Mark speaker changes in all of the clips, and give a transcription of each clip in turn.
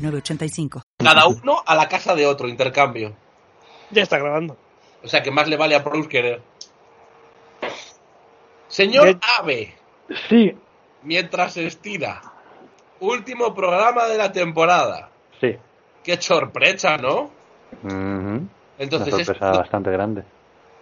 Speaker 1: 985.
Speaker 2: Cada uno a la casa de otro, intercambio.
Speaker 3: Ya está grabando.
Speaker 2: O sea que más le vale a Bruce querer. Señor
Speaker 3: De-
Speaker 2: Ave,
Speaker 3: Sí,
Speaker 2: mientras estira. Último programa de la temporada.
Speaker 4: Sí.
Speaker 2: Qué sorpresa, ¿no?
Speaker 4: Ujú.
Speaker 2: Entonces
Speaker 4: Una
Speaker 2: es,
Speaker 4: sorpresa bastante grande.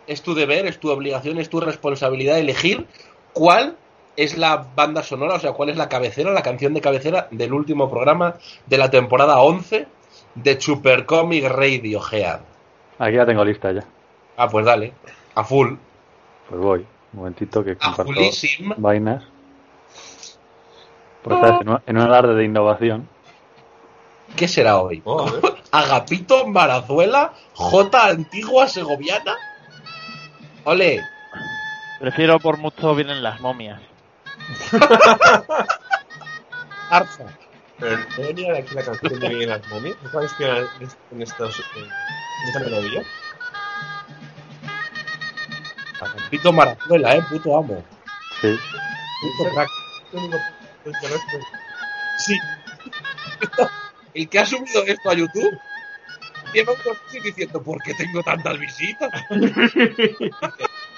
Speaker 2: es tu deber, es tu obligación, es tu responsabilidad elegir cuál es la banda sonora, o sea, cuál es la cabecera, la canción de cabecera del último programa de la temporada 11 de Supercomic Radiohead.
Speaker 4: Aquí la tengo lista ya.
Speaker 2: Ah, pues dale, a full,
Speaker 4: Pues voy. Un momentito que
Speaker 2: a
Speaker 4: comparto
Speaker 2: fullísima.
Speaker 4: vainas. Pues ¿sabes? en un- en un alarde de innovación.
Speaker 2: ¿Qué será hoy?
Speaker 4: Oh,
Speaker 5: Joder.
Speaker 2: Agapito, Marazuela, J Antigua, Segoviana. Ole,
Speaker 6: Prefiero por mucho vienen las momias.
Speaker 2: Arza.
Speaker 5: Pero no venía de aquí la canción de Miguel las momias. ¿No sabes que es- en, estos, en esta melodía?
Speaker 2: Agapito, Marazuela, eh, puto amo.
Speaker 4: Sí.
Speaker 2: Puto crack.
Speaker 5: Lo único que te resto es-
Speaker 2: Sí. El que ha subido esto a YouTube lleva un perfil diciendo ¿por qué tengo tantas visitas?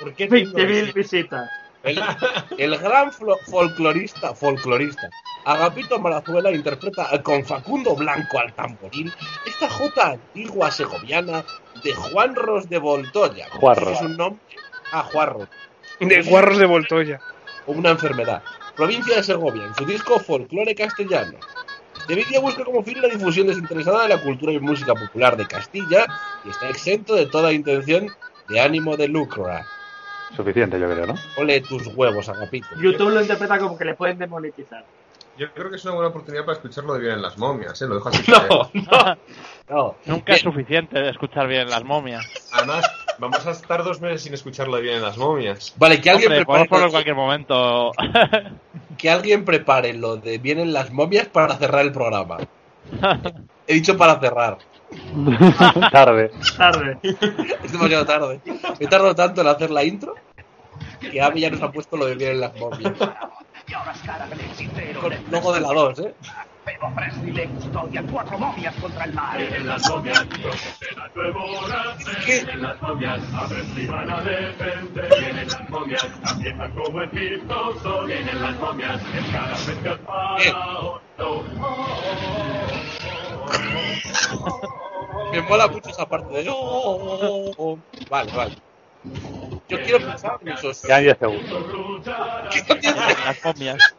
Speaker 5: ¿Por qué tengo
Speaker 7: 20.000
Speaker 5: así?
Speaker 7: visitas.
Speaker 2: El, el gran flo- folclorista, folclorista, Agapito Marazuela interpreta con Facundo Blanco al tamboril esta jota antigua segoviana de Juanros de Voltoya.
Speaker 4: Juarro.
Speaker 2: Es un nombre a Juarro,
Speaker 3: de guarros de Voltoya.
Speaker 2: o una enfermedad. Provincia de Segovia, en su disco Folclore Castellano. Este vídeo busca como fin la difusión desinteresada de la cultura y música popular de Castilla y está exento de toda intención de ánimo de lucro.
Speaker 4: Suficiente, yo creo, ¿no?
Speaker 2: Ole tus huevos, Agapito.
Speaker 7: YouTube lo interpreta como que le pueden demonetizar.
Speaker 5: Yo creo que es una buena oportunidad para escucharlo de bien en las momias, ¿eh? Lo dejo así.
Speaker 2: No, no, no.
Speaker 6: Nunca es
Speaker 2: Bien.
Speaker 6: suficiente de escuchar bien las momias.
Speaker 5: Además, vamos a estar dos meses sin escucharlo de bien en las momias.
Speaker 2: Vale, que alguien,
Speaker 6: Hombre, podemos
Speaker 2: prepare,
Speaker 6: ponerlo en cualquier momento.
Speaker 2: que alguien prepare lo de vienen las momias para cerrar el programa. He dicho para cerrar.
Speaker 4: Tarde.
Speaker 7: Tarde.
Speaker 2: Es demasiado tarde. Me tardo tanto en hacer la intro que Ave ya nos ha puesto lo de vienen las momias. Con el logo de la 2, ¿eh? Es que Bien. Me mola mucho esa parte de. "Oh, oh, oh, oh". Vale, vale. Yo quiero pensar en esos.
Speaker 4: Quedan 10 segundos.
Speaker 6: Vienen las momias.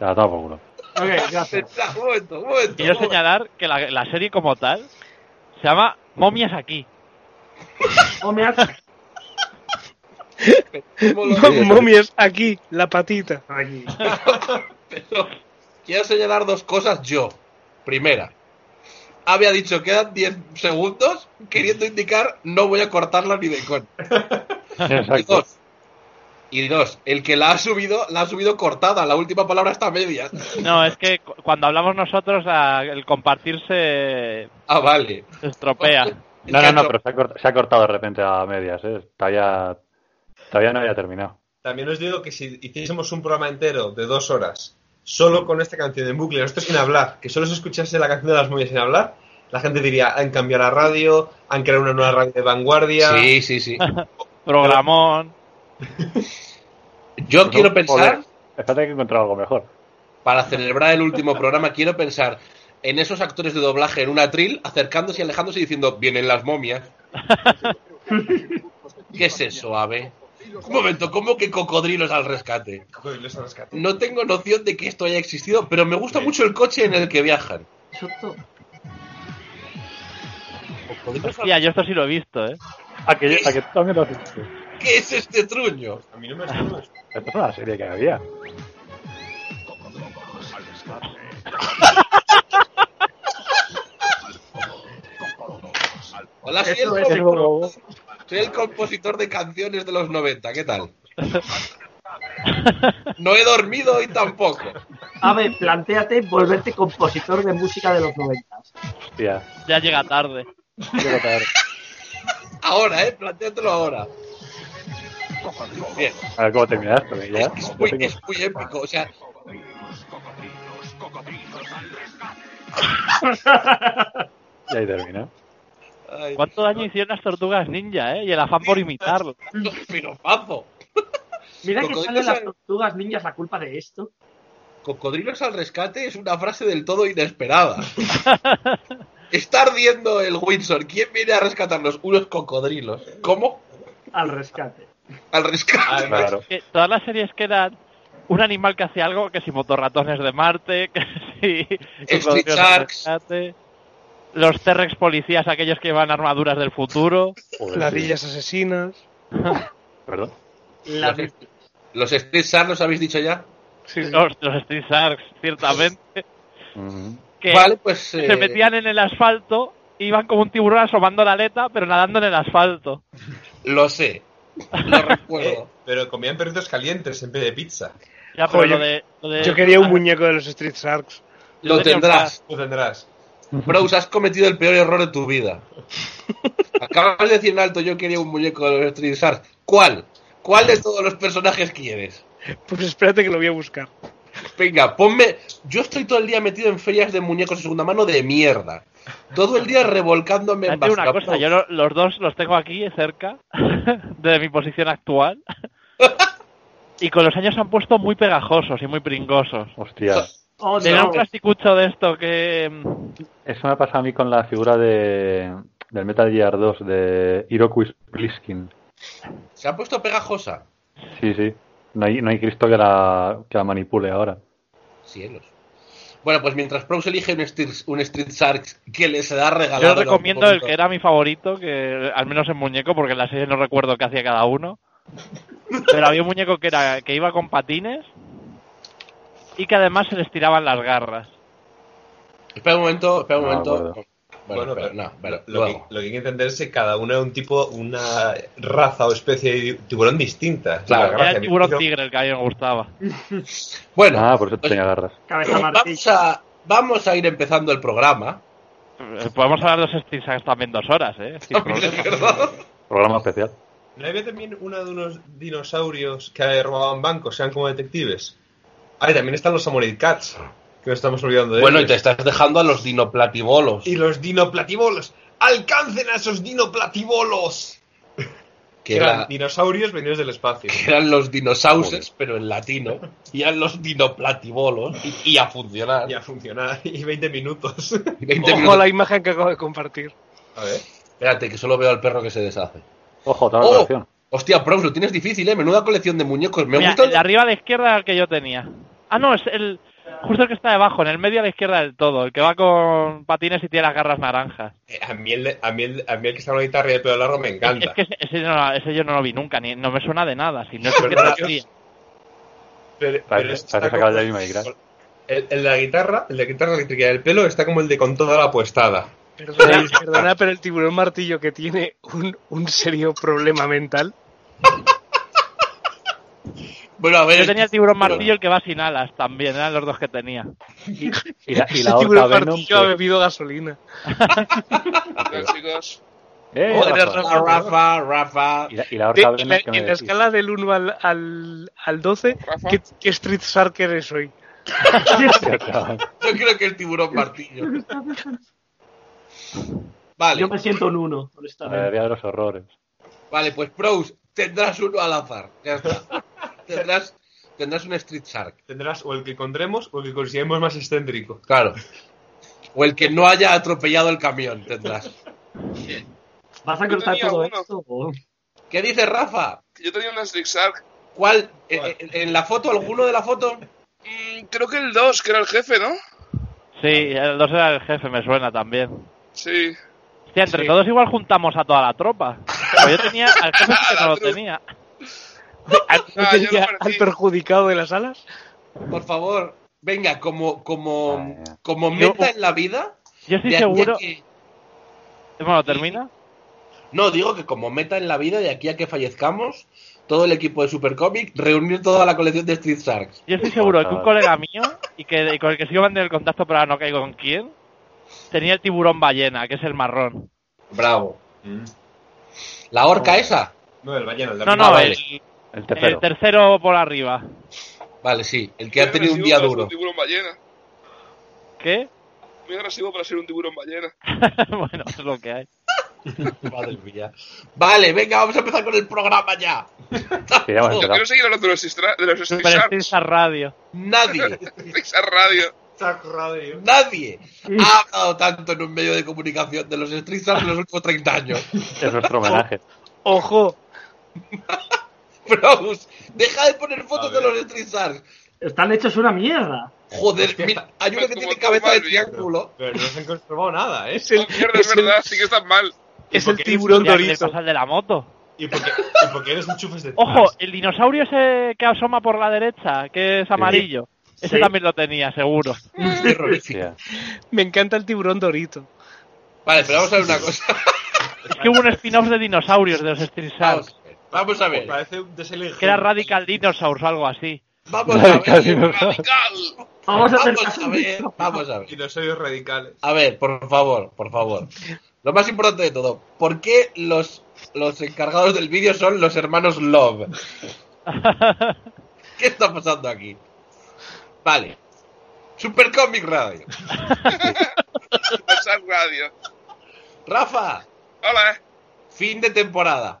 Speaker 4: Ya, toma por culo.
Speaker 7: Ok, gracias.
Speaker 2: Un momento, un momento.
Speaker 6: Quiero
Speaker 2: un momento.
Speaker 6: señalar que la, la serie como tal se llama Momias aquí.
Speaker 7: O me hace-
Speaker 2: Como lo-
Speaker 3: Momias aquí, la patita.
Speaker 7: Ay,
Speaker 2: Pero quiero señalar dos cosas yo. Primera, había dicho quedan 10 segundos queriendo indicar no voy a cortarla ni de coña. Y
Speaker 4: Exacto.
Speaker 2: dos, y dos, el que la ha subido, la ha subido cortada. La última palabra está a medias.
Speaker 6: No, es que cu- cuando hablamos nosotros a- el compartir se
Speaker 2: Ah, vale.
Speaker 6: se estropea.
Speaker 2: Es
Speaker 4: No,
Speaker 2: que
Speaker 4: no,
Speaker 2: ha
Speaker 4: no,
Speaker 2: hecho-
Speaker 4: pero se ha, cort- se ha cortado de repente a medias, ¿eh? Todavía, todavía no había terminado.
Speaker 5: También os digo que si hiciésemos un programa entero de dos horas, solo con esta canción en bucle, nosotros sin hablar, que solo se escuchase la canción de las momias sin hablar, la gente diría, han cambiado la radio, han creado una nueva radio de vanguardia.
Speaker 2: Sí, sí, sí.
Speaker 6: Programón.
Speaker 2: Yo quiero
Speaker 4: Pues Joder,
Speaker 2: pensar,
Speaker 4: Espérate que he encontrado algo mejor.
Speaker 2: para celebrar el último programa, quiero pensar en esos actores de doblaje en un atril, acercándose y alejándose y diciendo, vienen las momias. ¿Qué es eso, ave? Un momento, ¿cómo que cocodrilos al rescate?
Speaker 5: Joder, los rescate.
Speaker 2: No tengo noción de que esto haya existido, pero me gusta mucho el coche en el que viajan.
Speaker 7: chuto.
Speaker 2: Cocodrilos al- pues,
Speaker 6: Hostia, yo esto sí lo he visto, ¿eh?
Speaker 4: A que, yo- a que tú también lo hiciste.
Speaker 2: ¿Qué es este truño?
Speaker 5: A mí no me suena.
Speaker 4: Esto es una serie que había.
Speaker 2: Hola, soy el,
Speaker 4: Es
Speaker 2: compo-
Speaker 4: como-
Speaker 2: soy el compositor de canciones de los 90, ¿qué tal? No he dormido hoy tampoco.
Speaker 7: A ver, planteate volverte compositor de música de los 90.
Speaker 4: Hostia.
Speaker 6: Ya llega tarde.
Speaker 4: Quiero caer.
Speaker 2: Ahora, ¿eh? Plantéatelo ahora. Bien.
Speaker 4: A ver cómo termina esto. ¿eh?
Speaker 2: Es,
Speaker 4: Ya.
Speaker 2: que es muy, es muy épico, o sea...
Speaker 4: Y ahí termina.
Speaker 2: ay,
Speaker 6: ¿Cuánto daño hicieron las tortugas ninja, eh? Y el afán
Speaker 2: pues,
Speaker 6: por imitarlo.
Speaker 2: piropazo.
Speaker 7: Mira que
Speaker 2: Cocodrilo
Speaker 7: salen las
Speaker 2: sabe-
Speaker 7: tortugas ninjas la culpa de esto.
Speaker 2: Cocodrilos al rescate es una frase del todo inesperada. Está ardiendo el Windsor. ¿Quién viene a rescatarnos? Unos cocodrilos. ¿Cómo?
Speaker 7: Al rescate.
Speaker 2: Al rescate.
Speaker 5: Además,
Speaker 4: Ah, Claro.
Speaker 6: Que todas las series que eran un animal que hacía algo, que si motorratones de Marte, que si... que
Speaker 2: Street
Speaker 6: cocodrilos de
Speaker 2: Sharks.
Speaker 6: rescate, Los T-Rex policías, aquellos que llevan armaduras del futuro.
Speaker 5: Pues
Speaker 4: Joder,
Speaker 3: Ladillas asesinas.
Speaker 4: sí. pues Perdón.
Speaker 7: La
Speaker 2: Los, los Street Sharks, ¿los habéis dicho ya?
Speaker 3: Sí, sí.
Speaker 6: Los, los Street Sharks, ciertamente.
Speaker 4: Ujú.
Speaker 6: Que
Speaker 2: Vale, pues... eh,
Speaker 6: se metían en el asfalto, iban como un tiburón asomando la aleta, pero nadando en el asfalto.
Speaker 2: Lo sé. Lo
Speaker 5: eh,
Speaker 2: recuerdo.
Speaker 5: pero comían perritos calientes en vez de pizza.
Speaker 6: Ya,
Speaker 3: Joder,
Speaker 6: pero
Speaker 3: yo-
Speaker 6: lo de, lo de-
Speaker 3: Yo quería un muñeco de los Street Sharks.
Speaker 2: Lo
Speaker 6: tenía un
Speaker 2: tendrás.
Speaker 5: Tú tendrás.
Speaker 2: Bros, has cometido el peor error de tu vida. Acabas de decir en alto, yo quería un muñeco de los Street Sharks. ¿Cuál? ¿Cuál de todos los personajes quieres?
Speaker 3: Pues espérate que lo voy a buscar.
Speaker 2: Venga, ponme... Yo estoy todo el día metido en ferias de muñecos de segunda mano de mierda. Todo el día revolcándome
Speaker 6: Voy a
Speaker 2: en
Speaker 6: decir una
Speaker 2: basura.
Speaker 6: cosa, yo lo- los dos los tengo aquí cerca de mi posición actual y con los años se han puesto muy pegajosos y muy pringosos.
Speaker 4: Hostia.
Speaker 7: Oh,
Speaker 6: Tener
Speaker 7: no.
Speaker 6: un plasticucho de esto que mm,
Speaker 4: Eso me pasa a mí con la figura de del Metal Gear 2 de Iroquois Pliskin.
Speaker 2: Se ha puesto pegajosa.
Speaker 4: Sí, sí. No hay, no hay Cristo que la, que la manipule ahora.
Speaker 2: Cielos. Bueno, pues mientras Bros elige un Street, un Street Sharks que les da regalado...
Speaker 6: yo
Speaker 2: en algún
Speaker 6: recomiendo el
Speaker 2: momento.
Speaker 6: que era mi favorito, que al menos en muñeco, porque en la serie no recuerdo qué hacía cada uno. Pero había un muñeco que era que iba con patines y que además se les tiraban las garras.
Speaker 2: Espera un momento, espera un
Speaker 4: No me
Speaker 2: momento.
Speaker 4: acuerdo.
Speaker 2: Bueno, pero,
Speaker 5: pero
Speaker 2: no, pero
Speaker 5: lo, que,
Speaker 2: luego.
Speaker 5: lo que hay que entender es que cada uno es un tipo, una raza o especie de tiburón distinta.
Speaker 2: Claro,
Speaker 5: La
Speaker 6: Era
Speaker 5: gracia,
Speaker 6: el tiburón
Speaker 5: pero-
Speaker 6: tigre el que a mí me gustaba.
Speaker 2: Bueno,
Speaker 4: Ah, por eso
Speaker 2: pues
Speaker 4: tenía garras.
Speaker 7: Cabeza martillo.
Speaker 2: vamos, a, vamos a ir empezando el programa.
Speaker 6: Eh, Podemos hablar de los Street Sharks también dos horas, ¿eh? Sin problema.
Speaker 2: ¿verdad?
Speaker 4: Programa especial.
Speaker 5: ¿No había también una de unos dinosaurios que robaban bancos, sean como detectives? Ah, y también están los Samurai Cats, que nos estamos olvidando de
Speaker 2: Bueno, y
Speaker 5: ellos.
Speaker 2: te estás dejando a los dinoplatibolos.
Speaker 5: Y los dinoplatibolos. ¡Alcancen a esos dinoplatibolos!
Speaker 2: Que,
Speaker 5: Que eran
Speaker 2: era-
Speaker 5: dinosaurios venidos del espacio.
Speaker 2: que eran los dinosauses, pero en latino. Y eran los dinoplatibolos. Y, y a funcionar.
Speaker 5: Y a funcionar. Y 20 minutos.
Speaker 2: 20
Speaker 3: Ojo a
Speaker 2: minutos.
Speaker 3: la imagen que acabo de compartir.
Speaker 5: a ver.
Speaker 2: Espérate, que solo veo al perro que se deshace.
Speaker 4: Ojo, otra
Speaker 2: Oh.
Speaker 4: relación.
Speaker 2: Hostia, Prox, lo tienes difícil, ¿eh? Menuda colección de muñecos. Me
Speaker 6: Mira,
Speaker 2: gusta
Speaker 6: el de arriba a la izquierda era el que yo tenía. Ah, no, es el justo el que está debajo, en el medio a la izquierda del todo, el que va con patines y tiene las garras naranjas.
Speaker 5: Eh, A mí el, de- a mí el, a mí el que está con la guitarra y el pelo largo me encanta.
Speaker 6: Es que ese, ese yo no, ese yo no lo vi nunca, ni no me suena de nada, si
Speaker 2: Pues
Speaker 6: no es
Speaker 5: Pero
Speaker 6: que
Speaker 5: no,
Speaker 6: te
Speaker 5: Dios.
Speaker 6: ría.
Speaker 5: Pero- pero
Speaker 4: Parece
Speaker 5: este
Speaker 4: parece
Speaker 5: está
Speaker 4: sacar
Speaker 5: como-
Speaker 4: de Minecraft.
Speaker 5: el, el de la guitarra, el de la guitarra eléctrica y el pelo está como el de con toda la apuestada.
Speaker 3: Perdona, perdona, pero el tiburón martillo que tiene un, un serio problema mental.
Speaker 2: Bueno, a ver.
Speaker 6: Yo
Speaker 2: es-
Speaker 6: tenía el tiburón martillo el que va sin alas también, eran los dos que tenía.
Speaker 4: Y la, y
Speaker 3: Ese
Speaker 4: la horca
Speaker 3: tiburón
Speaker 4: Venom.
Speaker 3: martillo ha bebido gasolina.
Speaker 4: que- ¡Eh,
Speaker 2: Joder,
Speaker 4: Rafa!
Speaker 2: Rafa, Rafa, Rafa.
Speaker 4: Y la, y la
Speaker 3: De-
Speaker 4: horca
Speaker 3: en,
Speaker 4: Venom
Speaker 3: Eh, la,
Speaker 4: que me
Speaker 3: en la
Speaker 4: decís.
Speaker 3: escala del 1 al, al, al 12, ¿qué, qué Street Shark eres hoy?
Speaker 4: Hostia, chaval.
Speaker 2: Yo creo que el tiburón martillo. Vale.
Speaker 7: Yo me siento un uno,
Speaker 4: La
Speaker 7: honestamente.
Speaker 4: galería de los horrores.
Speaker 2: Vale, pues Pros, tendrás uno al azar. Ya está. tendrás, tendrás un Street Shark.
Speaker 5: Tendrás o el que encontremos o el que consideremos más excéntrico.
Speaker 2: Claro. O el que no haya atropellado el camión, tendrás.
Speaker 7: ¿Vas a cortar
Speaker 8: tenía
Speaker 7: todo
Speaker 8: uno.
Speaker 7: esto? o-
Speaker 2: ¿Qué dice Rafa?
Speaker 8: Yo tenía un Street Shark.
Speaker 2: ¿Cuál? Eh, eh, ¿En la foto? ¿Alguno de la foto?
Speaker 8: Mm, creo que el 2, que era el jefe, ¿no?
Speaker 6: Sí, el dos era el jefe, me suena también.
Speaker 8: Sí.
Speaker 6: Hostia, entre
Speaker 3: Sí.
Speaker 6: todos igual juntamos a toda la tropa. Pero yo tenía al jefe sí que no lo tenía.
Speaker 3: ¿Al,
Speaker 8: Ah, yo lo perdí.
Speaker 3: al perjudicado de las alas?
Speaker 2: Por favor, venga, como, como,
Speaker 4: Vaya.
Speaker 2: como
Speaker 6: Yo-
Speaker 2: meta en la vida.
Speaker 6: Yo estoy
Speaker 2: de aquí a
Speaker 6: seguro.
Speaker 2: que-
Speaker 6: Bueno, termina.
Speaker 2: no, digo que como meta en la vida, de aquí a que fallezcamos, todo el equipo de Supercomic, reunir toda la colección de Street Sharks.
Speaker 6: Yo estoy seguro de que un colega mío, y que y con el que sigo manteniendo el contacto, pero ahora no caigo con quién, tenía el tiburón ballena, que es el marrón.
Speaker 2: Bravo.
Speaker 5: Mm.
Speaker 2: La orca esa.
Speaker 5: No, el ballena, el de
Speaker 6: No,
Speaker 5: arriba.
Speaker 6: no,
Speaker 2: vale.
Speaker 6: el,
Speaker 4: El
Speaker 6: el
Speaker 4: tercero.
Speaker 6: tercero por arriba.
Speaker 2: Vale, sí, el que ha
Speaker 8: Muy
Speaker 2: tenido un
Speaker 8: agresivo
Speaker 2: día
Speaker 8: para ser
Speaker 2: duro.
Speaker 8: Un tiburón ballena.
Speaker 6: ¿Qué?
Speaker 8: Muy agresivo para ser un tiburón ballena.
Speaker 6: bueno, es lo que hay.
Speaker 2: Madre mía. Vale, venga, vamos a empezar con el programa ya.
Speaker 4: Que ya hemos
Speaker 8: Yo
Speaker 4: empezado.
Speaker 8: quiero seguir hablando de los Sistra- de los
Speaker 6: Pero es
Speaker 8: Sixers
Speaker 6: esa radio.
Speaker 2: Nadie,
Speaker 8: Radio.
Speaker 5: Saco radio.
Speaker 2: nadie ha hablado tanto en un medio de comunicación de los Street Sharks en los últimos 30 años.
Speaker 4: Es nuestro homenaje.
Speaker 3: Ojo,
Speaker 2: Bros, deja de poner fotos
Speaker 5: A
Speaker 2: de
Speaker 5: ver.
Speaker 2: los Street Stars.
Speaker 7: Están hechos una mierda.
Speaker 2: Joder,
Speaker 5: Hostia,
Speaker 2: mira, hay uno
Speaker 8: está
Speaker 2: que
Speaker 8: como
Speaker 2: tiene
Speaker 8: todo
Speaker 2: cabeza de
Speaker 8: mal, ya,
Speaker 2: triángulo.
Speaker 5: Pero no se han conservado nada, ¿eh?
Speaker 3: es el,
Speaker 8: Ah, mierda, es
Speaker 3: es el-
Speaker 8: verdad, sí que están mal.
Speaker 3: es el
Speaker 5: porque-
Speaker 3: tiburón
Speaker 6: Ya, ¿qué le
Speaker 3: dorito.
Speaker 6: pasa al de la moto?
Speaker 5: Y porque, y porque eres un chufes de
Speaker 3: Ah,
Speaker 6: Ojo, el dinosaurio ese que asoma por la derecha, que es amarillo. Ese
Speaker 7: Sí.
Speaker 6: también lo tenía, seguro.
Speaker 4: Hostia.
Speaker 3: Me encanta el tiburón dorito.
Speaker 2: Vale, pero vamos a ver una cosa.
Speaker 6: Es que hubo un spin-off de dinosaurios de los Street
Speaker 2: Vamos
Speaker 6: Sharks,
Speaker 3: Ah,
Speaker 2: a ver, Vamos a ver.
Speaker 5: Parece un deselegio.
Speaker 6: eh, que era Radical Dinosaurs o algo así.
Speaker 2: Vamos a ver.
Speaker 8: Radical.
Speaker 7: Vamos a hacer
Speaker 2: Vamos a ver. Vamos a ver.
Speaker 5: Dinosaurios radicales.
Speaker 2: A ver, por favor, por favor. Lo más importante de todo, ¿por qué los, los encargados del vídeo son los hermanos Love? ¿Qué está pasando aquí? Vale. Super Comic Radio.
Speaker 8: Sixers Radio.
Speaker 2: Rafa,
Speaker 8: Hola.
Speaker 2: fin de temporada.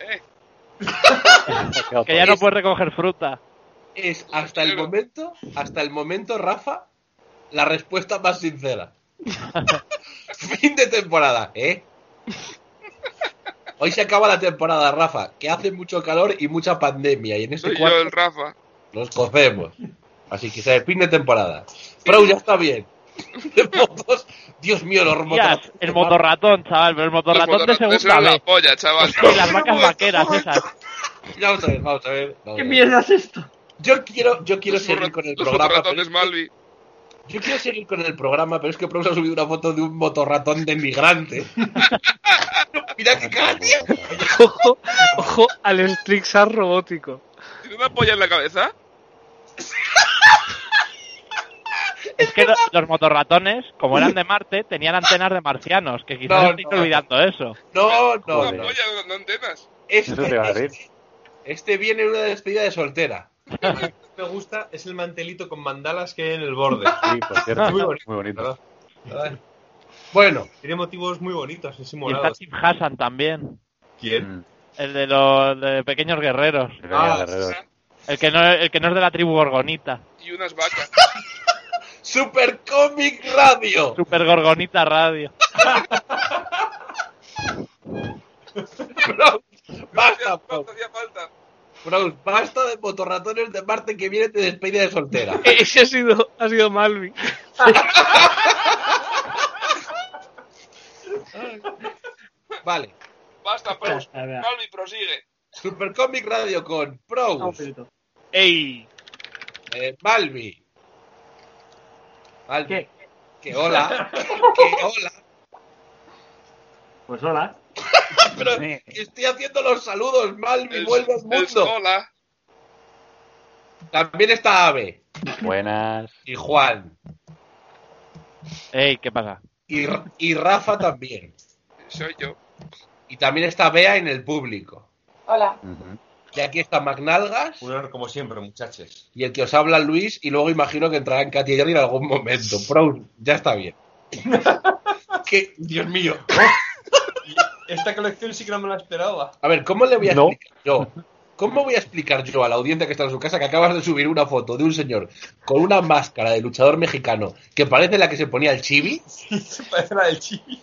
Speaker 8: Eh,
Speaker 4: Se ha quedado
Speaker 6: Que ya
Speaker 4: todo.
Speaker 6: no puedes recoger fruta.
Speaker 2: Es
Speaker 8: Pues
Speaker 2: hasta el momento, hasta el momento, Rafa, la respuesta más sincera. fin de temporada, ¿eh? Hoy se acaba la temporada, Rafa, que hace mucho calor y mucha pandemia. Y en este
Speaker 8: soy
Speaker 2: cuarto
Speaker 8: yo, el Rafa.
Speaker 2: Nos cocemos. Así que se fin de temporada. Pro ya está bien. De motos, Dios mío, los
Speaker 6: Tías,
Speaker 2: motorratos.
Speaker 6: el motorratón, chaval, pero el motorratón de
Speaker 8: Los motorra-
Speaker 6: segunda
Speaker 8: eso es la
Speaker 6: vez.
Speaker 8: polla, chaval.
Speaker 6: Y las vacas vaqueras esas.
Speaker 2: Vamos a ver, vamos a ver. vamos
Speaker 7: ¿Qué
Speaker 2: a ver.
Speaker 7: mierda es esto?
Speaker 2: Yo quiero, yo quiero
Speaker 8: Los
Speaker 2: seguir
Speaker 8: motorra-
Speaker 2: con el
Speaker 8: los
Speaker 2: programa. pero
Speaker 8: motorratones
Speaker 2: es que-
Speaker 8: Malvi.
Speaker 2: yo quiero seguir con el programa, pero es que Pro ha subido una foto de un motorratón de migrante. Mira que cara, tío.
Speaker 3: Ojo, ojo al Strixar robótico.
Speaker 8: ¿Tiene una polla en la cabeza?
Speaker 6: Es que lo- los motorratones, como eran de Marte, tenían antenas de marcianos, que quizás
Speaker 2: No,
Speaker 6: estoy
Speaker 2: no.
Speaker 6: olvidando eso.
Speaker 2: No, no.
Speaker 8: Una
Speaker 4: Joder.
Speaker 8: polla, no- no antenas.
Speaker 2: Este,
Speaker 4: Eso te iba a decir.
Speaker 2: este, este viene en una despedida de soltera.
Speaker 5: Me gusta es el mantelito con mandalas que hay en el borde.
Speaker 4: Sí, por cierto.
Speaker 5: Muy
Speaker 4: Muy
Speaker 5: bonito.
Speaker 4: bonito.
Speaker 5: ¿verdad? ¿Verdad?
Speaker 2: Bueno,
Speaker 5: Tiene motivos muy bonitos, así
Speaker 6: Y está
Speaker 5: morados.
Speaker 6: Tim Hassan también,
Speaker 5: ¿Quién?
Speaker 4: Mm,
Speaker 6: el de los de pequeños guerreros,
Speaker 4: el Real
Speaker 5: Ah,
Speaker 4: Guerrero.
Speaker 6: el que no, el que no es de la tribu gorgonita,
Speaker 8: Y unas vacas.
Speaker 2: Super Comic Radio.
Speaker 6: super gorgonita radio.
Speaker 2: Bro, basta, Pro.
Speaker 8: ¿Cuánto hacía falta?
Speaker 2: Bros, basta de motorratones de Marte que viene de despedida de soltera.
Speaker 3: Ese ha sido, ha sido Malvi.
Speaker 2: Vale.
Speaker 8: Basta,
Speaker 2: Pues,
Speaker 7: Espera,
Speaker 8: Proust.
Speaker 7: espera, espera.
Speaker 8: Malvi, prosigue.
Speaker 2: Supercomic Radio con
Speaker 7: Vamos,
Speaker 2: Pros,
Speaker 7: Pedrito.
Speaker 3: ¡Ey!
Speaker 2: eh, Balbi. Balbi,
Speaker 7: ¿Qué?
Speaker 2: que hola. que hola.
Speaker 7: Pues hola.
Speaker 2: Pero que estoy haciendo los saludos, Malvi,
Speaker 8: El-
Speaker 2: vuelve al
Speaker 8: el
Speaker 2: mundo.
Speaker 8: Hola.
Speaker 2: También está Ave
Speaker 4: Buenas.
Speaker 2: y Juan
Speaker 6: Ey, ¿qué pasa?
Speaker 2: y, y Rafa también.
Speaker 8: Soy yo.
Speaker 2: Y también está Bea en el público.
Speaker 9: Hola.
Speaker 4: Ujú.
Speaker 2: Y aquí está Magnalgas
Speaker 5: Un honor como siempre, muchachos.
Speaker 2: y el que os habla Luis y luego imagino que entrará en Katy Jerry en algún momento. Pros, ya está bien. que, Dios mío.
Speaker 5: Esta colección sí que no me la esperaba.
Speaker 2: A ver, ¿cómo le voy a
Speaker 4: No.
Speaker 2: explicar yo? ¿Cómo voy a explicar yo a la audiencia que está en su casa que acabas de subir una foto de un señor con una máscara de luchador mexicano que parece la que se ponía el chibi
Speaker 5: Se parece la del chibi.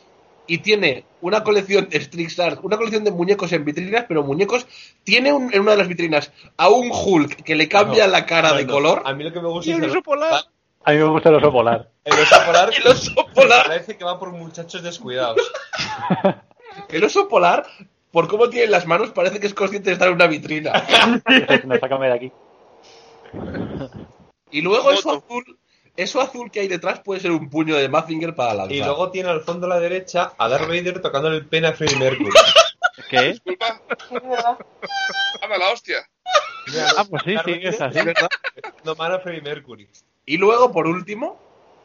Speaker 2: y tiene una colección de Strix Art, una colección de muñecos en vitrinas, pero muñecos tiene un- en una de las vitrinas a un Hulk que le cambia
Speaker 5: No,
Speaker 2: la cara
Speaker 5: no,
Speaker 2: de
Speaker 5: no.
Speaker 2: color,
Speaker 5: A mí lo que me gusta
Speaker 3: Y
Speaker 5: es
Speaker 3: un
Speaker 5: el
Speaker 3: oso polar.
Speaker 4: A mí me gusta el oso polar.
Speaker 5: el oso polar.
Speaker 2: el oso
Speaker 5: Me
Speaker 2: polar,
Speaker 5: Parece que va por muchachos descuidados.
Speaker 2: el oso polar por cómo tiene las manos, parece que es consciente de estar en una vitrina.
Speaker 4: No, sácame de aquí.
Speaker 2: Y luego eso
Speaker 8: Moto.
Speaker 2: azul, eso azul que hay detrás puede ser un puño de Mazinger para lanzar.
Speaker 5: Y luego tiene al fondo a la derecha a Darth Vader tocándole el pene a Freddie Mercury.
Speaker 6: ¿Qué?
Speaker 8: Disculpa,
Speaker 9: Es verdad.
Speaker 8: anda la hostia.
Speaker 6: Ah, pues sí, sí, es así.
Speaker 5: No mano a Freddie Mercury.
Speaker 2: Y luego, por último,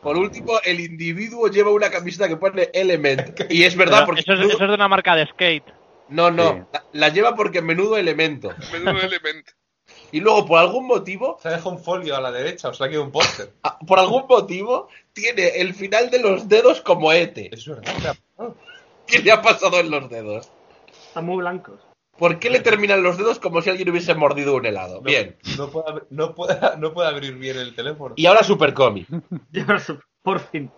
Speaker 2: por último, el individuo lleva una camiseta que pone Element. Y es
Speaker 6: Pero
Speaker 2: verdad, porque.
Speaker 6: Eso es, eso es de una marca de skate.
Speaker 2: No, no,
Speaker 4: Sí.
Speaker 2: la, la lleva porque menudo elemento.
Speaker 8: Menudo elemento.
Speaker 2: Y luego, por algún motivo,
Speaker 5: Se ha dejado un folio a la derecha, o sea, aquí hay un póster.
Speaker 2: a- Ah, por algún motivo, tiene el final de los dedos como Ete.
Speaker 5: Es verdad.
Speaker 2: ¿Qué le ha pasado en los dedos?
Speaker 7: Están muy blancos.
Speaker 2: ¿Por qué le terminan los dedos como si alguien hubiese mordido un helado?
Speaker 5: No-
Speaker 2: Bien.
Speaker 5: No puede, abri- no, puede, no puede abrir bien el teléfono.
Speaker 2: Y ahora Supercomi.
Speaker 7: Yo no sé, Por fin.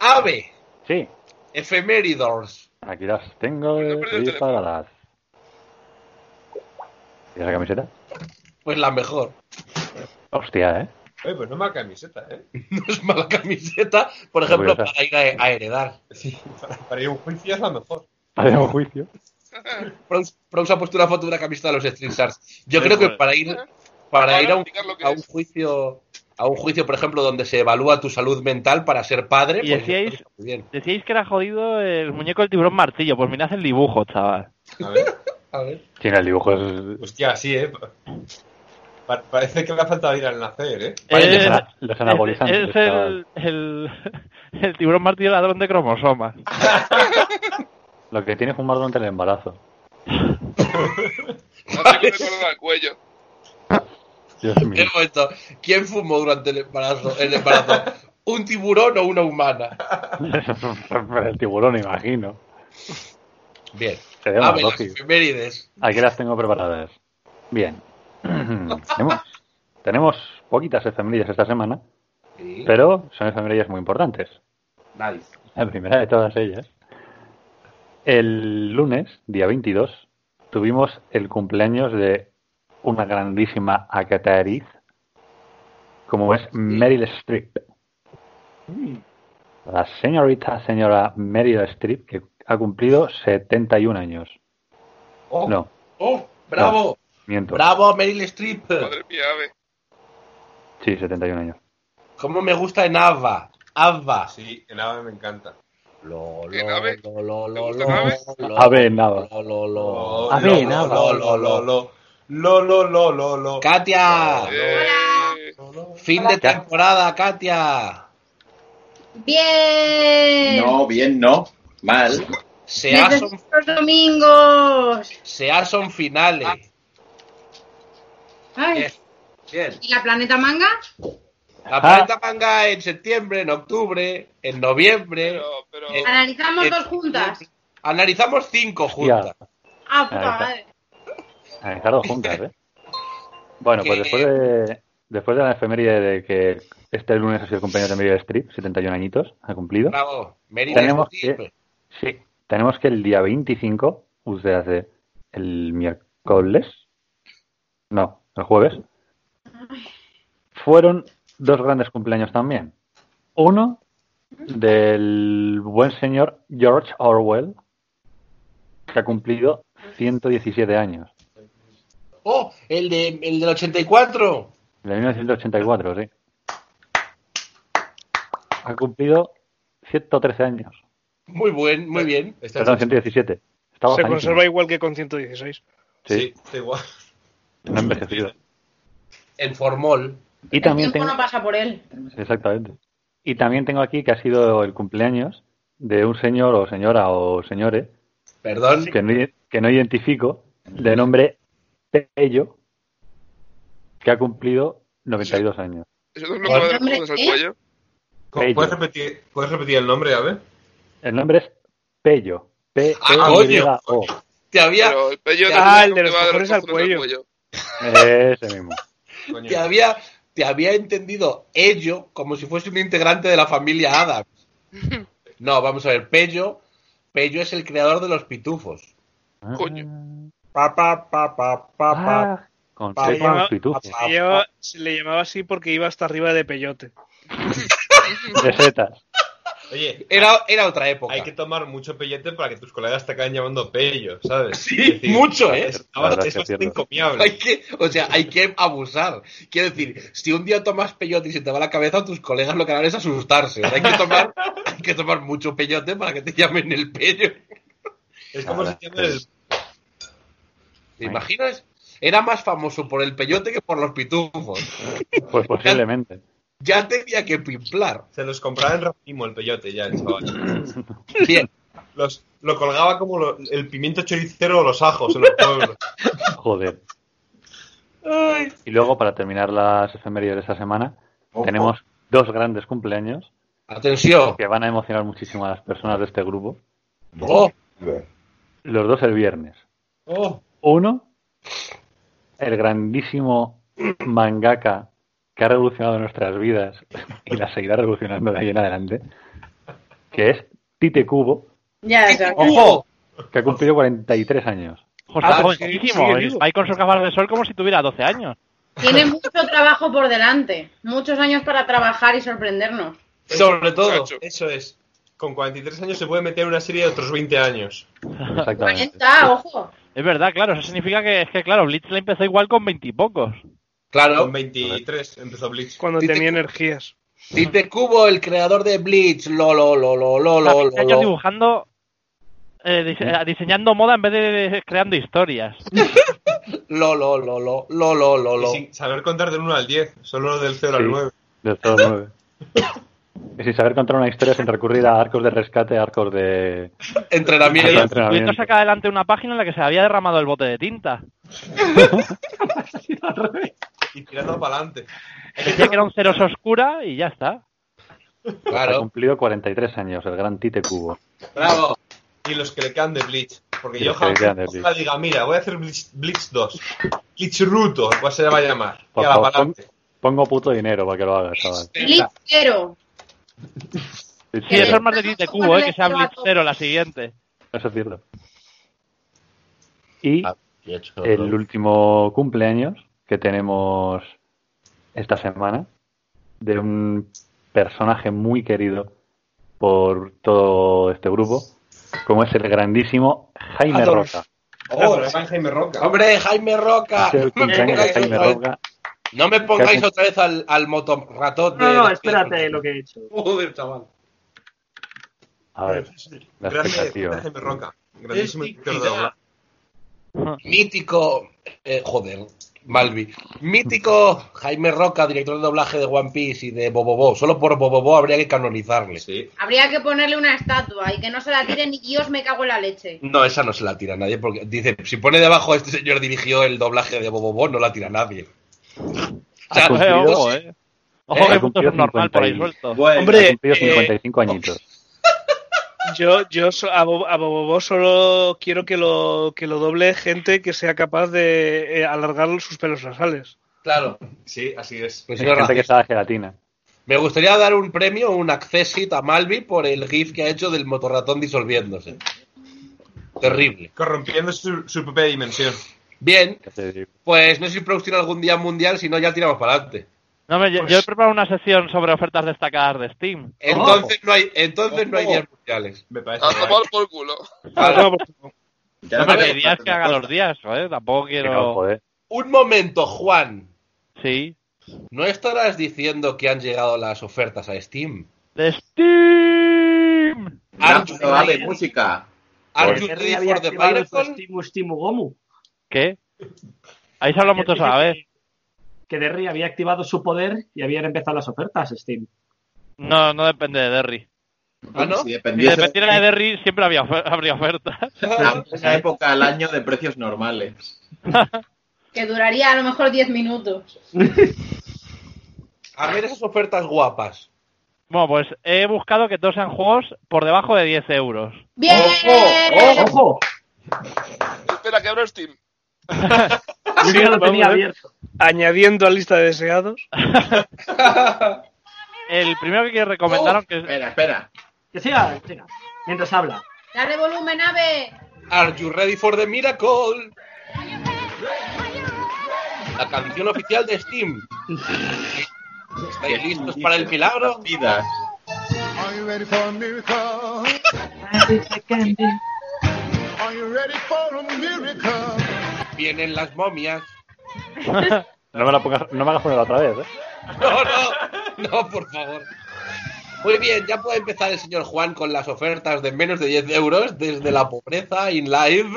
Speaker 2: Ave,
Speaker 4: Sí,
Speaker 2: efeméridors.
Speaker 4: aquí las tengo
Speaker 8: No
Speaker 4: eh,
Speaker 8: he perdido el teléfono.
Speaker 4: preparadas. ¿Y esa camiseta?
Speaker 2: Pues la mejor.
Speaker 4: Hostia, ¿eh?
Speaker 5: Oye, pues no mala camiseta, ¿eh?
Speaker 2: No es mala camiseta, por ejemplo,
Speaker 4: Curiosa.
Speaker 2: para ir a, a heredar.
Speaker 5: Sí, para, para ir a un juicio es la mejor.
Speaker 4: Para un juicio.
Speaker 2: Prox Prox ha puesto una foto de una camiseta de los Street Stars. Yo
Speaker 6: Sí, pues.
Speaker 2: creo que
Speaker 6: joder.
Speaker 2: para ir,
Speaker 8: Ahora
Speaker 2: para ir a, un,
Speaker 8: explicar lo que
Speaker 2: a un
Speaker 8: es.
Speaker 2: juicio, a un juicio, por ejemplo, donde se evalúa tu salud mental para ser padre,
Speaker 6: Y
Speaker 2: pues yo creo
Speaker 6: decíais-
Speaker 2: que está muy bien.
Speaker 6: Decíais que era jodido el muñeco del tiburón martillo. Pues mirad el dibujo, chaval.
Speaker 5: A ver.
Speaker 2: A ver.
Speaker 4: Sí, en el dibujo es...
Speaker 5: Hostia, sí, ¿eh? Pa- parece que le ha faltado ir al nacer, ¿eh?
Speaker 4: Vale,
Speaker 6: es,
Speaker 4: los ana- los anabolizantes.
Speaker 6: es el,
Speaker 4: chaval.
Speaker 6: el, el tiburón martillo ladrón de cromosomas.
Speaker 4: Lo que tiene es fumar durante el embarazo.
Speaker 8: Así que me color al cuello.
Speaker 4: Dios mío.
Speaker 2: Un momento. ¿Quién fumó durante el embarazo? El embarazo? ¿Un tiburón o una humana?
Speaker 4: Para el tiburón, imagino.
Speaker 2: Bien.
Speaker 4: Sería
Speaker 2: A
Speaker 4: más
Speaker 2: ver, las
Speaker 4: lógico.
Speaker 2: efemérides.
Speaker 4: Aquí las tengo preparadas. Bien. tenemos, tenemos poquitas efemérides esta semana,
Speaker 2: Sí.
Speaker 4: pero son efemérides muy importantes.
Speaker 2: Nice.
Speaker 4: La primera de todas ellas. El lunes, día 22, tuvimos el cumpleaños de una grandísima actriz como es Meryl Streep.
Speaker 7: Mm.
Speaker 4: La señorita, señora Meryl Streep, que ha cumplido 71 años.
Speaker 2: Oh,
Speaker 4: No,
Speaker 2: oh, bravo.
Speaker 4: miento.
Speaker 2: Bravo, Meryl Streep.
Speaker 8: Madre mía, ave.
Speaker 4: Sí, 71 años.
Speaker 2: ¿Cómo me gusta en Ava? Ava.
Speaker 5: Sí, el ave me encanta.
Speaker 2: Lo, lo,
Speaker 8: ¿En ave?
Speaker 2: lo, lo,
Speaker 8: ¿Te
Speaker 2: lo,
Speaker 8: gusta
Speaker 2: lo,
Speaker 8: en ave?
Speaker 2: lo,
Speaker 4: Ave en ava.
Speaker 2: lo, lo, lo.
Speaker 4: Ave
Speaker 5: lo,
Speaker 4: en ava.
Speaker 5: Lo, lo, lo, lo. Lo, lo, lo, lo, lo.
Speaker 2: Katia,
Speaker 8: Eh,
Speaker 5: Lo, lo.
Speaker 2: fin
Speaker 9: Hola.
Speaker 2: de temporada, Katia.
Speaker 9: Bien.
Speaker 10: No, bien, no. Mal.
Speaker 2: Se
Speaker 9: Necesito
Speaker 2: son,
Speaker 9: los domingos.
Speaker 2: son finales.
Speaker 9: Ay,
Speaker 4: Ah.
Speaker 2: Bien, bien.
Speaker 9: ¿Y la planeta manga?
Speaker 4: Ah.
Speaker 2: La planeta manga en septiembre, en octubre, en noviembre.
Speaker 8: Pero, pero.
Speaker 2: Eh,
Speaker 9: Analizamos
Speaker 2: Eh,
Speaker 9: dos juntas.
Speaker 2: Analizamos cinco juntas.
Speaker 9: Ah, puta
Speaker 4: está.
Speaker 9: madre.
Speaker 4: Analizar dos juntas, ¿eh? Bueno, pues
Speaker 2: Que-
Speaker 4: después de, después de la efeméride de que este lunes ha sido el cumpleaños de Meryl Streep, 71 añitos, ha cumplido.
Speaker 2: Bravo. Meryl
Speaker 4: Tenemos
Speaker 2: Streep.
Speaker 4: que- Sí, tenemos que el día 25, o sea, hace el miércoles, no, el jueves, fueron dos grandes cumpleaños también. Uno del buen señor George Orwell, que ha cumplido 117 años.
Speaker 2: Oh, el, de, el del 84.
Speaker 4: De 1984, sí. Ha cumplido 113 años.
Speaker 2: Muy buen, muy bien.
Speaker 5: Está
Speaker 4: Perdón, 117. Estaba
Speaker 3: Se
Speaker 4: bajísimo.
Speaker 3: conserva igual que con 116.
Speaker 4: Sí.
Speaker 5: Sí, está igual.
Speaker 4: No ha envejecido.
Speaker 2: En formol.
Speaker 4: Y también
Speaker 9: el tiempo
Speaker 4: tengo...
Speaker 9: no pasa por él.
Speaker 4: Exactamente. Y también tengo aquí que ha sido el cumpleaños de un señor o señora o señores
Speaker 2: Perdón.
Speaker 4: que, no, i- que no identifico, de nombre Pello, que ha cumplido 92 años.
Speaker 8: Eso no es lo que va a dar
Speaker 9: Hombre,
Speaker 8: cosas al
Speaker 9: ¿eh?
Speaker 8: cuello.
Speaker 4: Bello.
Speaker 5: ¿Puedes repetir, ¿Puedes repetir el nombre, ave?
Speaker 4: El nombre es Pello. p
Speaker 2: Ah,
Speaker 4: e
Speaker 2: coño.
Speaker 4: o
Speaker 2: Te había,
Speaker 8: Pero el pello
Speaker 3: Ah, el
Speaker 8: no
Speaker 3: de
Speaker 8: te
Speaker 3: los
Speaker 8: va a dar
Speaker 3: cojones al
Speaker 8: cojones
Speaker 3: cuello. Ah,
Speaker 4: Ese mismo.
Speaker 5: Coño.
Speaker 2: te había, te había entendido ello como si fuese un integrante de la familia Adams. No, vamos a ver, Pello, Pello es el creador de los pitufos.
Speaker 8: Coño.
Speaker 2: Pa, pa, pa, pa, pa, pa.
Speaker 4: Ah, con
Speaker 2: pa,
Speaker 4: seis
Speaker 2: pa,
Speaker 4: los pitufos.
Speaker 2: pa,
Speaker 3: Se, llevaba- se le llamaba así porque iba hasta arriba de peyote.
Speaker 4: De setas.
Speaker 5: Oye,
Speaker 2: Era, era otra época.
Speaker 5: hay que tomar mucho pellete para que tus colegas te acaben llamando pello, ¿sabes?
Speaker 2: Sí,
Speaker 5: Es
Speaker 2: mucho, ¿eh?
Speaker 5: Es,
Speaker 4: La verdad es
Speaker 5: es
Speaker 4: que
Speaker 5: bastante
Speaker 4: es cierto.
Speaker 5: encomiable.
Speaker 2: Hay que, o sea, hay que abusar. Quiero decir, si un día tomas peyote y se te va la cabeza, tus colegas lo que harán es asustarse. O sea, hay, que tomar, hay que tomar mucho peyote para que te llamen el pello.
Speaker 5: Es como
Speaker 4: Ahora,
Speaker 5: si tienes...
Speaker 2: ¿Te imaginas? Era más famoso por el peyote que por los pitufos.
Speaker 4: Pues posiblemente.
Speaker 2: Ya tenía que pimplar.
Speaker 5: Se los compraba en racimo el peyote ya, el chaval.
Speaker 2: Bien,
Speaker 5: Los, lo colgaba como lo- el pimiento choricero o los ajos en los pueblos.
Speaker 4: Joder. Y luego, para terminar las efemérides de esta semana,
Speaker 10: Ojo.
Speaker 4: tenemos dos grandes cumpleaños
Speaker 2: atención.
Speaker 4: que van a emocionar muchísimo a las personas de este grupo.
Speaker 2: Oh,
Speaker 4: Los dos el viernes.
Speaker 5: Oh,
Speaker 4: Uno, el grandísimo mangaka que ha revolucionado nuestras vidas y la seguirá revolucionando de ahí en adelante, que es Tite Kubo,
Speaker 9: Ya, ya.
Speaker 2: ¡Ojo!
Speaker 4: que ha cumplido 43 años.
Speaker 6: José,
Speaker 2: Ah,
Speaker 4: pues
Speaker 6: jovencísimo.
Speaker 2: sí, sí,
Speaker 6: es-
Speaker 2: digo.
Speaker 6: Va ahí con sus gafas de sol como si tuviera 12 años.
Speaker 9: Tiene mucho trabajo por delante. Muchos años para trabajar y sorprendernos.
Speaker 2: Sobre todo.
Speaker 8: Chacho.
Speaker 5: eso es. Con 43 años se puede meter en una serie de otros 20 años.
Speaker 9: Ahí
Speaker 4: Exactamente.
Speaker 9: está, ojo.
Speaker 6: Es verdad, claro. Eso significa que, es que claro, Blitz le empezó igual con veintipocos.
Speaker 5: Con
Speaker 2: Claro,
Speaker 5: 23 empezó Blitz.
Speaker 3: Cuando
Speaker 2: Dice-
Speaker 3: tenía energías.
Speaker 2: Tite Cubo, el creador de Bleach, lo, lo, lo, lo, lo,
Speaker 6: Lleva
Speaker 2: lo,
Speaker 6: 20
Speaker 2: lo,
Speaker 6: años
Speaker 2: lo.
Speaker 6: dibujando, eh, dise- eh, diseñando moda en vez de, de- creando historias.
Speaker 2: Lo, lo, lo, lo, lo, lo, lo,
Speaker 5: Y
Speaker 2: lo.
Speaker 5: sin saber contar del 1 al 10, solo del 0
Speaker 4: Sí.
Speaker 5: al 9.
Speaker 4: De todos nueve. Y sin saber contar una historia sin recurrir a arcos de rescate, arcos de...
Speaker 2: Entrenamiento.
Speaker 4: Claro,
Speaker 6: Pudiendo
Speaker 4: entrenamiento.
Speaker 6: sacar adelante una página en la que se había derramado el bote de tinta.
Speaker 5: Y tirando para adelante.
Speaker 6: Decía que era un ceros oscura y ya está.
Speaker 4: Ha
Speaker 2: Claro,
Speaker 4: cumplido 43 años, el gran Tite Cubo.
Speaker 2: bravo.
Speaker 5: Y los que le quedan de Blitz. Porque
Speaker 4: Y
Speaker 5: yo
Speaker 4: los que le
Speaker 5: jamás
Speaker 4: quedan de Blitz.
Speaker 5: ojalá diga, mira, voy a hacer Blitz, Blitz 2. Blitz Ruto, igual se le va a llamar. Y
Speaker 4: Por
Speaker 5: a la
Speaker 4: favor,
Speaker 5: palante.
Speaker 4: Pongo puto dinero para que lo hagas, chaval.
Speaker 9: Blitz cero.
Speaker 4: Sí,
Speaker 6: Sí,
Speaker 9: Eh,
Speaker 6: eso es más de
Speaker 9: no,
Speaker 6: Blitz de
Speaker 9: no,
Speaker 6: cubo, eh, que sea
Speaker 9: no,
Speaker 6: Blitz
Speaker 9: no.
Speaker 6: cero la siguiente.
Speaker 4: Eso es cierto. Y
Speaker 2: Ah, y hecho,
Speaker 4: el
Speaker 2: ¿no?
Speaker 4: último cumpleaños que tenemos esta semana de un personaje muy querido por todo este grupo, como es el grandísimo Jaime
Speaker 2: Adolf.
Speaker 4: Roca.
Speaker 5: Oh, le van Jaime Roca.
Speaker 2: Hombre, Jaime Roca.
Speaker 4: Es el
Speaker 2: No me
Speaker 4: cumpleaños de
Speaker 2: pongáis
Speaker 4: Jaime
Speaker 2: otra vez-
Speaker 4: Roca.
Speaker 2: No me pongáis otra vez al, al motorratón. de-
Speaker 7: No, no, espérate lo que he hecho.
Speaker 2: Joder, chaval.
Speaker 4: A ver, la
Speaker 5: Grande,
Speaker 4: expectativa.
Speaker 5: grande Jaime Roca. Grandísimo
Speaker 2: Es
Speaker 5: director de
Speaker 2: titular.
Speaker 5: doblaje.
Speaker 2: Mítico. eh, joder, Malvi. Mítico Jaime Roca, director de doblaje de One Piece y de Bobobo. Solo por Bobobo habría que canonizarle.
Speaker 5: Sí.
Speaker 9: Habría que ponerle una estatua y que no se la tire ni Dios me cago en la leche.
Speaker 2: No, esa no se la tira nadie porque dice, si pone debajo este señor dirigió el doblaje de Bobobo, no la tira nadie. O sea, pues,
Speaker 4: Ha
Speaker 6: Eh,
Speaker 4: cumplido-
Speaker 6: ojo, eh. Ojo
Speaker 4: ha
Speaker 6: que mucho
Speaker 4: cumplido
Speaker 6: es normal por ahí
Speaker 4: 50 y-
Speaker 6: suelto.
Speaker 10: Bueno,
Speaker 4: Ha
Speaker 3: Hombre,
Speaker 4: cumplido
Speaker 3: eh,
Speaker 4: 55 añitos.
Speaker 3: Yo, yo so- a, Bo- a Bobobo solo quiero que lo, que lo doble gente que sea capaz de eh, alargar sus pelos nasales.
Speaker 2: claro.
Speaker 5: Sí, así es.
Speaker 2: Pues
Speaker 4: Hay
Speaker 2: no,
Speaker 4: gente que
Speaker 2: racista.
Speaker 4: sabe gelatina.
Speaker 2: Me gustaría dar un premio, un access hit a Malvi por el GIF que ha hecho del motorratón disolviéndose. Terrible.
Speaker 5: Corrompiendo su, su propia dimensión.
Speaker 2: Bien,
Speaker 4: que se-
Speaker 2: pues no sé si Prox tiene algún día mundial, si no ya tiramos para adelante.
Speaker 6: No, hombre, yo,
Speaker 3: Pues-
Speaker 6: yo he preparado una sección sobre ofertas destacadas de Steam.
Speaker 2: Entonces no hay, entonces no hay
Speaker 5: Ojo.
Speaker 2: días mundiales.
Speaker 5: Me parece.
Speaker 8: A
Speaker 5: mal.
Speaker 8: tomar Ah, por culo.
Speaker 2: Vale,
Speaker 10: Ya
Speaker 6: Hombre,
Speaker 10: me
Speaker 6: que días que haga los días, ¿eh? Tampoco
Speaker 4: que no,
Speaker 6: quiero...
Speaker 4: joder.
Speaker 2: Un momento, Juan.
Speaker 6: Sí.
Speaker 2: ¿No estarás diciendo que han llegado las ofertas a Steam?
Speaker 6: ¡De Steam!
Speaker 10: Ah, no, vale, música.
Speaker 2: ¿Are
Speaker 10: Pues-
Speaker 2: you
Speaker 7: Henry
Speaker 2: ready
Speaker 7: había
Speaker 2: for the
Speaker 7: activado su
Speaker 2: miracle?
Speaker 7: Stimu, Stimu Gomu.
Speaker 6: ¿Qué? Ahí se habla mucho a la vez.
Speaker 7: Que Derry había activado su poder y habían empezado las ofertas, Steam.
Speaker 6: No, no depende de Derry.
Speaker 2: Ah, ¿no?
Speaker 10: Si
Speaker 6: Si
Speaker 10: dependiera
Speaker 6: dependiera de Derry, siempre había ofer- habría ofertas.
Speaker 10: Ah, esa época al año de precios normales.
Speaker 9: Que duraría a lo mejor 10 minutos.
Speaker 2: A ver esas ofertas guapas.
Speaker 6: Bueno, pues he buscado que todos sean juegos por debajo de 10 euros.
Speaker 9: ¡Bien! Eh.
Speaker 2: Ojo,
Speaker 7: ¡Ojo!
Speaker 8: Espera, que abro Steam.
Speaker 7: Yo ya lo
Speaker 3: vamos
Speaker 7: tenía
Speaker 3: a ver.
Speaker 7: abierto.
Speaker 3: Añadiendo a lista de deseados.
Speaker 6: El primero que recomendaron, que es
Speaker 10: Oh, Espera, espera.
Speaker 7: Que siga, siga. Mientras habla.
Speaker 9: Dale volumen, ave.
Speaker 2: Are you ready for the miracle? La canción oficial de Steam. ¿Estáis listos para el milagro?
Speaker 10: Vidas.
Speaker 8: Are you
Speaker 11: ready for a miracle? Are you ready for a miracle?
Speaker 2: Vienen las momias.
Speaker 4: No me, la pongas, no me hagas poner otra vez, ¿eh?
Speaker 2: No, no, no, por favor. Muy bien, ya puede empezar el señor Juan con las ofertas de menos de 10 euros desde la pobreza in live.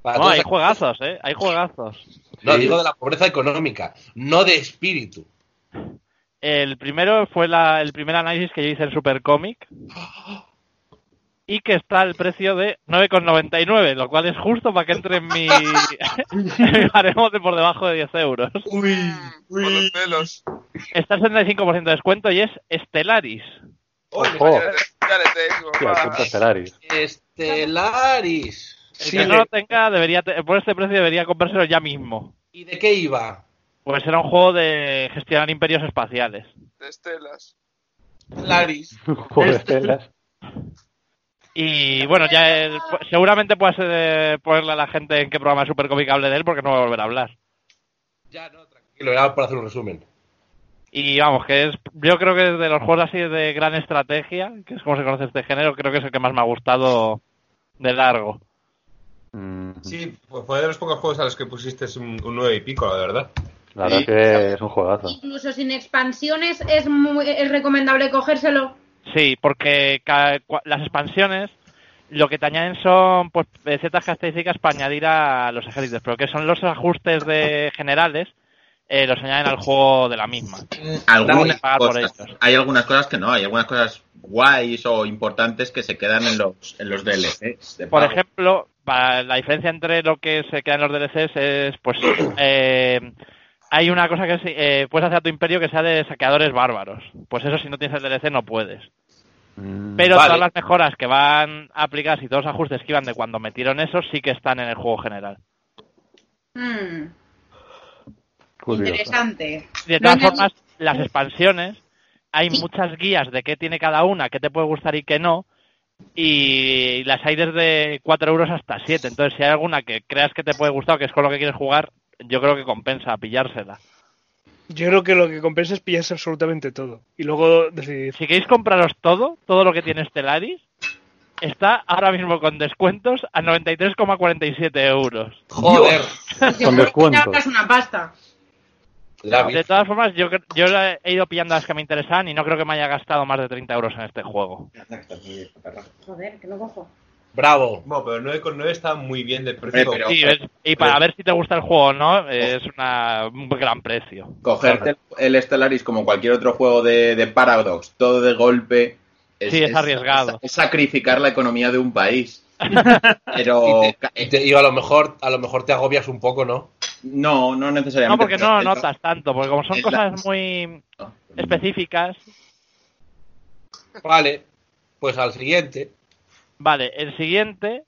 Speaker 2: Para
Speaker 6: No,
Speaker 2: todos
Speaker 6: hay
Speaker 2: aqu-
Speaker 6: juegazos, ¿eh? Hay juegazos.
Speaker 2: No, digo de la pobreza económica, no de espíritu.
Speaker 6: El primero fue la- el primer análisis que yo hice en Supercomic. Y que está al precio de 9,99, lo cual es justo para que entre en mi, en mi baremo de por debajo de 10 euros.
Speaker 2: Uy,
Speaker 8: Por los pelos.
Speaker 6: Está al 75% de descuento y es Estelaris.
Speaker 8: Oye,
Speaker 4: Ojo.
Speaker 8: ya, le- ya le tengo. Ah,
Speaker 4: Hostia,
Speaker 8: va.
Speaker 4: puto Stellaris.
Speaker 2: Estelaris.
Speaker 6: El
Speaker 3: Sí,
Speaker 6: que no lo
Speaker 3: de-
Speaker 6: tenga, debería, te- por este precio debería comprárselo ya mismo.
Speaker 2: ¿Y de qué iba?
Speaker 6: Pues era un juego de gestionar imperios espaciales.
Speaker 8: De estelas.
Speaker 2: Estelaris.
Speaker 4: Joder, Stellaris.
Speaker 6: Y bueno, ya el- pu- seguramente puedas eh, ponerle a la gente en qué programa super hable de él porque no va a volver a hablar.
Speaker 2: Ya no, tranquilo, era para hacer un resumen.
Speaker 6: Y vamos, que es, yo creo que de los juegos así de gran estrategia, que es como se conoce este género, creo que es el que más me ha gustado de largo.
Speaker 4: Mm,
Speaker 5: Sí, pues fue de los pocos juegos a los que pusiste un, un 9 y pico, la verdad.
Speaker 4: La verdad
Speaker 8: Y-
Speaker 4: que es un juegazo.
Speaker 9: Incluso sin expansiones es, muy- es recomendable cogérselo.
Speaker 6: Sí, porque ca- cua- las expansiones lo que te añaden son pues, eh, ciertas características para añadir a los ejércitos, pero que son los ajustes de generales, eh, los añaden al juego de la misma.
Speaker 10: Algunas
Speaker 6: Dale, pagar por
Speaker 10: cosas-
Speaker 6: ellos.
Speaker 10: hay algunas cosas que no, hay algunas cosas guays o importantes que se quedan en los, en los DLCs. de
Speaker 6: Por
Speaker 10: pago.
Speaker 6: ejemplo, para la diferencia entre lo que se queda en los DLCs es, pues, eh, hay una cosa que es, eh, puedes hacer a tu imperio que sea de saqueadores bárbaros. Pues eso si no tienes el DLC no puedes.
Speaker 4: Mm,
Speaker 6: Pero
Speaker 2: Vale.
Speaker 6: todas las mejoras que van aplicadas y todos los ajustes que iban de cuando metieron eso sí que están en el juego general.
Speaker 9: Mm,
Speaker 4: curioso.
Speaker 9: interesante.
Speaker 6: De todas
Speaker 9: Venga,
Speaker 6: formas, las expansiones, hay
Speaker 9: Sí.
Speaker 6: muchas guías de qué tiene cada una, qué te puede gustar y qué no, y las hay desde 4 euros hasta 7. Entonces, si hay alguna que creas que te puede gustar o que es con lo que quieres jugar, yo creo que compensa pillársela.
Speaker 3: Yo creo que lo que compensa es pillarse absolutamente todo. Y luego decidir.
Speaker 6: Si queréis compraros todo, todo lo que tiene Stellaris, está ahora mismo con descuentos a 93,47 euros.
Speaker 2: Joder,
Speaker 9: Seguro
Speaker 4: Con
Speaker 9: que
Speaker 4: descuento.
Speaker 9: te ahorras una pasta.
Speaker 2: la
Speaker 6: De
Speaker 2: vi-
Speaker 6: todas formas, yo, cre- yo la he ido pillando las que me interesaban y no creo que me haya gastado más de 30 euros en este juego.
Speaker 9: Joder, que no cojo.
Speaker 2: bravo.
Speaker 5: No, pero 9,9 está muy bien de precio.
Speaker 10: Hombre, pero-
Speaker 6: Sí, es- y para ver si te gusta el juego o no, eh, es una, un gran precio.
Speaker 10: Cogerte el Stellaris como cualquier otro juego de, de Paradox, todo de golpe.
Speaker 6: Sí, es arriesgado.
Speaker 10: Es, sacrificar la economía de un país.
Speaker 2: Y,
Speaker 10: Pero eh,
Speaker 2: te- y te- y a lo mejor a lo mejor te agobias un poco, ¿no?
Speaker 10: no, no necesariamente.
Speaker 6: No, porque no lo
Speaker 10: pero-
Speaker 6: notas tanto, porque como son
Speaker 10: es la-
Speaker 6: cosas muy
Speaker 10: No.
Speaker 6: específicas.
Speaker 2: Vale, pues al siguiente.
Speaker 6: Vale, el siguiente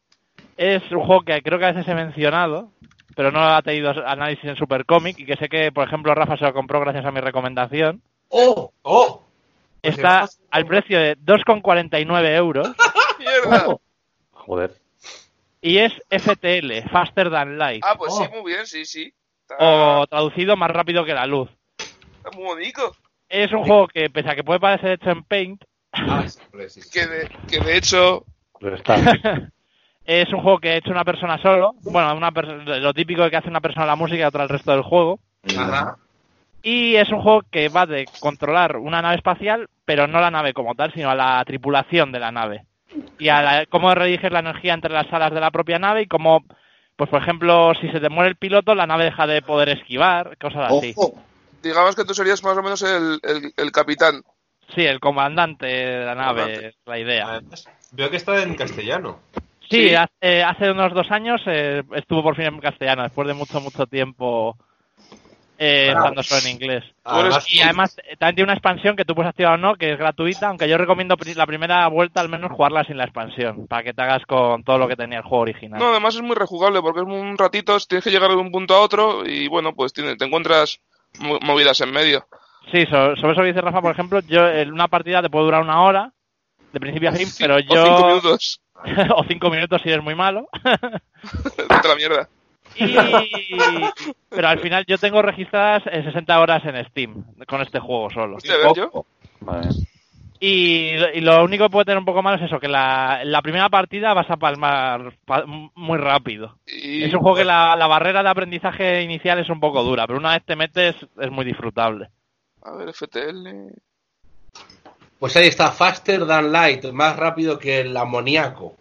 Speaker 6: es un juego que creo que a veces he mencionado, pero no ha tenido análisis en Supercomic y que sé que, por ejemplo, Rafa se lo compró gracias a mi recomendación.
Speaker 2: ¡Oh! ¡Oh!
Speaker 5: Pues
Speaker 6: Está
Speaker 5: además-
Speaker 6: al precio de 2,49 euros
Speaker 8: Mierda.
Speaker 4: Joder.
Speaker 6: y es FTL, Faster Than Light,
Speaker 8: Ah, pues sí, muy bien, sí, sí. Está,
Speaker 6: o traducido más rápido que la luz.
Speaker 8: está muy bonito.
Speaker 6: Es un juego que, pese a que puede parecer hecho en Paint,
Speaker 5: Ah, sí, hombre, sí, sí.
Speaker 8: Que de, que de hecho,
Speaker 4: Pero está.
Speaker 6: es un juego que ha hecho una persona solo. Bueno, una pers- lo típico que hace una persona la música y otra el resto del juego.
Speaker 10: Ajá.
Speaker 6: Y es un juego que va de controlar una nave espacial, pero no la nave como tal, sino a la tripulación de la nave. Y a la- cómo rediriges la energía entre las alas de la propia nave y cómo, pues por ejemplo, si se te muere el piloto, la nave deja de poder esquivar, cosas así.
Speaker 10: Ojo.
Speaker 8: digamos que tú serías más o menos el, el, el capitán.
Speaker 6: Sí, el comandante de la nave
Speaker 8: Comandante.
Speaker 6: es la idea.
Speaker 5: Además, veo que está en castellano.
Speaker 6: Sí,
Speaker 8: Sí.
Speaker 6: Hace, hace unos dos años eh, estuvo por fin en castellano, después de mucho, mucho tiempo eh, estando solo en inglés.
Speaker 5: Además,
Speaker 6: Y además eh, también tiene una expansión que tú puedes activar o no, que es gratuita, aunque yo recomiendo pri- la primera vuelta al menos jugarla sin la expansión, para que te hagas con todo lo que tenía el juego original.
Speaker 8: No, además es muy rejugable porque es un ratito, tienes que llegar de un punto a otro y bueno, pues tiene- te encuentras mo- movidas en medio.
Speaker 6: Sí, so- sobre eso que dice Rafa, por ejemplo, yo en una partida te puede durar una hora, de principio a fin, pero
Speaker 8: O cinco
Speaker 6: yo...
Speaker 8: minutos.
Speaker 6: o cinco minutos si eres muy malo.
Speaker 8: Vete a la mierda.
Speaker 6: Y- Pero al final yo tengo registradas eh, 60 horas en Steam con este juego solo.
Speaker 8: Hostia, a ver, yo.
Speaker 10: Ojo.
Speaker 4: Vale.
Speaker 6: Y, lo- y lo único que puede tener un poco malo es eso, que la, la primera partida vas a palmar pa- muy rápido.
Speaker 8: Y-
Speaker 6: Es un juego que la, la barrera de aprendizaje inicial es un poco dura, pero una vez te metes es muy disfrutable.
Speaker 8: A ver, FTL.
Speaker 2: Pues ahí está, Faster Than Light, más rápido que el amoníaco.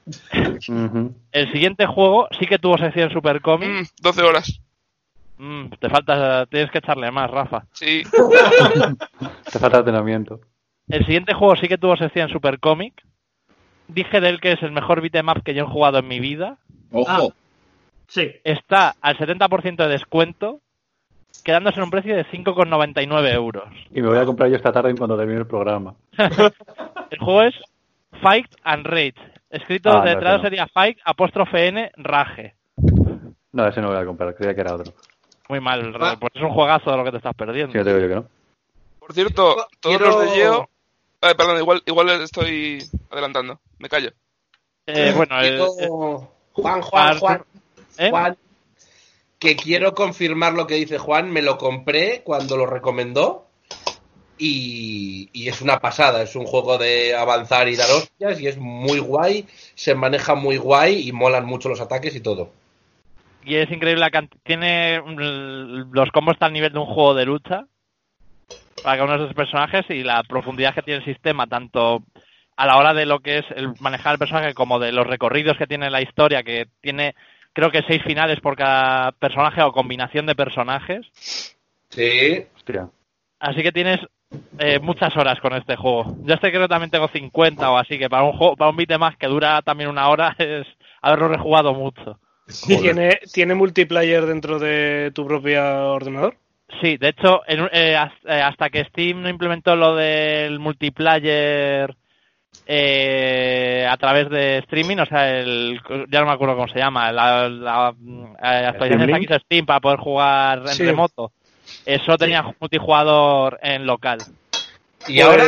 Speaker 6: El siguiente juego sí que tuvo sección Super Comic. Mm,
Speaker 8: 12 Mm, horas.
Speaker 6: te falta, tienes que echarle más, Rafa.
Speaker 8: Sí.
Speaker 4: Te falta entrenamiento.
Speaker 6: El siguiente juego sí que tuvo sección Super Comic. Dije de él que es el mejor beat'em up que yo he jugado en mi vida.
Speaker 10: Ojo.
Speaker 9: Ah.
Speaker 7: Sí.
Speaker 6: Está al 70% de descuento, quedándose en un precio de 5,99 euros.
Speaker 4: Y me voy a comprar yo esta tarde en cuando termine el programa.
Speaker 6: El juego es Fight and Rage. Escrito
Speaker 4: Ah, no,
Speaker 6: detrás
Speaker 4: ese no.
Speaker 6: sería Fight, apóstrofe N, Rage.
Speaker 4: No, ese no me voy a comprar, creía que era otro.
Speaker 6: Muy mal, pues es un juegazo de lo que te estás perdiendo.
Speaker 4: Si no te digo yo que no.
Speaker 8: Por cierto, todos
Speaker 6: quiero-
Speaker 8: los de Geo. Ah, perdón, igual, igual estoy adelantando. Me callo.
Speaker 6: Eh, bueno, el-
Speaker 2: Quiero- Juan, Juan,
Speaker 6: Arthur-
Speaker 2: Juan.
Speaker 6: ¿Eh?
Speaker 2: Juan, que quiero confirmar lo que dice Juan. Me lo compré cuando lo recomendó. Y, y es una pasada. Es un juego de avanzar y dar hostias. Y es muy guay. Se maneja muy guay. Y molan mucho los ataques y todo.
Speaker 6: Y es increíble la cantidad. Tiene mm, los combos está al nivel de un juego de lucha para cada uno de esos personajes y la profundidad que tiene el sistema, tanto a la hora de lo que es el manejar el personaje como de los recorridos que tiene la historia, que tiene creo que seis finales por cada personaje o combinación de personajes.
Speaker 2: Sí.
Speaker 4: Hostia.
Speaker 6: Así que tienes eh, muchas horas con este juego. Yo este creo que también tengo 50 o así, que para un juego, para un beat más que dura también una hora es haberlo rejugado mucho.
Speaker 3: ¿Tiene, ¿Tiene multiplayer dentro de tu propia ordenador?
Speaker 6: Sí, de hecho, en un- eh, has- eh, hasta que Steam no implementó lo del multiplayer eh, a través de streaming, o sea, el, ya no me acuerdo cómo se llama, la, la, mm, eh, actualización esta que
Speaker 3: Link?
Speaker 6: hizo Steam para poder jugar en
Speaker 3: Sí.
Speaker 6: remoto, eso tenía multijugador en local.
Speaker 2: ¿Y ahora?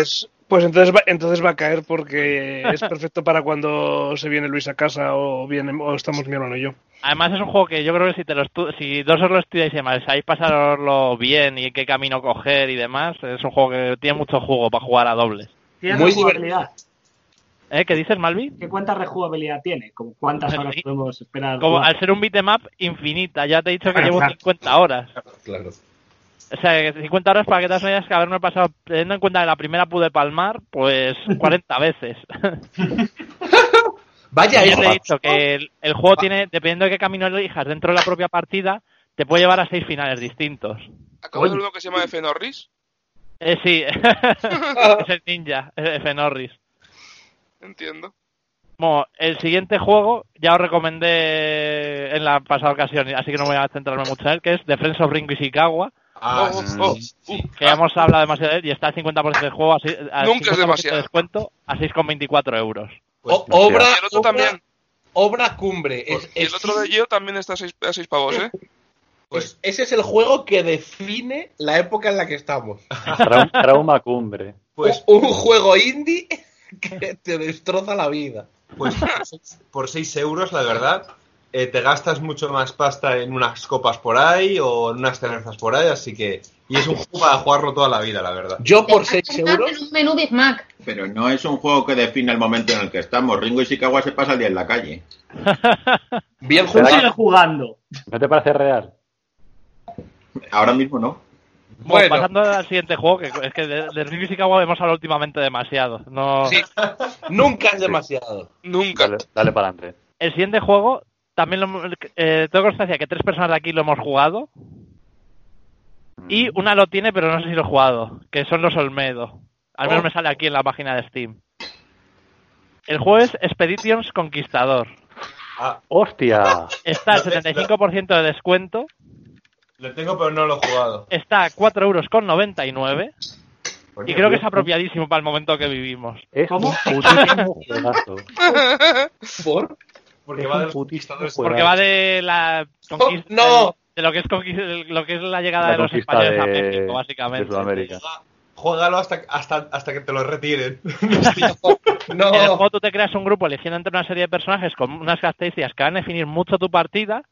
Speaker 3: Pues entonces va, entonces va a caer porque es perfecto para cuando se viene Luis a casa o, viene, o estamos mi hermano y yo.
Speaker 6: Además es un juego que yo creo que si, te lo estu- si dos os lo estudiáis y demás, sabéis pasaroslo bien y qué camino coger y demás, es un juego que tiene mucho juego para jugar a dobles.
Speaker 7: Tiene
Speaker 6: Muy
Speaker 7: rejugabilidad.
Speaker 6: ¿Eh? ¿Qué dices, Malvi?
Speaker 7: ¿Qué cuánta rejugabilidad tiene? ¿Como ¿Cuántas horas podemos esperar?
Speaker 6: Como,
Speaker 7: jugar?
Speaker 6: al ser un beatmap infinita, ya te he dicho que
Speaker 7: Claro,
Speaker 6: llevo
Speaker 7: claro.
Speaker 6: 50 horas.
Speaker 2: Claro.
Speaker 6: O sea, que 50 horas para que te das una idea es que haberme pasado, teniendo en cuenta que la primera pude palmar, pues 40 veces.
Speaker 2: Vaya,
Speaker 6: ya
Speaker 2: es
Speaker 6: te he dicho que el, el juego tiene, dependiendo de qué camino elijas dentro de la propia partida, te puede llevar a seis finales distintos.
Speaker 8: ¿Acabas de ver uno que se llama Fenorris?
Speaker 6: Eh, sí, es el ninja, es Fenorris.
Speaker 8: Entiendo.
Speaker 6: Bueno, el siguiente juego ya os recomendé en la pasada ocasión, así que no voy a centrarme mucho en él, que es Defense of Ringo Ishikawa.
Speaker 5: Ah,
Speaker 8: Oh,
Speaker 5: sí,
Speaker 8: oh,
Speaker 5: sí, sí.
Speaker 6: que ya hemos hablado demasiado de él y está al 50% del juego, a, seis- al
Speaker 8: Nunca es
Speaker 6: 50%
Speaker 8: demasiado.
Speaker 6: de descuento a 6,24 euros.
Speaker 2: O- obra,
Speaker 8: Y el otro
Speaker 2: obra-
Speaker 8: también. Pues,
Speaker 2: obra cumbre. Es-
Speaker 8: Y el
Speaker 2: es-
Speaker 8: otro de Geo también está a 6 pavos, ¿eh?
Speaker 2: es- ese es el juego que define la época en la que estamos.
Speaker 4: Trau- trauma cumbre.
Speaker 5: Pues,
Speaker 2: un juego indie que te destroza la vida.
Speaker 5: pues por seis- por 6 euros, la verdad, eh, te gastas mucho más pasta en unas copas por ahí o en unas cervezas por ahí, así que... Y es un juego para jugarlo toda la vida, la verdad.
Speaker 2: Yo por
Speaker 9: Te
Speaker 2: 6
Speaker 9: estás
Speaker 2: euros.
Speaker 9: en un menú Big Mac.
Speaker 10: Pero no es un juego que define el momento en el que estamos. Ringo y Chicago se pasa el día en la calle.
Speaker 2: Bien
Speaker 7: Tú
Speaker 2: jugado.
Speaker 7: sigue jugando.
Speaker 4: ¿No te parece real?
Speaker 10: Ahora mismo no.
Speaker 6: Bueno,
Speaker 2: Bueno.
Speaker 6: pasando al siguiente juego, que es que de, de Ringo Ishikawa hemos hablado últimamente demasiado. No...
Speaker 2: Sí. Nunca es demasiado.
Speaker 8: Nunca.
Speaker 4: Dale, dale para adelante.
Speaker 6: El siguiente juego, también lo, hemos- eh, tengo constancia que tres personas de aquí lo hemos jugado y
Speaker 4: Mm.
Speaker 6: una lo tiene, pero no sé si lo he jugado, que son los Olmedo. Al
Speaker 4: Oh.
Speaker 6: menos me sale aquí en la página de Steam. El juego es Expeditions Conquistador.
Speaker 5: Ah,
Speaker 4: ¡Hostia!
Speaker 6: Está al
Speaker 5: Lo ves, lo-
Speaker 6: 75% de descuento.
Speaker 5: lo tengo, pero no lo he jugado.
Speaker 6: está a 4,99 euros
Speaker 5: Coño,
Speaker 6: y creo que
Speaker 5: tío.
Speaker 6: es apropiadísimo para el momento que vivimos.
Speaker 4: Es
Speaker 7: ¿Cómo?
Speaker 4: un putísimo juegazo.
Speaker 2: ¿Por?
Speaker 5: Porque
Speaker 4: es
Speaker 5: va
Speaker 4: un
Speaker 5: de los
Speaker 4: putísimo
Speaker 5: conquistadores.
Speaker 4: juego.
Speaker 6: Porque va de la conquista,
Speaker 2: ¡No!
Speaker 6: de lo que es conquis- lo que es la llegada
Speaker 4: Oh, La
Speaker 6: de los
Speaker 4: conquista
Speaker 6: españoles a
Speaker 4: de-
Speaker 6: México,
Speaker 4: de
Speaker 6: básicamente.
Speaker 4: Sudamérica.
Speaker 5: Juégalo hasta, hasta, hasta que te lo retiren.
Speaker 2: No.
Speaker 6: En el juego tú te creas un grupo eligiendo entre una serie de personajes con unas características que van a definir mucho tu partida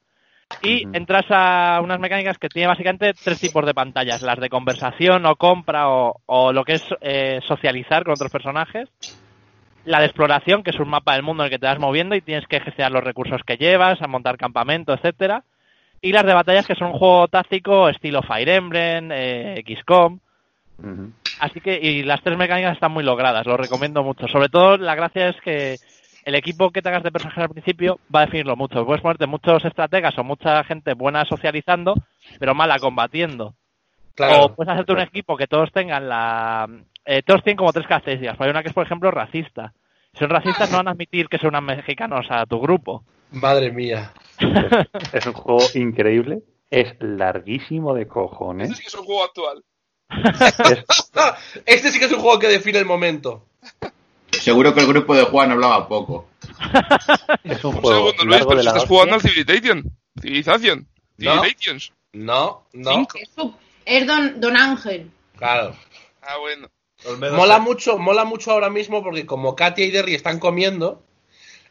Speaker 6: Y entras a unas mecánicas que tiene básicamente tres tipos de pantallas, las de conversación o compra o, o lo que es eh, socializar con otros personajes, la de exploración, que es un mapa del mundo en el que te vas moviendo y tienes que gestionar los recursos que llevas, a montar campamento, etcétera, y las de batallas que son un juego táctico estilo Fire Emblem, eh, XCOM, Así que, y las tres mecánicas están muy logradas, lo recomiendo mucho. Sobre todo, la gracia es que el equipo que te hagas de personajes al principio va a definirlo mucho. Puedes ponerte muchos estrategas o mucha gente buena socializando, pero mala combatiendo.
Speaker 2: Claro.
Speaker 6: O puedes hacerte un equipo que todos tengan la. eh, todos tienen como tres características. Hay una que es, por ejemplo, racista. Si son racistas, no van a admitir que se unan mexicanos a tu grupo.
Speaker 2: Madre mía.
Speaker 4: Es un juego increíble. Es larguísimo de cojones.
Speaker 8: Es un juego actual.
Speaker 2: este sí que es un juego que define el momento.
Speaker 10: Seguro que el grupo de Juan hablaba poco.
Speaker 4: Es un
Speaker 8: Un
Speaker 4: juego
Speaker 8: segundo, Luis,
Speaker 4: largo
Speaker 8: pero
Speaker 4: de
Speaker 8: si
Speaker 4: la
Speaker 8: estás
Speaker 4: hostia.
Speaker 8: jugando al Civilization. Civilization.
Speaker 2: No.
Speaker 8: Civilizations.
Speaker 2: No, no.
Speaker 9: Es, su- es don, don Ángel.
Speaker 2: Claro.
Speaker 8: Ah, bueno.
Speaker 5: Olmedo
Speaker 2: Mola
Speaker 5: se-
Speaker 2: mucho, mola mucho ahora mismo porque como Katia y Derry están comiendo,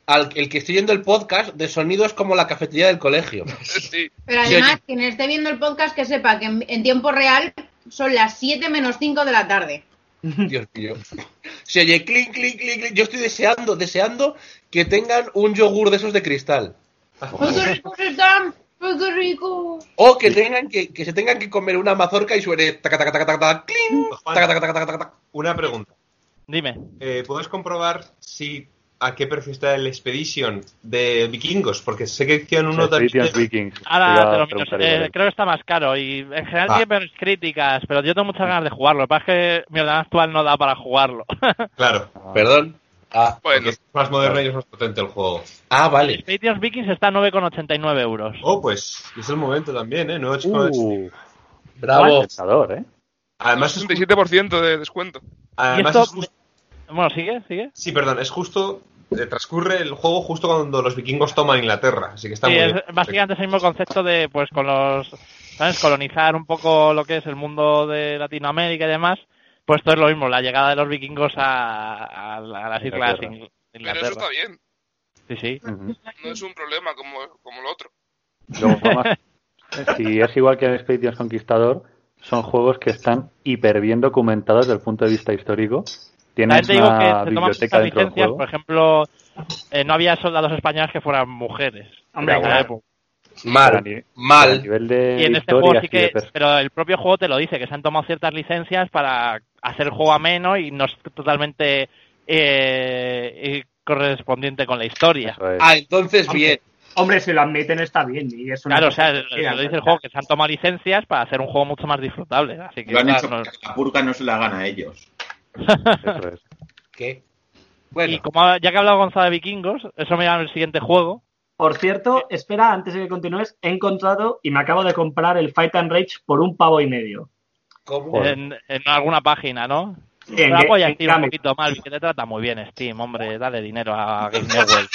Speaker 2: al el que estoy yendo el podcast de sonido es como la cafetería del colegio.
Speaker 8: Sí.
Speaker 9: Pero
Speaker 2: Sí,
Speaker 9: además,
Speaker 2: oye.
Speaker 9: quien esté viendo el podcast que sepa que en, en tiempo real son las 7 menos 5 de la tarde.
Speaker 2: Dios mío. Se oye clink, clink, clink, clink. Yo estoy deseando, deseando que tengan un yogur de esos de cristal.
Speaker 9: ¡Ay, qué rico se están! ¡Ay, qué rico!
Speaker 2: O que tengan que, que se tengan que comer una mazorca y suene taca, taca, taca, taca, taca, clink,
Speaker 5: Juan.
Speaker 2: taca, taca, taca, taca, taca, taca.
Speaker 5: Una pregunta.
Speaker 6: Dime.
Speaker 5: Eh, ¿Puedes comprobar si a qué perfil está el Expedition de vikingos? Porque sé que hicieron uno también.
Speaker 4: Expeditions Vikings.
Speaker 6: Ahora
Speaker 4: Iba a
Speaker 6: te lo miro.
Speaker 4: preguntar
Speaker 6: Eh,
Speaker 4: igual.
Speaker 6: creo que está más caro y en general
Speaker 5: Ah.
Speaker 6: tiene menos críticas, pero yo tengo muchas ganas de jugarlo. Lo que pasa es que mi ordenador actual no da para jugarlo.
Speaker 5: Claro.
Speaker 2: Perdón. Ah,
Speaker 5: Porque
Speaker 8: Bueno,
Speaker 5: es más moderno y es más potente el juego.
Speaker 2: ah, vale.
Speaker 6: Expeditions Vikings está a 9,89 euros.
Speaker 5: Oh, pues es el momento también, ¿eh? Nuevo chico.
Speaker 4: Uh,
Speaker 2: Bravo.
Speaker 4: tentador, ¿eh?
Speaker 5: Además, es justo,
Speaker 8: 67% de descuento.
Speaker 6: Y
Speaker 5: además
Speaker 6: esto-
Speaker 5: es justo-
Speaker 6: Bueno, sigue, sigue.
Speaker 5: Sí, perdón, es justo. eh, transcurre el juego justo cuando los vikingos toman Inglaterra. Así que está
Speaker 6: Sí,
Speaker 5: muy
Speaker 6: es
Speaker 5: bien.
Speaker 6: básicamente es el mismo concepto de, pues, con los, ¿sabes? Colonizar un poco lo que es el mundo de Latinoamérica y demás. Pues todo es lo mismo, la llegada de los vikingos a, a la- a las islas
Speaker 4: Inglaterra.
Speaker 6: Ingl-
Speaker 8: Pero eso está
Speaker 6: Inglaterra.
Speaker 8: bien.
Speaker 6: Sí, sí.
Speaker 4: Ujú.
Speaker 8: No es un problema como, como el otro.
Speaker 4: Luego, además, si es igual que el Expeditions Conquistador, son juegos que están hiper bien documentados desde el punto de vista histórico. Tienen
Speaker 6: También te digo que
Speaker 4: una
Speaker 6: se toman
Speaker 4: biblioteca
Speaker 6: muchas
Speaker 4: dentro del
Speaker 6: licencias, pues,
Speaker 4: juego.
Speaker 6: por ejemplo, eh, no había soldados españoles que fueran mujeres.
Speaker 7: Hombre,
Speaker 6: En aquella
Speaker 7: claro.
Speaker 6: época.
Speaker 4: Pero a
Speaker 2: Mal,
Speaker 4: ni- pero A
Speaker 2: mal.
Speaker 4: nivel de
Speaker 6: Y en este juego
Speaker 4: historias
Speaker 6: sí
Speaker 4: y de
Speaker 6: que,
Speaker 4: pers-
Speaker 6: pero el propio juego te lo dice, que se han tomado ciertas licencias para hacer el juego ameno y no es totalmente eh, correspondiente con la historia.
Speaker 4: eso es.
Speaker 2: Ah, entonces bien.
Speaker 7: Hombre, si lo admiten está bien. Y es una
Speaker 6: Claro, o
Speaker 7: cosa
Speaker 6: sea,
Speaker 7: que
Speaker 6: el-
Speaker 7: quieran,
Speaker 6: lo dice el
Speaker 7: ¿verdad?
Speaker 6: juego que se han tomado licencias para hacer un juego mucho más disfrutable. Así que
Speaker 10: Lo han
Speaker 6: claro,
Speaker 10: hecho
Speaker 6: no-
Speaker 10: porque la purga no se la gana a ellos.
Speaker 4: Eso es.
Speaker 2: ¿Qué?
Speaker 6: Y
Speaker 2: Bueno,
Speaker 6: como ha- ya que ha hablado Gonzalo de vikingos, eso me llama el siguiente juego.
Speaker 7: Por cierto, espera, antes de que continúes, he encontrado y me acabo de comprar el Fight and Rage por un pavo y medio.
Speaker 2: ¿cómo?
Speaker 4: Joder.
Speaker 6: En, en alguna página, ¿no?
Speaker 7: En-
Speaker 6: Pero apoya
Speaker 7: en
Speaker 6: Steam pues, un
Speaker 7: Gambit.
Speaker 6: poquito mal, que te trata muy bien Steam, hombre, dale dinero a Game World.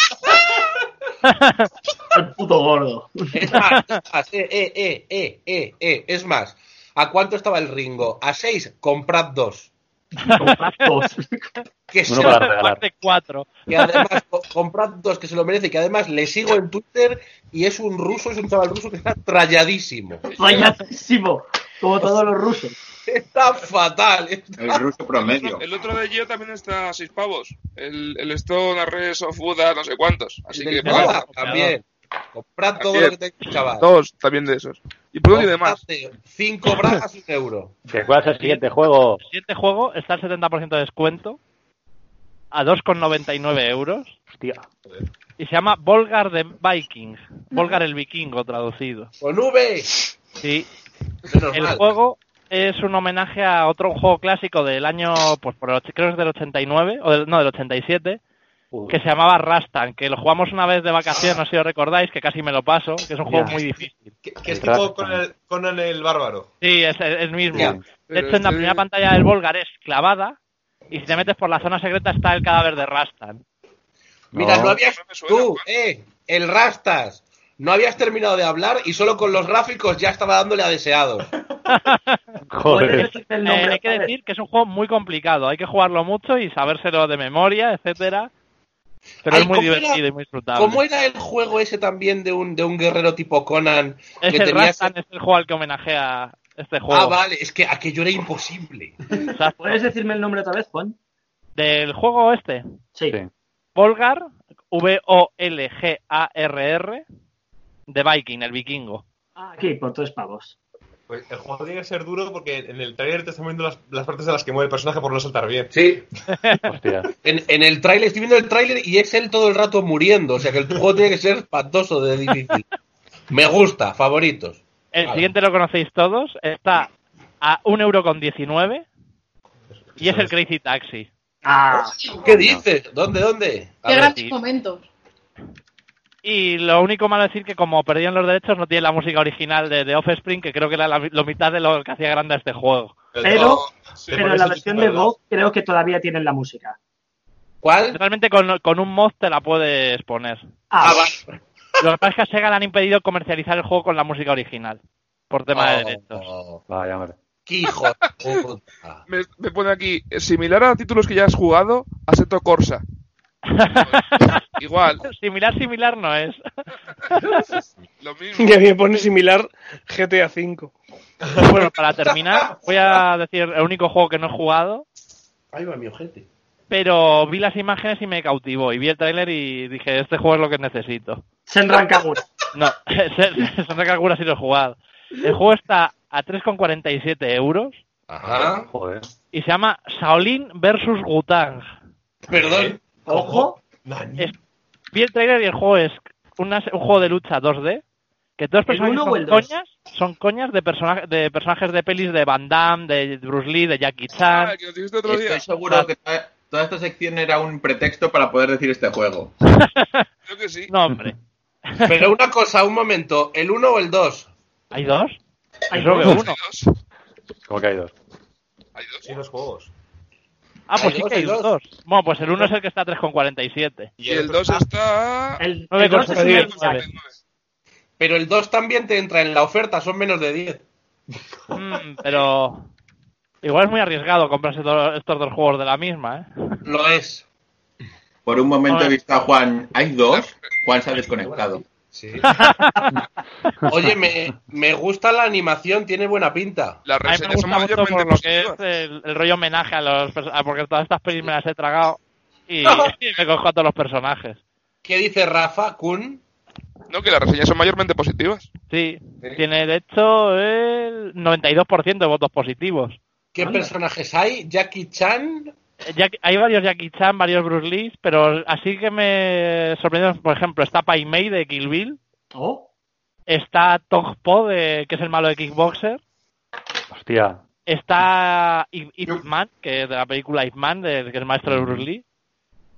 Speaker 7: El puto gordo.
Speaker 2: Es más, es más, eh, eh, eh, eh, eh, eh. Es más, ¿a cuánto estaba el Ringo? A 6, comprad dos.
Speaker 7: Comprad dos.
Speaker 2: Que
Speaker 4: Uno
Speaker 2: se-
Speaker 4: para regalar.
Speaker 6: Parte 4.
Speaker 2: Y además, co- comprad dos que se lo merece, que además le sigo en Twitter y es un ruso, es un chaval ruso que está tralladísimo.
Speaker 7: Rayadísimo. Como todos los rusos.
Speaker 2: Está fatal.
Speaker 10: El ruso
Speaker 8: El
Speaker 10: promedio.
Speaker 8: otro, el otro de Gio también está a 6 pavos. El, el Stone, Arres of Buda, no sé cuántos. Así
Speaker 2: Del
Speaker 8: que
Speaker 6: Zelda.
Speaker 8: paga.
Speaker 2: Zelda también. Comprad todo lo que
Speaker 8: También.
Speaker 2: tengáis, chaval.
Speaker 8: Dos también de esos. Y por último, y demás.
Speaker 2: Comprad Cinco bragas y un euro.
Speaker 4: ¿Que ¿Cuál es el siguiente juego?
Speaker 6: El siguiente este juego está al 70% de descuento a 2,99 euros
Speaker 4: Hostia.
Speaker 6: y se llama Volgar the Viking. Volgar el vikingo traducido.
Speaker 2: Con V.
Speaker 6: Sí,
Speaker 2: Menos
Speaker 6: el
Speaker 2: mal.
Speaker 6: juego es un homenaje a otro juego clásico del año, pues por el och- creo que es del 89, o del- no, del 87,
Speaker 4: Uy,
Speaker 6: que se llamaba Rastan, que lo jugamos una vez de vacaciones, no sé si os recordáis, que casi me lo paso, que es un juego
Speaker 4: Ya.
Speaker 6: muy difícil.
Speaker 5: Que, que es
Speaker 4: El
Speaker 5: tipo
Speaker 4: Rastan.
Speaker 5: Conan, Conan el Bárbaro.
Speaker 6: Sí, es el el mismo.
Speaker 2: Ya.
Speaker 6: De hecho, en la primera pantalla del Volgar es clavada y si te metes por la zona secreta está el cadáver de Rastan.
Speaker 2: Mira,
Speaker 4: No.
Speaker 2: no habías.
Speaker 8: No me suena,
Speaker 2: Tú,
Speaker 8: Juan.
Speaker 2: eh, el Rastas. No habías terminado de hablar y solo con los gráficos ya estaba dándole a deseado.
Speaker 4: Joder.
Speaker 7: Ese es el
Speaker 6: Eh,
Speaker 7: nombre,
Speaker 6: hay que
Speaker 7: ¿sabes?
Speaker 6: decir que es un juego muy complicado, hay que jugarlo mucho y sabérselo de memoria, etcétera. Pero
Speaker 2: Ay,
Speaker 6: es muy
Speaker 2: ¿cómo era-
Speaker 6: divertido y muy
Speaker 7: Ah,
Speaker 6: disfrutable.
Speaker 2: ¿Cómo era el juego ese también de un, de un guerrero tipo Conan?
Speaker 6: Es
Speaker 2: que
Speaker 6: el
Speaker 2: tenía
Speaker 6: Rastan, es el juego al que homenajea este
Speaker 7: Oh.
Speaker 6: juego.
Speaker 2: Ah, vale, Pues- es que aquello era imposible.
Speaker 6: Exacto.
Speaker 7: ¿Puedes decirme el nombre otra vez, Juan?
Speaker 6: Del juego este.
Speaker 7: Sí.
Speaker 6: Volgar, V-O-L-G-A-R-R, de Viking, el vikingo.
Speaker 7: Ah, Aquí, por tres pavos.
Speaker 5: Pues el juego tiene que ser duro porque en el trailer te están viendo las, las partes de las que muere el personaje por no saltar bien.
Speaker 2: Sí.
Speaker 4: Hostia.
Speaker 2: En, en el tráiler, estoy viendo el tráiler y es él todo el rato muriendo. O sea que el juego tiene que ser espantoso de difícil. Me gusta, favoritos.
Speaker 6: El
Speaker 2: Vale.
Speaker 6: siguiente lo conocéis todos, está a 1,19€ y es el Crazy Taxi.
Speaker 7: Ah,
Speaker 2: ¿Qué dices? ¿Dónde, dónde?
Speaker 6: A
Speaker 9: Qué
Speaker 6: ver,
Speaker 9: grandes
Speaker 6: sí.
Speaker 9: momentos.
Speaker 6: Y lo único malo es decir que como perdían los derechos no tiene la música original de, de Offspring, que creo que era la, la mitad de lo que hacía grande a este juego.
Speaker 7: Pero,
Speaker 5: Sí,
Speaker 7: pero
Speaker 5: por
Speaker 7: en
Speaker 5: eso
Speaker 7: la
Speaker 5: te
Speaker 7: versión de
Speaker 5: estoy hablando.
Speaker 7: Vogue creo que todavía tienen la música.
Speaker 2: ¿Cuál?
Speaker 6: Realmente con, con un mod te la puedes poner.
Speaker 7: Ah,
Speaker 6: Lo que pasa es que a Sega le han impedido comercializar el juego con la música original, por tema de
Speaker 2: Oh,
Speaker 6: derechos.
Speaker 2: oh,
Speaker 4: Vaya, hombre.
Speaker 2: qué hijo de puta.
Speaker 8: Me, me pone aquí, eh, similar a títulos que ya has jugado, Aseto Corsa. Igual,
Speaker 6: similar, similar no es.
Speaker 8: lo mismo.
Speaker 3: Y a mí me pone similar GTA V.
Speaker 6: Bueno, para terminar, voy a decir el único juego que no he jugado,
Speaker 2: Ahí va mi ojete.
Speaker 6: pero vi las imágenes y me cautivó. Y vi el tráiler y dije, este juego es lo que necesito.
Speaker 7: Senran Kagura.
Speaker 6: No, Santa Calcula sí lo he jugado. El juego está a 3,47 euros
Speaker 2: Ajá.
Speaker 4: Joder.
Speaker 6: y se llama Shaolin vs. Gutang.
Speaker 2: Perdón.
Speaker 7: Ojo,
Speaker 5: Nani.
Speaker 6: Es- Vi el tráiler y el juego es una- un juego de lucha 2D que todos los
Speaker 7: ¿El
Speaker 6: personajes
Speaker 7: uno o
Speaker 6: son
Speaker 7: el dos?
Speaker 6: coñas, son coñas de, persona- de personajes de pelis de Van Damme, de Bruce Lee, de Jackie Chan.
Speaker 8: Ah, que nos dijiste otro día.
Speaker 10: Estoy seguro que toda, toda esta sección era un pretexto para poder decir este juego.
Speaker 8: Creo que sí.
Speaker 6: No, hombre.
Speaker 2: Pero una cosa, un momento. ¿El 1 o el 2?
Speaker 6: ¿Hay dos?
Speaker 7: Hay
Speaker 6: Yo
Speaker 7: dos.
Speaker 6: veo
Speaker 8: Hay
Speaker 6: uno.
Speaker 8: dos.
Speaker 4: Como que hay dos.
Speaker 8: Hay dos.
Speaker 5: Sí, los juegos.
Speaker 6: Ah,
Speaker 2: Hay
Speaker 6: pues sí
Speaker 2: dos,
Speaker 6: que hay
Speaker 2: hay
Speaker 6: dos.
Speaker 2: dos.
Speaker 6: Bueno, pues el uno es el que está a 3,47.
Speaker 8: Y el 2 está.
Speaker 7: el,
Speaker 6: Nueve
Speaker 7: el dos es
Speaker 6: cosas,
Speaker 7: un
Speaker 6: nueve
Speaker 7: Game
Speaker 6: cosas.
Speaker 7: Jack.
Speaker 2: Pero el 2 también te entra en la oferta, son menos de 10.
Speaker 6: Mm, pero igual es muy arriesgado comprarse do- estos dos juegos de la misma, ¿eh?
Speaker 2: Lo es.
Speaker 10: Por un momento
Speaker 6: Hombre.
Speaker 10: he visto a Juan. Hay dos. Juan se ha desconectado.
Speaker 2: Sí. Oye, me, me gusta la animación, tiene buena pinta.
Speaker 8: La
Speaker 6: A mí me
Speaker 8: reseña son
Speaker 6: gusta mucho
Speaker 8: mayormente
Speaker 6: por lo que es
Speaker 8: positivas.
Speaker 6: el, el rollo homenaje a los perso- a- porque todas estas pelis me las he tragado y, y me cojo a todos los personajes.
Speaker 2: ¿Qué dice Rafa? ¿Kun?
Speaker 8: No, que las reseñas son mayormente positivas.
Speaker 6: Sí, tiene de hecho el 92% de votos positivos.
Speaker 2: ¿Qué personajes hay? ¿Jackie Chan?
Speaker 6: Eh, Jack- hay varios Jackie Chan, varios Bruce Lee, pero así que me sorprendieron, por ejemplo, está Pai Mei de Kill Bill,
Speaker 7: Oh,
Speaker 6: está Tong Po, de, que es el malo de Kickboxer,
Speaker 4: Hostia.
Speaker 6: Está Ip, Ip Man, que es de la película Ip Man, del que es el maestro de Bruce Lee.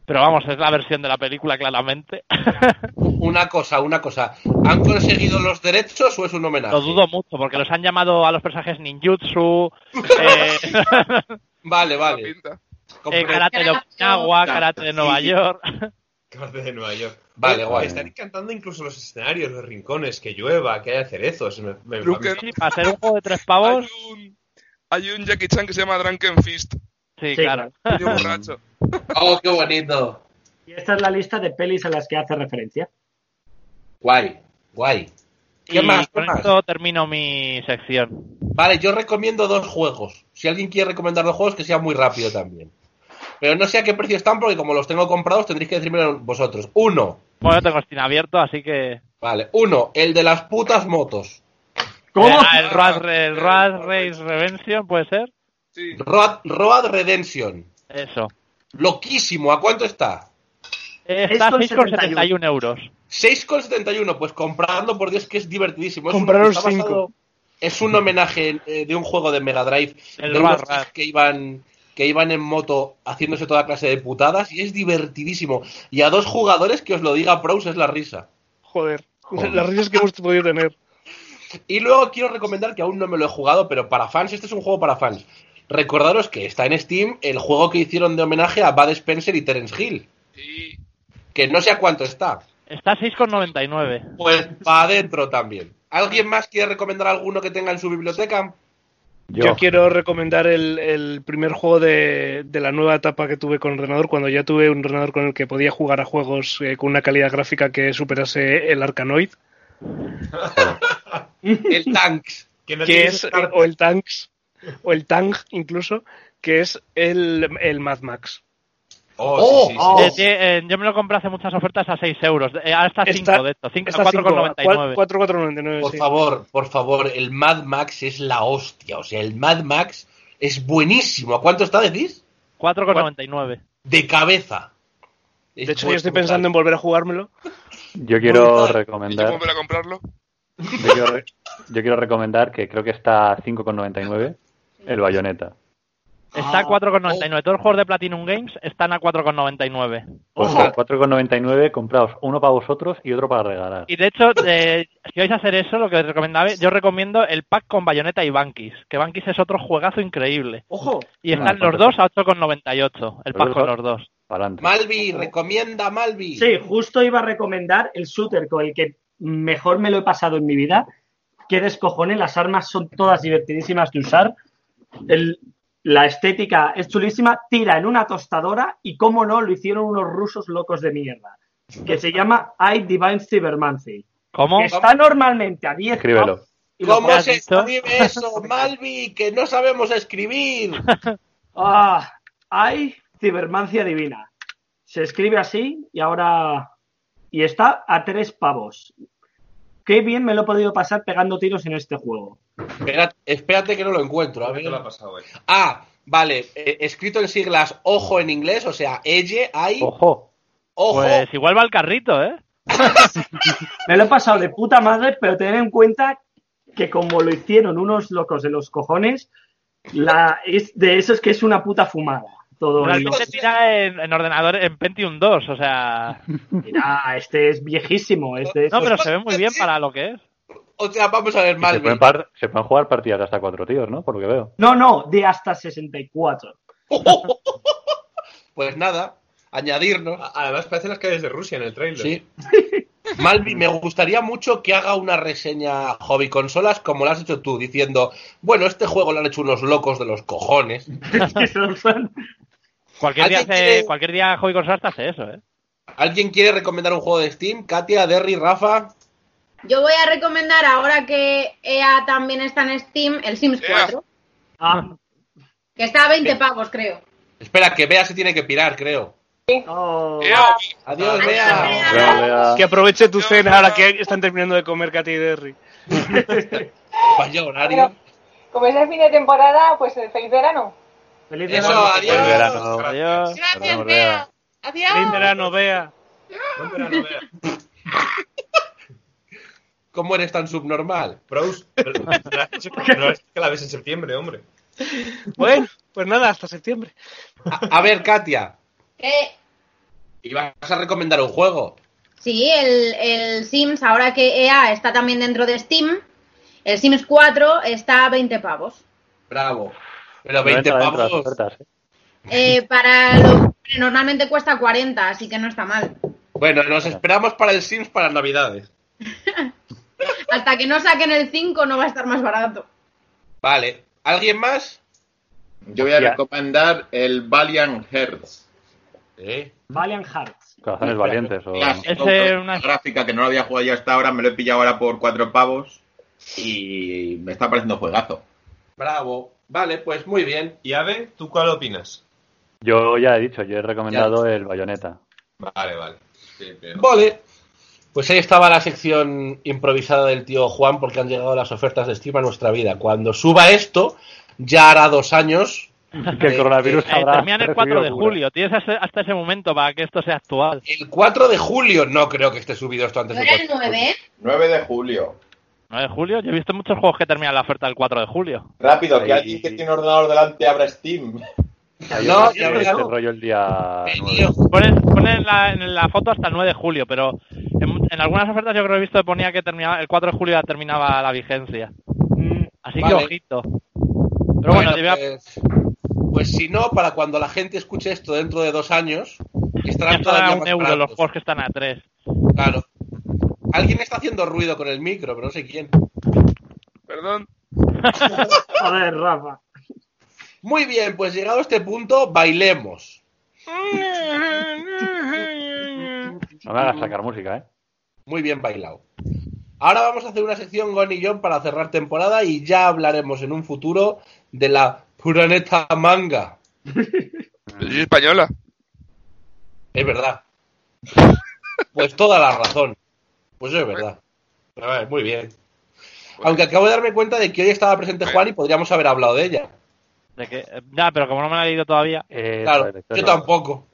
Speaker 6: Pero vamos, es la versión de la película, claramente.
Speaker 2: Una cosa, una cosa. ¿Han conseguido los derechos o es un homenaje?
Speaker 6: Lo dudo mucho, porque los han llamado a los personajes ninjutsu, eh,
Speaker 2: Vale,
Speaker 8: La
Speaker 2: vale.
Speaker 8: pinta.
Speaker 6: eh,
Speaker 2: Compre-
Speaker 6: karate de Okinawa, karate de Nueva York.
Speaker 5: Que parte de Nueva York.
Speaker 2: Vale, guay.
Speaker 5: Están encantando incluso los escenarios, los rincones, que llueva, que haya cerezos. Me, me-
Speaker 8: Drunken-
Speaker 6: Sí, para ser un juego de tres
Speaker 8: Hay
Speaker 6: pavos,
Speaker 8: un, hay un Jackie Chan que se llama Drunken Fist.
Speaker 7: Sí.
Speaker 6: sí, claro.
Speaker 8: Niño borracho.
Speaker 2: Oh, qué bonito.
Speaker 7: y esta es la lista de pelis a las que hace referencia.
Speaker 2: Guay, guay. ¿Qué
Speaker 6: y
Speaker 2: más? ¿Qué
Speaker 6: con
Speaker 2: más?
Speaker 6: esto termino mi sección.
Speaker 2: Vale, yo recomiendo dos juegos. Si alguien quiere recomendar dos juegos, que sea muy rápido también. Pero no sé a qué precio están, porque como los tengo comprados, tendréis que decírmelo vosotros. Uno,
Speaker 6: Bueno, tengo Steam abierto, así que...
Speaker 2: vale, uno, el de las putas motos.
Speaker 6: Eh,
Speaker 7: ¿Cómo?
Speaker 6: ah, el Road, el Road Race Redemption, ¿puede ser?
Speaker 8: Sí.
Speaker 2: Road, Road Redemption.
Speaker 6: Eso.
Speaker 2: Loquísimo, ¿a cuánto está?
Speaker 6: Eh, Está
Speaker 7: 6,71.
Speaker 6: 6,71 euros.
Speaker 2: 6,71, pues comprarlo, por Dios que es
Speaker 5: Pues,
Speaker 2: divertidísimo. Es un-
Speaker 3: Compraros
Speaker 2: está basado-
Speaker 3: cinco.
Speaker 2: Es un homenaje eh, de un juego de Mega Drive,
Speaker 6: El
Speaker 2: de
Speaker 6: Rad
Speaker 2: unos
Speaker 6: Rad.
Speaker 2: tíos que iban que iban en moto haciéndose toda clase de putadas y es divertidísimo. Y a dos jugadores que os lo diga Pros es la risa.
Speaker 3: Joder. Las risas que hemos podido tener.
Speaker 2: Y luego quiero recomendar que aún no me lo he jugado, pero para fans, este es un juego para fans. Recordaros que está en Steam el juego que hicieron de homenaje a Bud Spencer y Terence Hill,
Speaker 8: Sí.
Speaker 2: que no sé a cuánto está.
Speaker 6: Está a 6,99.
Speaker 2: Pues para adentro también. ¿Alguien más quiere recomendar alguno que tenga en su biblioteca?
Speaker 3: Yo, quiero recomendar el, el primer juego de, de la nueva etapa que tuve con ordenador, cuando ya tuve un ordenador con el que podía jugar a juegos eh, con una calidad gráfica que superase el Arkanoid.
Speaker 2: el Tanks.
Speaker 3: Que, es, eh, o el Tanks, o el Tank incluso, que es el, el Mad Max.
Speaker 5: Oh, sí, sí,
Speaker 6: Eh,
Speaker 5: sí.
Speaker 6: tie- eh, yo me lo compré hace muchas ofertas a 6 euros. Eh, ahora está 5 de estos. cinco-
Speaker 3: está cinco, cua-
Speaker 6: 4,99.
Speaker 3: 4,499,
Speaker 2: Por
Speaker 3: sí.
Speaker 2: favor, por favor, el Mad Max es la hostia. O sea, el Mad Max es buenísimo. ¿A cuánto está, decís?
Speaker 6: 4,99.
Speaker 2: De cabeza.
Speaker 3: De hecho, yo estoy pensando en volver a jugármelo.
Speaker 4: Yo quiero
Speaker 2: Brutal.
Speaker 8: ¿Cómo
Speaker 4: recomendar.
Speaker 8: volver a comprarlo?
Speaker 9: Pues
Speaker 4: Yo quiero, re- yo quiero recomendar que creo que está a 5,99 el bayoneta.
Speaker 6: Está a 4,99. Todos los juegos de Platinum Games están a 4,99.
Speaker 4: Pues a 4,99 compraos uno para vosotros y otro para regalar.
Speaker 6: Y de hecho, eh, si vais a hacer eso, lo que os recomendaba, yo recomiendo el pack con Bayonetta y Bankis. Que Bankis es otro juegazo increíble.
Speaker 7: Ojo,
Speaker 6: Y están
Speaker 4: Ah,
Speaker 6: los dos a 8,98. El pack
Speaker 4: Los
Speaker 6: con
Speaker 4: dos.
Speaker 6: los dos.
Speaker 4: Para adelante.
Speaker 2: Malvi, recomienda Malvi.
Speaker 7: Sí, justo iba a recomendar el shooter con el que mejor me lo he pasado en mi vida. Qué descojones, las armas son todas divertidísimas de usar. El- la estética es chulísima. Tira en una tostadora y, cómo no, lo hicieron unos rusos locos de mierda. Que se llama I Divine Cybermancy.
Speaker 6: ¿Cómo?
Speaker 7: Que está normalmente a 10
Speaker 4: Escríbelo.
Speaker 7: y lo
Speaker 2: ¿Cómo
Speaker 7: juegas-
Speaker 2: se
Speaker 6: dicho?
Speaker 2: escribe eso, Malvi? Que no sabemos escribir.
Speaker 7: Ah, hay cibermancia divina. Se escribe así y ahora. Y está a tres pavos. Qué bien me lo he podido pasar pegando tiros en este juego.
Speaker 2: Espérate, espérate que no lo encuentro. A
Speaker 5: ¿Qué
Speaker 2: ver.
Speaker 5: te lo ha pasado, eh?
Speaker 2: Ah, vale. eh, escrito en siglas ojo en inglés, o sea, elle, hay, ojo.
Speaker 4: Ojo,
Speaker 6: Pues igual va el carrito, ¿eh?
Speaker 7: Me lo he pasado de puta madre, pero tener en cuenta que como lo hicieron unos locos de los cojones, la, es de eso es que es una puta fumada. Todo el-
Speaker 6: Realmente tira en, en ordenador, en Pentium 2, o sea...
Speaker 7: Mira, este es viejísimo. Este es-
Speaker 6: No, pero se ve muy bien para lo que es.
Speaker 2: O sea, vamos a ver,
Speaker 4: Y se,
Speaker 2: Malvi.
Speaker 4: pueden par- se pueden jugar partidas de hasta cuatro tíos, ¿no? Por lo que veo.
Speaker 7: no, no, de hasta 64.
Speaker 2: Pues nada, añadirnos.
Speaker 5: A- Además, parecen las calles de Rusia en el trailer.
Speaker 2: Sí. Malvi, me gustaría mucho que haga una reseña hobby consolas como la has hecho tú, diciendo, bueno, este juego lo han hecho unos locos de los cojones.
Speaker 6: Cualquier día,
Speaker 2: ¿Alguien
Speaker 6: hace-
Speaker 2: quiere-
Speaker 6: cualquier día Hobby Consolas te hace eso, ¿eh?
Speaker 2: ¿Alguien quiere recomendar un juego de Steam? Katia, Derry, Rafa.
Speaker 9: Yo voy a recomendar ahora que EA también está en Steam el Sims
Speaker 8: EA.
Speaker 9: 4,
Speaker 7: Ah,
Speaker 9: que está a 20 pavos, creo.
Speaker 2: Eh, Espera, que Bea se tiene que pirar, creo.
Speaker 7: no.
Speaker 8: Ea,
Speaker 2: Adiós,
Speaker 5: Ah,
Speaker 2: Bea.
Speaker 9: Adiós,
Speaker 4: Vea,
Speaker 2: Ah.
Speaker 4: vea.
Speaker 3: Que aproveche tu cena ahora que están terminando de comer Katy y Derry.
Speaker 2: Vaya horario.
Speaker 12: Como es el fin de temporada, pues el feliz verano.
Speaker 7: Feliz
Speaker 2: Eso,
Speaker 7: verano.
Speaker 2: adiós.
Speaker 4: Buen verano.
Speaker 6: Adiós.
Speaker 4: Perdón,
Speaker 9: Gracias,
Speaker 4: Bea.
Speaker 9: Bea. Adiós.
Speaker 3: Feliz verano, Bea.
Speaker 5: Buen verano, Bea.
Speaker 2: ¿Cómo eres tan subnormal?
Speaker 5: Bros, pero- pero has dicho que no es que la ves en septiembre, hombre.
Speaker 3: Bueno, pues nada, hasta septiembre.
Speaker 2: A, a ver, Katia,
Speaker 9: Eh,
Speaker 2: y vas a recomendar un juego.
Speaker 9: Sí, el, el Sims, ahora que EA está también dentro de Steam, el Sims 4 está a 20 pavos.
Speaker 2: Bravo. Pero
Speaker 4: No
Speaker 2: 20
Speaker 4: entra dentro de las
Speaker 2: pavos.
Speaker 4: ofertas, ¿eh?
Speaker 9: Eh, para lo que normalmente cuesta 40, así que no está mal.
Speaker 2: Bueno, nos esperamos para el Sims para Navidades.
Speaker 9: Hasta que no saquen el 5 no va a estar más barato.
Speaker 2: Vale. ¿Alguien más?
Speaker 10: Yo voy a
Speaker 4: Hostia.
Speaker 10: recomendar el Valiant Hearts.
Speaker 2: ¿Eh?
Speaker 7: Valiant Hearts.
Speaker 4: Corazones valientes. O...
Speaker 10: Ya,
Speaker 6: Es,
Speaker 10: compré
Speaker 6: eh,
Speaker 10: una
Speaker 6: una-
Speaker 10: gráfica que no la había jugado yo hasta ahora, me lo he pillado ahora por cuatro pavos y me está pareciendo juegazo.
Speaker 2: Bravo. Vale, pues muy bien.
Speaker 5: Y Ave, ¿tú cuál opinas?
Speaker 4: Yo ya he dicho, yo he recomendado el bayoneta.
Speaker 5: Vale, vale. Sí, pero-
Speaker 2: Vale. Pues ahí estaba la sección improvisada del tío Juan porque han llegado las ofertas de Steam a nuestra vida. Cuando suba esto, ya hará dos años.
Speaker 4: Que el coronavirus
Speaker 6: Eh,
Speaker 4: habrá
Speaker 6: terminan el 4 de
Speaker 4: recibido cura.
Speaker 6: julio. Tienes hasta, hasta ese momento para que esto sea actual.
Speaker 2: El 4 de julio, no creo que esté subido esto antes
Speaker 9: ¿No
Speaker 2: del
Speaker 9: era el
Speaker 2: 4 de julio.
Speaker 9: 9?
Speaker 10: 9 de julio.
Speaker 6: 9 de julio. Yo he visto muchos juegos que terminan la oferta el 4 de julio.
Speaker 10: Rápido,
Speaker 4: que alguien que tiene
Speaker 10: ordenador delante abra Steam.
Speaker 4: Hay
Speaker 2: No,
Speaker 4: otro-
Speaker 2: ya
Speaker 4: este
Speaker 2: verás.
Speaker 4: rollo el día
Speaker 2: El
Speaker 4: 9.
Speaker 2: tío
Speaker 6: Ponen, ponen en, la, en la foto hasta el 9 de julio, pero en, en algunas ofertas yo creo que he visto que ponía que terminaba, el 4 de julio ya terminaba la vigencia. Así
Speaker 2: Mm, Vale.
Speaker 6: que ojito. Pero bueno, te voy a-
Speaker 2: pues, pues si no, para cuando la gente escuche esto dentro de dos años, que
Speaker 6: ya
Speaker 2: estarán
Speaker 6: estará
Speaker 2: todavía
Speaker 6: a un
Speaker 2: más
Speaker 6: euro los
Speaker 2: baratos.
Speaker 6: juegos que están a 3.
Speaker 2: Claro. Alguien está haciendo ruido con el micro, pero no sé quién.
Speaker 8: perdón.
Speaker 7: Joder, Rafa.
Speaker 2: Muy bien, pues llegado a este punto, bailemos.
Speaker 4: No me hagas sacar música, ¿eh?
Speaker 2: Muy bien bailado. Ahora vamos a hacer una sección Gon y John para cerrar temporada y ya hablaremos en un futuro de la Puraneta Manga.
Speaker 8: Soy española.
Speaker 2: Es verdad. Pues toda la razón. Pues eso es verdad. A ver, muy bien. Aunque acabo de darme cuenta de que hoy estaba presente Juan y podríamos haber hablado de ella.
Speaker 6: De que, eh, ya, pero como no me la he leído todavía.
Speaker 2: Claro, yo tampoco.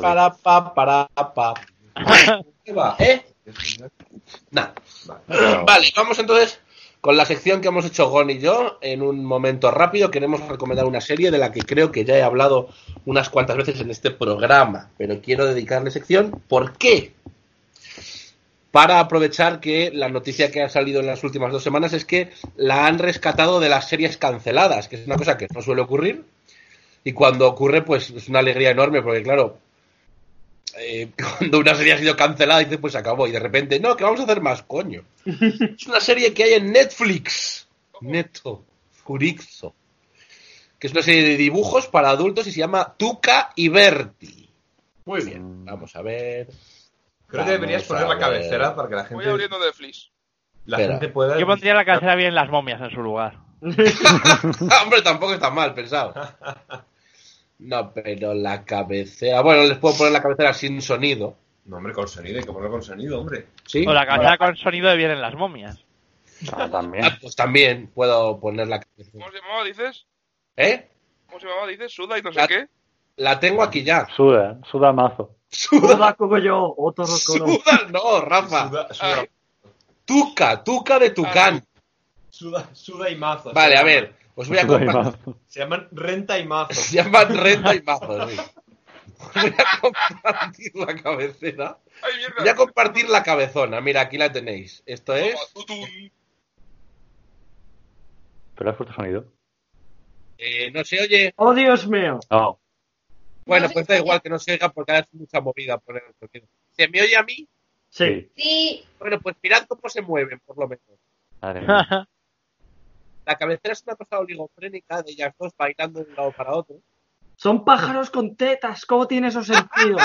Speaker 2: Para pa, para pa. ¿Qué va, eh? Nah. Vale, vamos entonces con la sección que hemos hecho Gon y yo. En un momento rápido queremos recomendar una serie de la que creo que ya he hablado unas cuantas veces en este programa, pero quiero dedicarle sección. ¿Por qué? Para aprovechar que la noticia que ha salido en las últimas dos semanas es que la han rescatado de las series canceladas, que es una cosa que no suele ocurrir. Y cuando ocurre, pues es una alegría enorme, porque claro, eh, cuando una serie ha sido cancelada, dices, pues se acabó. Y de repente, no, que vamos a hacer más, coño. es una serie que hay en Netflix. Neto, Furixo. Que es una serie de dibujos para adultos y se llama Tuca y Berti. Muy bien, vamos a ver.
Speaker 5: Creo que deberías
Speaker 2: Vamos a
Speaker 5: poner la
Speaker 2: ver.
Speaker 5: cabecera para que la gente.
Speaker 8: Voy abriendo Netflix.
Speaker 5: La
Speaker 2: Espera.
Speaker 5: gente pueda.
Speaker 6: Yo pondría la cabecera bien las momias en su lugar.
Speaker 2: Hombre, tampoco está mal pensado. No, pero la cabecera. Bueno, les puedo poner la cabecera sin sonido.
Speaker 5: No, hombre, con sonido, hay que ponerlo con sonido, hombre.
Speaker 2: ¿Sí?
Speaker 6: O la cabecera con sonido de bien en las momias.
Speaker 4: Ah, también.
Speaker 2: Ah, pues también puedo poner la cabecera.
Speaker 8: ¿Cómo se llamaba, dices?
Speaker 2: ¿Eh?
Speaker 8: ¿Cómo se llamaba, dices? Suda y no sé
Speaker 2: La-
Speaker 8: qué.
Speaker 2: La tengo aquí ya.
Speaker 4: Suda, ¿eh? suda mazo.
Speaker 2: Suda,
Speaker 7: yo, otro rocono.
Speaker 2: suda, no, Rafa.
Speaker 5: Suda, suda,
Speaker 8: Ah.
Speaker 2: Tuca, tuca de tucán.
Speaker 5: suda- suda y mazo.
Speaker 2: Vale,
Speaker 5: Se
Speaker 2: a
Speaker 5: llaman-
Speaker 2: ver, os voy a
Speaker 4: Suda y
Speaker 2: compartir.
Speaker 4: mazo.
Speaker 5: Se llaman renta y mazo.
Speaker 2: Se llaman renta y mazo, sí. Os Voy a compartir la cabecera.
Speaker 8: Ay, mierda.
Speaker 2: Voy a compartir la cabezona. Mira, aquí la tenéis. Esto es.
Speaker 8: Tutum.
Speaker 4: ¿Pero has puesto sonido?
Speaker 2: eh, no se oye.
Speaker 7: ¡Oh, Dios mío!
Speaker 4: No.
Speaker 2: Bueno,
Speaker 9: No se
Speaker 2: pues da
Speaker 9: oye.
Speaker 2: igual que no se oiga porque ahora es mucha movida poner el sonido. ¿Se me oye a mí?
Speaker 7: Sí.
Speaker 9: Sí,
Speaker 2: Bueno, pues mirad cómo se mueven, por lo menos.
Speaker 4: Madre mía.
Speaker 2: La cabecera es una cosa oligofrénica de ellas dos bailando de un lado para otro.
Speaker 7: Son pájaros con tetas. ¿Cómo tiene eso sentido?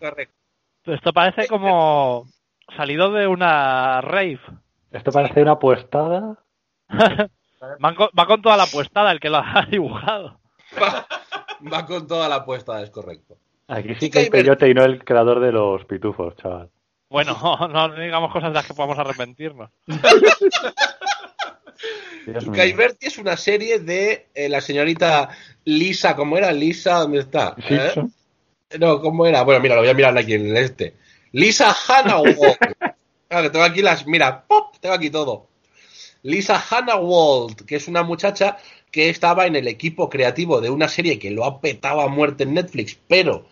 Speaker 2: Correcto.
Speaker 6: Esto parece como salido de una rave.
Speaker 4: Esto parece una apuestada.
Speaker 6: Va con, va con toda la puestada el que lo ha dibujado.
Speaker 2: Va, va con toda la apuesta, es correcto.
Speaker 4: Aquí sí
Speaker 2: Chica
Speaker 4: que
Speaker 2: y
Speaker 4: el peyote y no el creador de los pitufos, chaval.
Speaker 6: Bueno, no digamos cosas de las que podamos arrepentirnos.
Speaker 4: Dios mío.
Speaker 2: Tuca y Berti es una serie de eh, la señorita Lisa, ¿cómo era? Lisa, ¿dónde está?
Speaker 4: Sí,
Speaker 2: ¿Eh?
Speaker 4: son-
Speaker 2: No, ¿cómo era? Bueno, mira, lo voy a mirar aquí en el este. Lisa Hannawald. claro, que tengo aquí las. Mira, ¡pop! Tengo aquí todo. Lisa Hannawald, que es una muchacha que estaba en el equipo creativo de una serie que lo ha petado a muerte en Netflix, pero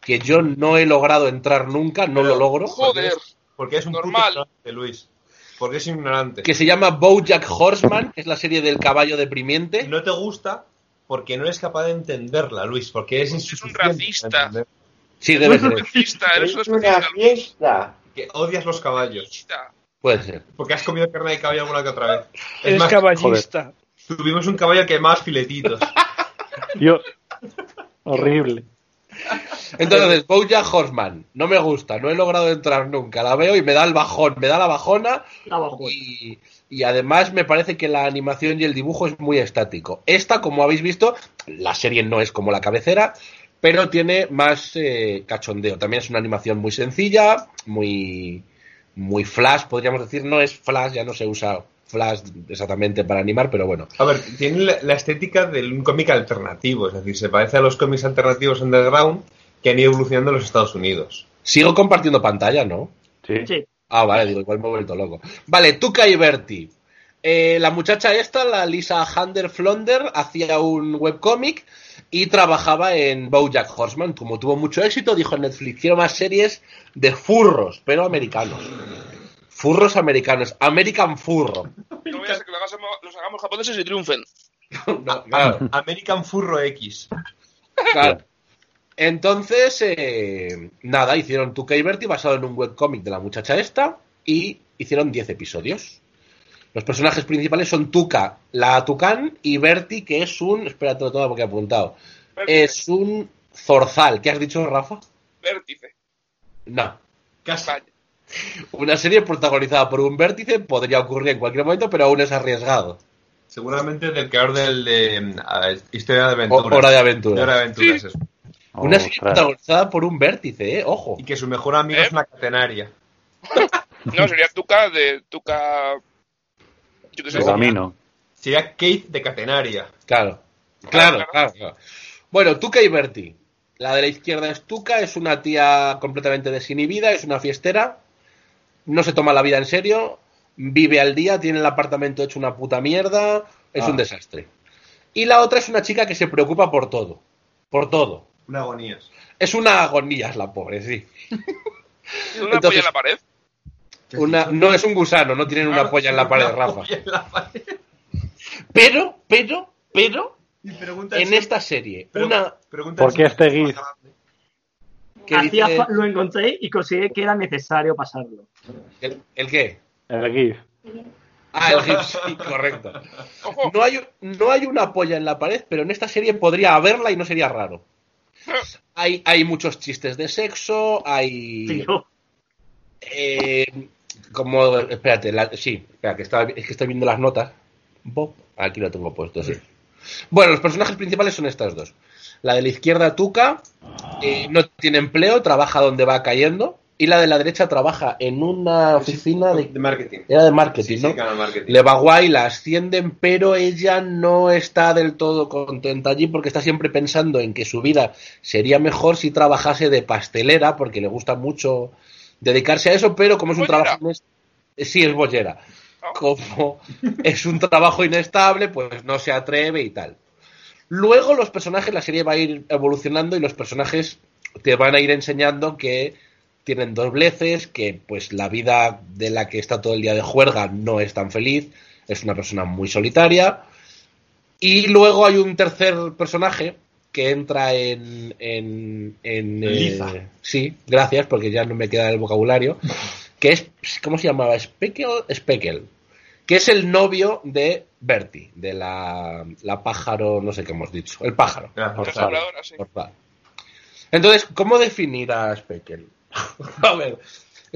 Speaker 2: que yo no he logrado entrar nunca, no lo logro.
Speaker 8: Joder.
Speaker 5: Porque es un puto
Speaker 8: Normal.
Speaker 5: ignorante, Luis. Porque es ignorante.
Speaker 2: Que se llama Bojack Horseman, que es la serie del caballo deprimiente.
Speaker 5: No te gusta porque no eres capaz de entenderla, Luis. Porque es
Speaker 8: Porque Pues es un
Speaker 5: insuficiente para
Speaker 8: racista.
Speaker 5: entender.
Speaker 2: Sí, debe ser.
Speaker 8: Racista, eres un
Speaker 11: una
Speaker 8: especialista.
Speaker 11: fiesta.
Speaker 5: Que odias los caballos.
Speaker 2: Puede ser.
Speaker 5: Porque has comido carne de caballo alguna que otra vez. Es,
Speaker 3: Es
Speaker 5: más,
Speaker 3: caballista.
Speaker 5: tuvimos un caballo que más filetitos.
Speaker 4: Dios. Horrible.
Speaker 2: Entonces, Bojack Horseman, no me gusta, no he logrado entrar nunca, la veo y me da el bajón, me da la bajona
Speaker 7: La bajona.
Speaker 2: y, y además me parece que la animación y el dibujo es muy estático. Esta, como habéis visto, la serie no es como la cabecera, pero tiene más eh, cachondeo. También es una animación muy sencilla, muy, muy flash, podríamos decir, no es flash, ya no se usa flash exactamente para animar, pero bueno.
Speaker 5: A ver, tiene la, la estética de un cómic alternativo. Es decir, se parece a los cómics alternativos underground que han ido evolucionando en los Estados Unidos.
Speaker 2: Sigo compartiendo pantalla, ¿no?
Speaker 4: Sí.
Speaker 7: Sí.
Speaker 2: Ah, vale, digo, igual me he vuelto loco. Vale, Tuca y Berti. Eh, la muchacha esta, la Lisa Hander Flonder, hacía un webcómic y trabajaba en Bojack Horseman. Como tuvo mucho éxito, dijo en Netflix, quiero más series de furros, pero americanos. Furros americanos. American Furro.
Speaker 8: No voy a hacer que lo hagamos, los hagamos japoneses y triunfen.
Speaker 2: No, claro.
Speaker 5: American Furro X.
Speaker 2: Claro. Entonces, eh, nada, hicieron Tuca y Berti basado en un webcómic de la muchacha esta y hicieron 10 episodios. Los personajes principales son Tuca, la Atucán y Berti, que es un. Espérate, lo tengo porque he apuntado. Es un zorzal. ¿Qué has dicho, Rafa?
Speaker 8: Vértice.
Speaker 2: No.
Speaker 5: Casi.
Speaker 2: Una serie protagonizada por un vértice podría ocurrir en cualquier momento, pero aún es arriesgado.
Speaker 5: Seguramente del creador del de mm, a- Historia de Aventuras.
Speaker 2: Hora de Aventuras.
Speaker 5: Hora de Aventuras, eso.
Speaker 4: Oh,
Speaker 2: Una serie protagonizada por un vértice, eh, ojo.
Speaker 5: Y que su mejor
Speaker 2: ¿Eh?
Speaker 5: amigo es una catenaria.
Speaker 8: No, sería Tuca de Tuca. Yo qué sé.
Speaker 4: Pergamino.
Speaker 5: Sería Kate de Catenaria.
Speaker 2: Claro, claro, claro. claro. Bueno, Tuca y Berti. La de la izquierda es Tuca, es una tía completamente desinhibida, es una fiestera, no se toma la vida en serio, vive al día, tiene el apartamento hecho una puta mierda, es
Speaker 5: Ah.
Speaker 2: un desastre. Y la otra es una chica que se preocupa por todo, por todo.
Speaker 5: Una agonía.
Speaker 2: Es una agonía, es la pobre, sí.
Speaker 8: ¿Una polla en la pared?
Speaker 2: Una- no es un gusano, no tienen Ah, una polla en la pared, Rafa. Pero, pero, pero, en esta serie, una...
Speaker 4: ¿Por qué este GIF?
Speaker 2: que
Speaker 7: Hacía
Speaker 2: dice-
Speaker 7: fa- lo encontré y consideré que era necesario pasarlo.
Speaker 2: ¿El, el qué?
Speaker 4: El GIF.
Speaker 2: Ah, el GIF, sí, correcto. No hay, no hay una polla en la pared, pero en esta serie podría haberla y no sería raro. Hay, hay muchos chistes de sexo, hay. Eh, como. Espérate, la- sí, espera, que estaba- es que estoy viendo las notas. Bo- Aquí lo tengo puesto, sí. Bueno, los personajes principales son estas dos. La de la izquierda, Tuca,
Speaker 5: Ah.
Speaker 2: eh, no tiene empleo, trabaja donde va cayendo. Y la de la derecha trabaja en una oficina de,
Speaker 5: marketing.
Speaker 2: Era de marketing,
Speaker 5: Sí,
Speaker 2: ¿no?
Speaker 5: sí, claro, marketing.
Speaker 2: Le va guay, la ascienden, pero ella no está del todo contenta allí porque está siempre pensando en que su vida sería mejor si trabajase de pastelera, porque le gusta mucho dedicarse a eso, pero como es un trabajo... ines- Sí, es bollera. Como es un trabajo inestable, pues no se atreve y tal. Luego los personajes, la serie va a ir evolucionando y los personajes te van a ir enseñando que tienen dobleces, que pues la vida de la que está todo el día de juerga no es tan feliz, es una persona muy solitaria. Y luego hay un tercer personaje que entra en... en, en, eh,
Speaker 5: Liza.
Speaker 2: sí, gracias, porque ya no me queda el vocabulario, que es, ¿cómo se llamaba? Speckle, Speckle que es el novio de Bertie, de la, la pájaro, no sé qué hemos dicho, el pájaro.
Speaker 5: Zorzal.
Speaker 2: Zorzal. Entonces, ¿cómo definir a Speckel? a ver,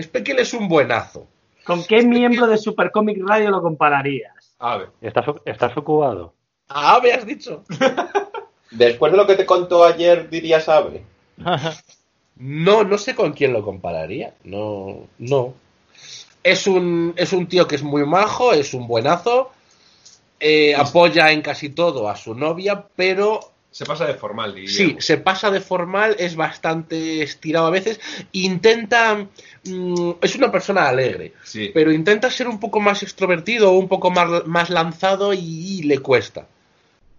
Speaker 2: Speckel es un buenazo.
Speaker 7: ¿Con qué miembro de Supercomic Radio lo compararías?
Speaker 5: Ave.
Speaker 4: Está, su- está sucubado.
Speaker 2: Ave, Ah, has dicho.
Speaker 10: Después de lo que te contó ayer, dirías ave.
Speaker 2: No, no sé con quién lo compararía. No, no. Es un, es un tío que es muy majo, es un buenazo, eh, apoya en casi todo a su novia, pero
Speaker 5: Se pasa de formal, diría.
Speaker 2: Sí, se pasa de formal, es bastante estirado a veces. Intenta. mm, es una persona alegre,
Speaker 5: Sí.
Speaker 2: pero intenta ser un poco más extrovertido, un poco más, más lanzado y, y le cuesta.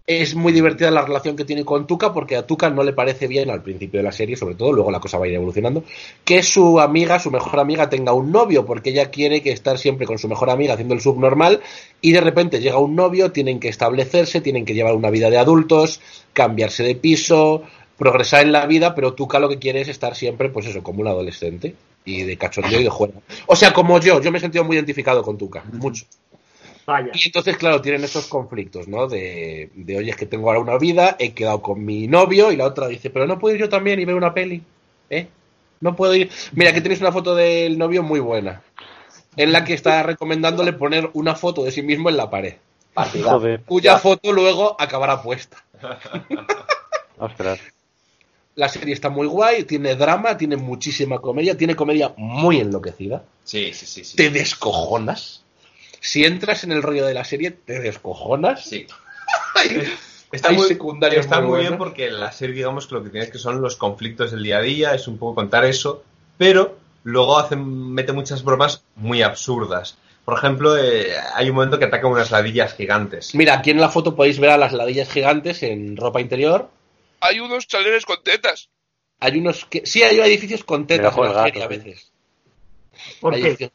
Speaker 2: Es muy divertida la relación que tiene con Tuca, porque a Tuca no le parece bien al principio de la serie, sobre todo, luego la cosa va a ir evolucionando, que su amiga, su mejor amiga, tenga un novio, porque ella quiere que estar siempre con su mejor amiga haciendo el subnormal, y de repente llega un novio, tienen que establecerse, tienen que llevar una vida de adultos, cambiarse de piso, progresar en la vida, pero Tuca lo que quiere es estar siempre, pues eso, como un adolescente y de cachondeo y de juego. O sea, como yo, yo me he sentido muy identificado con Tuca, mucho.
Speaker 7: Vaya.
Speaker 2: Y entonces, claro, tienen estos conflictos, ¿no? De, de, oye, es que tengo ahora una vida, he quedado con mi novio, y la otra dice, pero no puedo ir yo también y ver una peli, ¿eh? No puedo ir. Mira, aquí tenéis una foto del novio muy buena, en la que está recomendándole poner una foto de sí mismo en la pared,
Speaker 4: Joder,
Speaker 2: cuya foto luego acabará puesta.
Speaker 4: ostras.
Speaker 2: La serie está muy guay, tiene drama, tiene muchísima comedia, tiene comedia muy enloquecida.
Speaker 5: Sí, sí, sí. sí.
Speaker 2: Te descojonas. Si entras en el rollo de la serie, te descojonas.
Speaker 5: Sí.
Speaker 2: Está muy, secundario
Speaker 5: está muy bien porque en la serie, digamos, que lo que tienes que son los conflictos del día a día, es un poco contar eso, pero luego hacen, mete muchas bromas muy absurdas. Por ejemplo, eh, hay un momento que atacan unas ladillas gigantes.
Speaker 2: Mira, aquí en la foto podéis ver a las ladillas gigantes en ropa interior.
Speaker 8: Hay unos chaleres con tetas.
Speaker 2: Hay unos que. Sí, hay edificios con tetas
Speaker 4: Debajo
Speaker 2: en
Speaker 4: del
Speaker 2: la
Speaker 4: gato,
Speaker 2: serie a
Speaker 4: sí.
Speaker 2: veces.
Speaker 7: ¿Por
Speaker 2: Hay
Speaker 7: qué?
Speaker 2: edificios-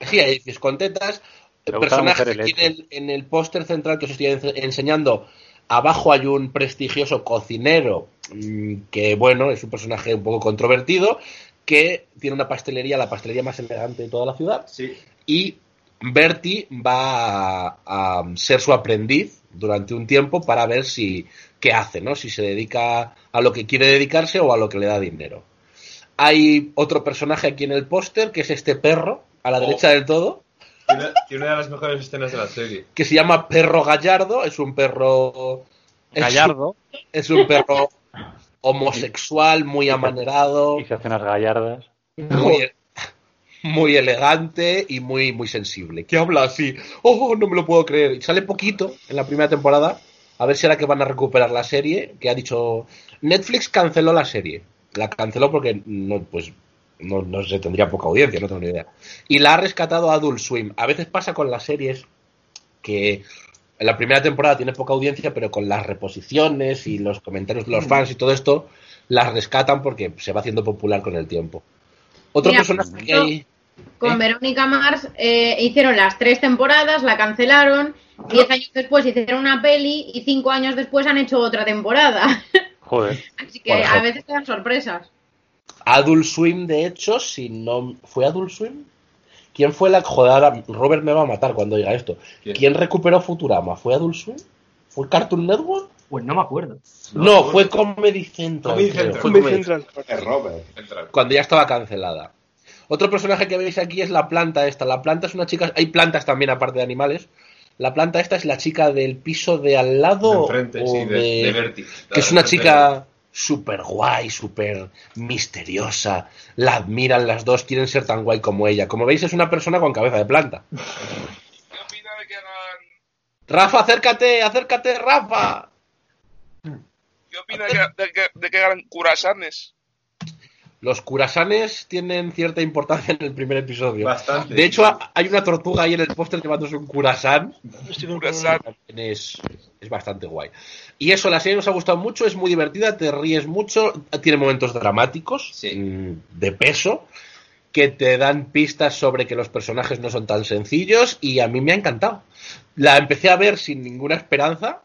Speaker 2: Sí, hay edificios con tetas.
Speaker 4: Me gusta la
Speaker 2: Personajes
Speaker 4: mujer
Speaker 2: aquí en
Speaker 4: eléctrica.
Speaker 2: el, en el póster central que os estoy ense- enseñando. Abajo hay un prestigioso cocinero mm, que, bueno, es un personaje un poco controvertido que tiene una pastelería, la pastelería más elegante de toda la ciudad.
Speaker 5: Sí.
Speaker 2: y Bertie va a, a ser su aprendiz durante un tiempo para ver si qué hace, ¿no? Si se dedica a lo que quiere dedicarse o a lo que le da dinero. Hay otro personaje aquí en el póster que es este perro a la derecha del todo
Speaker 5: Tiene, tiene una de las mejores escenas de la serie.
Speaker 2: que se llama Perro Gallardo, es un perro es un-
Speaker 5: Gallardo.
Speaker 2: es un perro homosexual, muy amanerado.
Speaker 4: Y se hacen las gallardas.
Speaker 2: muy, muy elegante y muy, muy sensible. Que habla así, oh, no me lo puedo creer. Y sale poquito en la primera temporada. A ver si ahora que van a recuperar la serie, que ha dicho Netflix canceló la serie. La canceló porque no, pues, no, no se tendría poca audiencia, no tengo ni idea. Y la ha rescatado Adult Swim. A veces pasa con las series que en la primera temporada tiene poca audiencia, pero con las reposiciones y los comentarios de los fans y todo esto, las rescatan porque se va haciendo popular con el tiempo. Otro
Speaker 9: Mira,
Speaker 2: personaje que
Speaker 9: yo-
Speaker 2: hay.
Speaker 9: Con Verónica Mars eh, hicieron las tres temporadas, la cancelaron, diez años después hicieron una peli y cinco años después han hecho otra temporada.
Speaker 4: Joder.
Speaker 9: Así que
Speaker 2: Bueno,
Speaker 9: a
Speaker 2: joder.
Speaker 9: veces te dan sorpresas.
Speaker 2: Adult Swim, de hecho, si no. ¿Fue Adult Swim? ¿Quién fue la. Joder, ahora Robert me va a matar cuando diga esto. ¿Quién, recuperó Futurama? ¿Fue Adult Swim? ¿Fue Cartoon Network?
Speaker 7: Pues no me acuerdo.
Speaker 2: No, fue Comedy Central.
Speaker 5: Comedy
Speaker 2: creo.
Speaker 5: Central.
Speaker 2: Fue
Speaker 5: Comedy
Speaker 2: Comedy
Speaker 5: Central.
Speaker 2: Central.
Speaker 5: Robert.
Speaker 2: Cuando ya estaba cancelada. Otro personaje que veis aquí es la planta esta. La planta es una chica. Hay plantas también, aparte de animales. La planta esta es la chica del piso de al lado.
Speaker 5: De enfrente,
Speaker 2: o
Speaker 5: sí, de,
Speaker 2: de-
Speaker 5: de Bertie.
Speaker 2: que es una chica súper guay, súper misteriosa. La admiran las dos, quieren ser tan guay como ella. Como veis, es una persona con cabeza de planta. Rafa, acércate, acércate, Rafa.
Speaker 8: ¿Qué opina de que, de que, de que hagan curasanes?
Speaker 2: Los curasanes tienen cierta importancia en el primer episodio.
Speaker 5: Bastante.
Speaker 2: De hecho, ha- hay una tortuga ahí en el póster llevándose un curasán.
Speaker 8: Curasán.
Speaker 2: Es, es bastante guay. Y eso, la serie nos ha gustado mucho, es muy divertida, te ríes mucho, tiene momentos dramáticos, mm, de peso, que te dan pistas sobre que los personajes no son tan sencillos y a mí me ha encantado. La empecé a ver sin ninguna esperanza.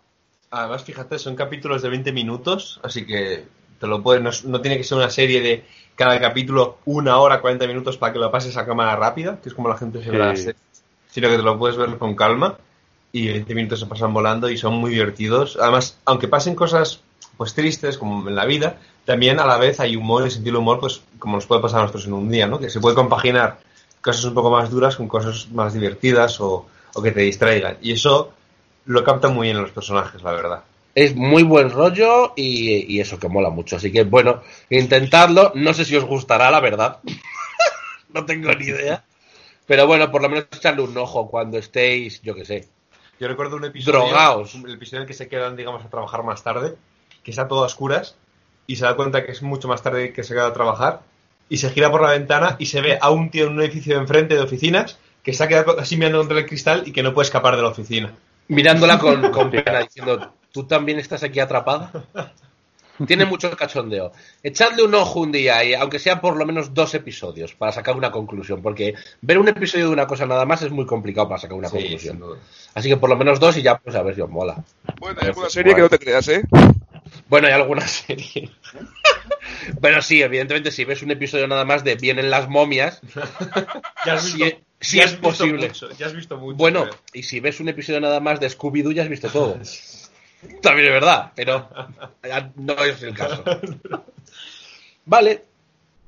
Speaker 5: Además, fíjate, son capítulos de 20 minutos, así que te lo puedes, no, es- no tiene que ser una serie de cada capítulo una hora, 40 minutos para que lo pases a cámara rápida, que es como la gente se ve
Speaker 4: Sí.
Speaker 5: las series, sino que te lo puedes ver con calma y 20 minutos se pasan volando y son muy divertidos. Además, aunque pasen cosas pues tristes como en la vida, también a la vez hay humor y sentir el humor pues como nos puede pasar a nosotros en un día, ¿no? Que se puede compaginar cosas un poco más duras con cosas más divertidas o, o que te distraigan. Y eso lo captan muy bien los personajes, la verdad.
Speaker 2: Es muy buen rollo y, y eso que mola mucho. Así que bueno, intentadlo. No sé si os gustará, la verdad. no tengo ni idea. Pero bueno, por lo menos echarle un ojo cuando estéis, yo qué sé.
Speaker 5: Yo recuerdo un episodio.
Speaker 2: Drogaos.
Speaker 5: El episodio en el que se quedan, digamos, a trabajar más tarde, que está todo a oscuras, y se da cuenta que es mucho más tarde que se queda a trabajar, y se gira por la ventana y se ve a un tío en un edificio de enfrente de oficinas que se ha quedado así mirando contra el cristal y que no puede escapar de la oficina.
Speaker 2: Mirándola con, con pena, diciendo, tú también estás aquí atrapada. Tiene mucho cachondeo. Echadle un ojo un día, y aunque sea por lo menos dos episodios, para sacar una conclusión, porque ver un episodio de una cosa nada más es muy complicado para sacar una conclusión. Así que por lo menos dos y ya, pues a ver si os mola.
Speaker 8: Bueno, hay alguna serie que no te creas, ¿eh?
Speaker 2: Bueno, hay alguna serie. Pero sí, evidentemente, si ves un episodio nada más de Vienen las momias,
Speaker 5: Ya has
Speaker 2: si,
Speaker 5: visto-
Speaker 2: si
Speaker 5: ya
Speaker 2: es
Speaker 5: has visto
Speaker 2: posible.
Speaker 5: mucho, eh, ya has visto mucho.
Speaker 2: Bueno,
Speaker 5: creo.
Speaker 2: y si ves un episodio nada más de Scooby-Doo, ya has visto todo. También es verdad, pero eh, no es el caso. Vale.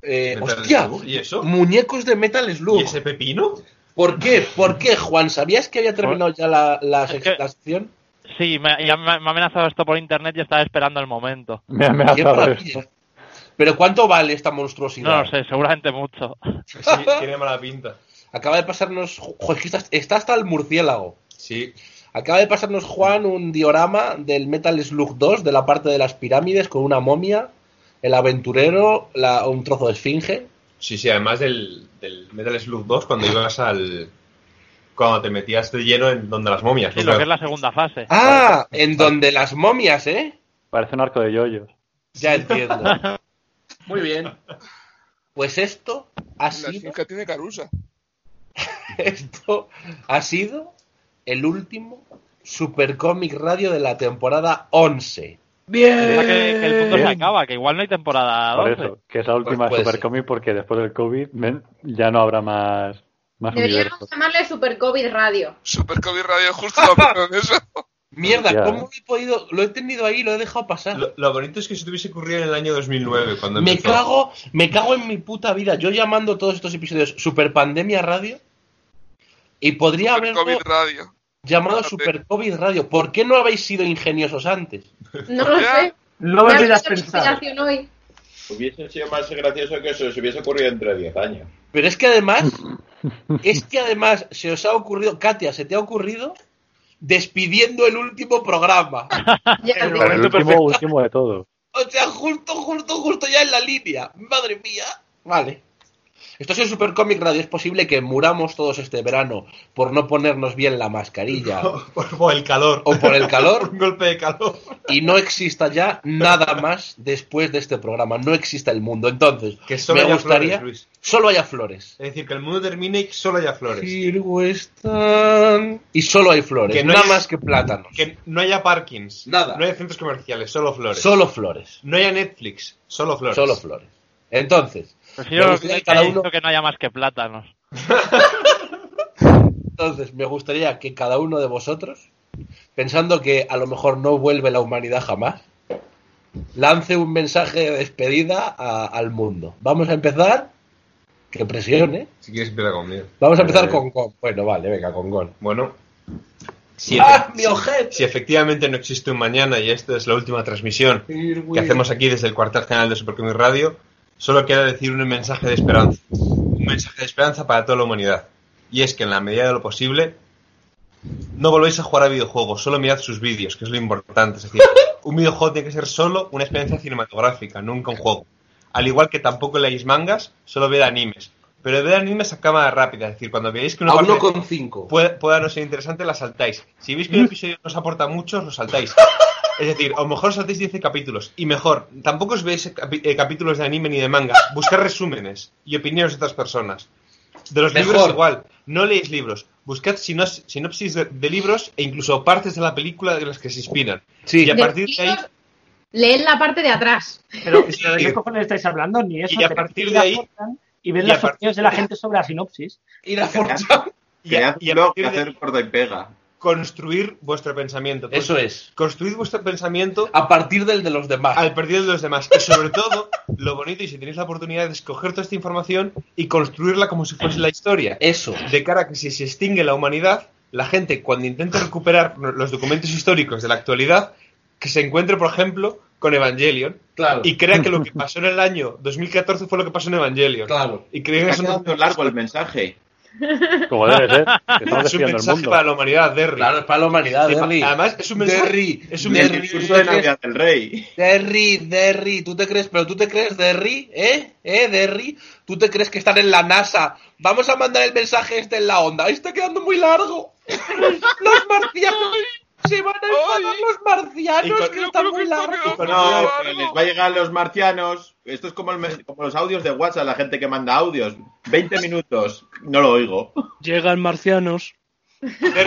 Speaker 2: Eh,
Speaker 5: Metal
Speaker 2: hostia,
Speaker 5: Slug, ¿y eso?
Speaker 2: muñecos de Metal Slug.
Speaker 5: ¿Y ese pepino?
Speaker 2: ¿Por qué? ¿Por qué, Juan? ¿Sabías que había terminado ya la, la sec- la sección?
Speaker 6: Sí, me, ya me, me ha amenazado esto por internet y estaba esperando el momento.
Speaker 4: Me ha amenazado
Speaker 2: Qué maravilla. ¿Pero cuánto vale esta monstruosidad?
Speaker 6: No lo sé, seguramente mucho.
Speaker 5: Sí, tiene mala pinta.
Speaker 2: Acaba de pasarnos. jo, es que está, está hasta el murciélago.
Speaker 5: Sí.
Speaker 2: Acaba de pasarnos, Juan, un diorama del Metal Slug 2, de la parte de las pirámides, con una momia, el aventurero, la- un trozo de esfinge.
Speaker 5: Sí, sí, además del, del Metal Slug 2, cuando ibas al. Cuando te metías de lleno en donde las momias.
Speaker 6: Sí,
Speaker 5: ¿no?
Speaker 6: lo que es la segunda fase.
Speaker 2: ¡Ah! En donde las momias, ¿eh?
Speaker 4: Parece un arco de yoyos.
Speaker 2: Ya entiendo. Muy bien. Pues esto ha
Speaker 8: La
Speaker 2: sido.
Speaker 8: finca tiene Carusa.
Speaker 2: Esto ha sido el último Supercomic Radio de la temporada 11.
Speaker 6: Piensa Que, que el punto se
Speaker 4: Bien.
Speaker 6: acaba, que igual no hay temporada
Speaker 4: Por
Speaker 6: 12.
Speaker 4: eso, que es la última
Speaker 2: Pues puede
Speaker 4: Supercomic porque después del COVID men, ya no habrá más Más
Speaker 9: Deberíamos
Speaker 4: universo.
Speaker 9: llamarle Super COVID Radio.
Speaker 8: Super COVID Radio, justo lo primero de eso.
Speaker 2: Mierda,
Speaker 4: Ya.
Speaker 2: ¿cómo he podido? Lo he tenido ahí, lo he dejado pasar.
Speaker 5: Lo, lo bonito es que se te hubiese ocurrido en el año 2009, cuando
Speaker 2: me
Speaker 5: empezó.
Speaker 2: cago, me cago en mi puta vida. Yo llamando todos estos episodios Super Pandemia Radio y podría
Speaker 8: Super
Speaker 2: haberlo
Speaker 8: COVID Radio.
Speaker 2: llamado
Speaker 8: Fíjate.
Speaker 2: Super COVID Radio. ¿Por qué no habéis sido ingeniosos antes?
Speaker 9: No lo
Speaker 8: Ya.
Speaker 9: sé.
Speaker 7: No
Speaker 9: me
Speaker 7: me
Speaker 9: has
Speaker 7: olvidas
Speaker 9: hecho
Speaker 7: pensar.
Speaker 9: inspiración hoy.
Speaker 10: Hubiese sido más gracioso que eso os hubiese ocurrido entre 10 años.
Speaker 2: Pero es que además, es que además se os ha ocurrido, Katia, se te ha ocurrido despidiendo el último programa.
Speaker 9: Ya.
Speaker 3: El
Speaker 4: Pero el
Speaker 3: momento
Speaker 4: último,
Speaker 3: perfecto.
Speaker 4: último de todo.
Speaker 2: O sea, justo, justo, justo ya en la línea. Madre mía. Vale. Esto es el Super Comic Radio. Es posible que muramos todos este verano por no ponernos bien la mascarilla
Speaker 5: Por, por el calor.
Speaker 2: o por el calor
Speaker 5: Un golpe de calor.
Speaker 2: y no exista ya nada más después de este programa. No exista el mundo. Entonces,
Speaker 5: Que solo
Speaker 2: me
Speaker 5: haya
Speaker 2: gustaría.
Speaker 5: flores, Luis.
Speaker 2: solo haya flores.
Speaker 5: Es decir, que el mundo termine y que solo haya flores.
Speaker 2: Here we stand. Y solo hay flores.
Speaker 5: Que no
Speaker 2: nada
Speaker 5: haya-
Speaker 2: más que plátanos.
Speaker 5: Que no haya parkings.
Speaker 2: Nada.
Speaker 5: No haya centros comerciales, solo flores.
Speaker 2: Solo flores.
Speaker 5: no haya Netflix, solo flores.
Speaker 2: Solo flores. Entonces,
Speaker 6: Prefiero
Speaker 2: me
Speaker 6: lo
Speaker 2: gustaría
Speaker 6: que
Speaker 2: que cada
Speaker 6: Pues he
Speaker 2: uno-
Speaker 6: dicho que no haya más que plátanos.
Speaker 2: Entonces, me gustaría que cada uno de vosotros, pensando que a lo mejor no vuelve la humanidad jamás, lance un mensaje de despedida a- al mundo. Vamos a empezar. Que presione.
Speaker 5: Si quieres, empieza conmigo.
Speaker 2: Vamos a empezar
Speaker 5: Eh,
Speaker 2: con Gon. Bueno, vale, venga, con Gon.
Speaker 5: Bueno. Si,
Speaker 2: ¡Ah,
Speaker 5: efe-
Speaker 2: mi ojete!
Speaker 5: si efectivamente no existe un mañana y esta es la última transmisión que hacemos aquí desde el cuartel general de Supercomic Radio, solo queda decir un mensaje de esperanza. Un mensaje de esperanza para toda la humanidad. Y es que en la medida de lo posible, no volvéis a jugar a videojuegos, solo mirad sus vídeos, que es lo importante. Es decir, un videojuego tiene que ser solo una experiencia cinematográfica, nunca un juego. Al igual que tampoco leéis mangas, solo ved animes. Pero ved animes a cámara rápida, es decir, cuando veáis que una
Speaker 2: A
Speaker 5: parte-
Speaker 2: 1,5.
Speaker 5: pueda, pueda no ser interesante, la saltáis. Si veis que un episodio no os aporta mucho, lo saltáis. Es decir, a lo mejor saltáis 10 capítulos. Y mejor, tampoco os veis capi- eh, capítulos de anime ni de manga. Buscad resúmenes y opiniones de otras personas. De los
Speaker 2: Mejor.
Speaker 5: libros igual. No leéis libros. Buscad sinos- sinopsis de, de libros e incluso partes de la película de las que se inspiran.
Speaker 2: Sí.
Speaker 5: Y a
Speaker 9: De
Speaker 5: partir de ahí...
Speaker 9: libros, Leed la parte de atrás.
Speaker 7: Pero
Speaker 5: Es
Speaker 7: ¿de qué
Speaker 5: decir,
Speaker 7: cojones estáis hablando? Ni eso.
Speaker 5: Y a
Speaker 7: te
Speaker 5: partir
Speaker 7: pides
Speaker 5: de
Speaker 7: la
Speaker 5: ahí-
Speaker 7: fortran Y ves
Speaker 5: y a
Speaker 7: las
Speaker 5: partir-
Speaker 7: opiniones de la gente sobre la sinopsis.
Speaker 2: Ir a Forza.
Speaker 5: y a- y a
Speaker 10: luego
Speaker 5: partir de
Speaker 10: hacer corta y pega.
Speaker 5: construir vuestro pensamiento.
Speaker 2: Eso es.
Speaker 5: Construid vuestro pensamiento
Speaker 2: A partir del de los demás.
Speaker 5: al perdido de los demás. Y sobre todo, lo bonito, y si tenéis la oportunidad de escoger toda esta información y construirla como si fuese la historia.
Speaker 2: Eso.
Speaker 5: De cara a que si se extingue la humanidad, la gente, cuando intente recuperar los documentos históricos de la actualidad, que se encuentre, por ejemplo, con Evangelion
Speaker 2: Claro.
Speaker 5: y crea que lo que pasó en el año 2014 fue lo que pasó en Evangelion.
Speaker 2: claro.
Speaker 5: Y crea que
Speaker 10: Ha
Speaker 5: es un,
Speaker 10: quedado largo el mensaje.
Speaker 4: Como debe ser. que Estamos
Speaker 5: es un
Speaker 4: despidiendo el
Speaker 5: mensaje
Speaker 4: mundo.
Speaker 5: para la humanidad, Derry.
Speaker 2: Claro, es para la humanidad,
Speaker 5: Y pa-
Speaker 2: Derry.
Speaker 5: Además, es un mensaje.
Speaker 2: Derry,
Speaker 5: es un
Speaker 2: Derry,
Speaker 10: El
Speaker 5: mensaje-
Speaker 10: discurso de Navidad del Rey.
Speaker 2: Derry, Derry, ¿tú te crees? ¿Pero tú te crees, Derry? ¿Eh? ¿Eh, Derry? ¿Tú te crees que están en la NASA? Vamos a mandar el mensaje este en la onda. Está quedando muy largo. Los marcianos. Se van a enfadar
Speaker 8: Ay.
Speaker 2: los
Speaker 5: Y
Speaker 2: marcianos,
Speaker 5: con-
Speaker 2: que
Speaker 5: yo
Speaker 2: están
Speaker 8: creo
Speaker 2: muy
Speaker 8: que está
Speaker 2: largos.
Speaker 8: quedando-
Speaker 10: No,
Speaker 8: Claro.
Speaker 10: pero les va a llegar a los marcianos. Esto es como, el me- como los audios de WhatsApp, la gente que manda audios. 20 minutos, no lo oigo.
Speaker 3: Llegan marcianos.
Speaker 4: Vienen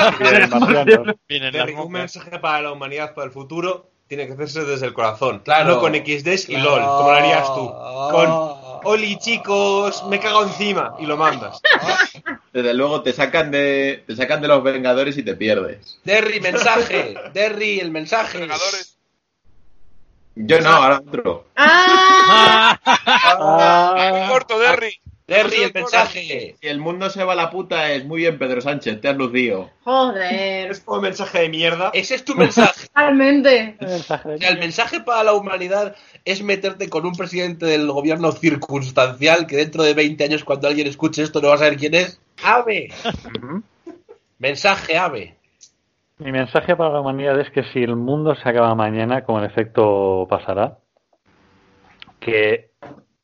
Speaker 4: marcianos.
Speaker 6: Vienen las
Speaker 5: Derry, un
Speaker 6: moscas.
Speaker 5: mensaje para la humanidad, para el futuro, tiene que hacerse desde el corazón.
Speaker 2: Claro.
Speaker 5: No con XDs y LOL, como lo harías tú. Con Oli, chicos, me cago encima. Y lo mandas.
Speaker 10: Desde luego te sacan de, te sacan de los Vengadores y te pierdes.
Speaker 2: Derry, mensaje. Derry, el mensaje.
Speaker 8: Vengadores.
Speaker 10: Yo no, ahora otro.
Speaker 9: ¡Ah!
Speaker 8: Ah, Muy corto, Derry.
Speaker 2: Derry, el mensaje.
Speaker 10: Si el mundo se va a la puta, es muy bien, Pedro Sánchez, te has lucido.
Speaker 9: Joder.
Speaker 5: Es como mensaje de mierda.
Speaker 2: Ese es tu mensaje.
Speaker 9: Totalmente.
Speaker 2: O sea, el mensaje para la humanidad es meterte con un presidente del gobierno circunstancial que dentro de 20 años cuando alguien escuche esto no va a saber quién es. Ave. Mensaje ave.
Speaker 4: Mi mensaje para la humanidad es que si el mundo se acaba mañana, como en efecto pasará, que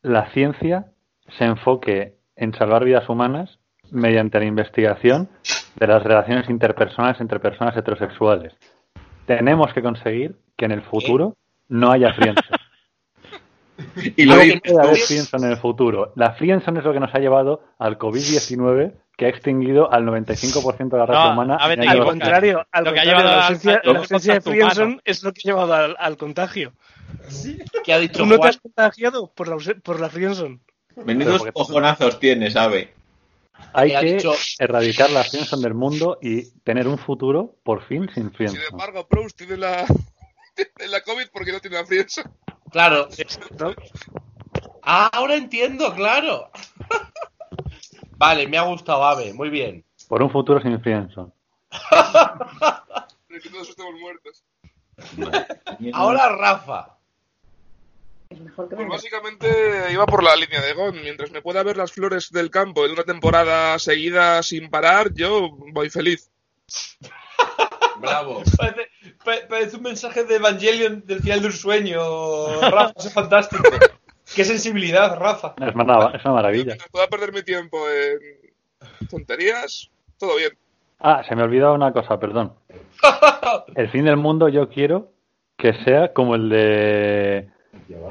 Speaker 4: la ciencia se enfoque en salvar vidas humanas mediante la investigación de las relaciones interpersonales entre personas heterosexuales. Tenemos que conseguir que en el futuro no haya friendzone.
Speaker 10: Y
Speaker 4: No
Speaker 10: lo
Speaker 2: Alguien-
Speaker 10: dices,
Speaker 4: puede haber
Speaker 2: ¿Tú?
Speaker 4: friendzone en el futuro. La friendzone es lo que nos ha llevado al COVID-19 que ha extinguido al 95% de la raza
Speaker 6: No,
Speaker 4: humana.
Speaker 6: a ver,
Speaker 4: en
Speaker 6: al
Speaker 4: años-
Speaker 6: contrario.
Speaker 3: al
Speaker 6: Lo que ha
Speaker 3: contrario,
Speaker 6: llevado
Speaker 3: la
Speaker 6: al-
Speaker 3: ausencia,
Speaker 6: al-
Speaker 3: la ausencia de
Speaker 6: contacto humano.
Speaker 3: Friendson es lo que ha llevado al, al contagio.
Speaker 2: ¿Qué ha
Speaker 3: ¿Tú
Speaker 2: dicho
Speaker 3: no te
Speaker 2: Juan?
Speaker 3: has contagiado por la, ausen- por la Friendson?
Speaker 10: menudos
Speaker 4: Pero porque-
Speaker 10: cojonazos tienes, ave.
Speaker 4: Hay
Speaker 2: Eh, ha
Speaker 4: que
Speaker 2: dicho-
Speaker 4: erradicar la Friendzone del mundo y tener un futuro, por fin, sin
Speaker 8: Sin
Speaker 4: Friendzone.
Speaker 8: embargo, Proust tiene la, tiene la COVID porque no tiene la prensa.
Speaker 2: Claro. "Ah, Ahora entiendo, claro. vale, me ha gustado Ave, muy bien.
Speaker 4: Por un futuro sin Friendzone.
Speaker 8: Que todos estamos muertos.
Speaker 2: Ahora Rafa.
Speaker 8: Pues básicamente iba por la línea de Gon. Mientras me pueda ver las flores del campo en una temporada seguida sin parar, yo voy feliz.
Speaker 5: Bravo. Parece, pa- parece un mensaje de Evangelion del final de un sueño. Rafa, eso es fantástico. Qué sensibilidad, Rafa.
Speaker 4: Es una, mara- es una maravilla.
Speaker 8: Pueda perder mi tiempo en tonterías, todo bien.
Speaker 4: Ah, se me ha olvidado una cosa, perdón. El fin del mundo yo quiero que sea como el de...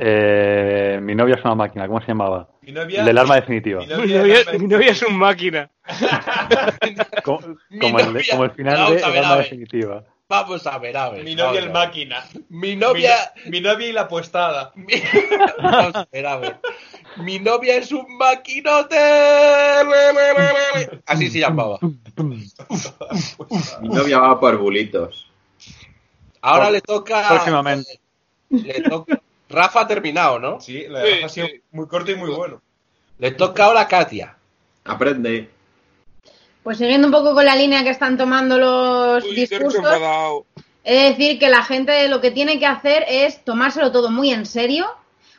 Speaker 4: eh, mi novia es una máquina, ¿cómo se llamaba?
Speaker 5: Mi novia-
Speaker 4: el del arma definitiva.
Speaker 3: Mi novia, mi novia es un máquina.
Speaker 4: Como, como el, de-
Speaker 2: novia-
Speaker 4: como el final
Speaker 2: Vamos
Speaker 4: de
Speaker 2: a
Speaker 4: El
Speaker 2: ver, a
Speaker 4: arma
Speaker 2: ver.
Speaker 4: definitiva.
Speaker 2: Vamos a ver, Ave.
Speaker 5: Mi novia el
Speaker 2: Mac.
Speaker 5: máquina.
Speaker 2: Mi novia.
Speaker 5: Mi, mi novia y la apostada.
Speaker 2: Vamos a ver, a ver. Mi novia es un maquinote. Le, le, le, le, le. Así se llamaba.
Speaker 10: Mi novia va por bulitos.
Speaker 2: Ahora le toca.
Speaker 4: Próximamente.
Speaker 2: Le toca. Rafa ha terminado, ¿no?
Speaker 5: Sí, la de Rafa ha sido muy corto y muy bueno.
Speaker 2: Le toca ahora a Katia.
Speaker 10: Aprende.
Speaker 9: Pues siguiendo un poco con la línea que están tomando los discursos, he de decir que la gente lo que tiene que hacer es tomárselo todo muy en serio,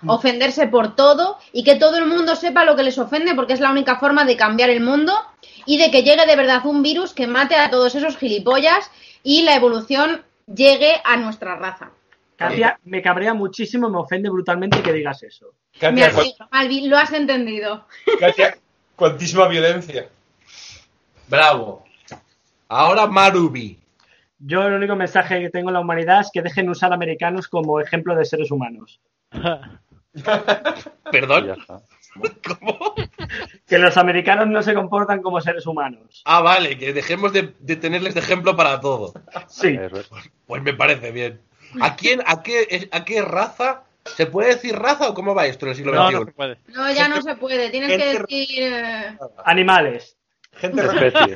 Speaker 9: ofenderse por todo y que todo el mundo sepa lo que les ofende porque es la única forma de cambiar el mundo y de que llegue de verdad un virus que mate a todos esos gilipollas y la evolución llegue a nuestra raza.
Speaker 7: Katia, me cabrea muchísimo, me ofende brutalmente que digas eso.
Speaker 9: Me
Speaker 5: Katia,
Speaker 8: pues,
Speaker 9: has dicho, Malvi, lo has entendido.
Speaker 5: cu- Katia, cuantísima violencia.
Speaker 2: Bravo. Ahora Marubi.
Speaker 7: Yo el único mensaje que tengo en la humanidad es que dejen usar americanos como ejemplo de seres humanos.
Speaker 4: Y
Speaker 2: Perdón.
Speaker 4: ya está.
Speaker 7: Que los americanos no se comportan como seres humanos.
Speaker 2: Ah, vale, que dejemos de, de tenerles de ejemplo para todo.
Speaker 7: Sí.
Speaker 6: Eh.
Speaker 4: Eso es.
Speaker 2: Pues me parece bien. ¿A quién, a qué, a qué raza? ¿Se puede decir raza o cómo va esto en el siglo
Speaker 6: No,
Speaker 2: XXI?
Speaker 6: no se puede.
Speaker 9: No, ya no se puede. Tienes que
Speaker 5: Gente-
Speaker 9: decir... eh,
Speaker 7: Animales.
Speaker 5: Gente rara.
Speaker 4: Especie.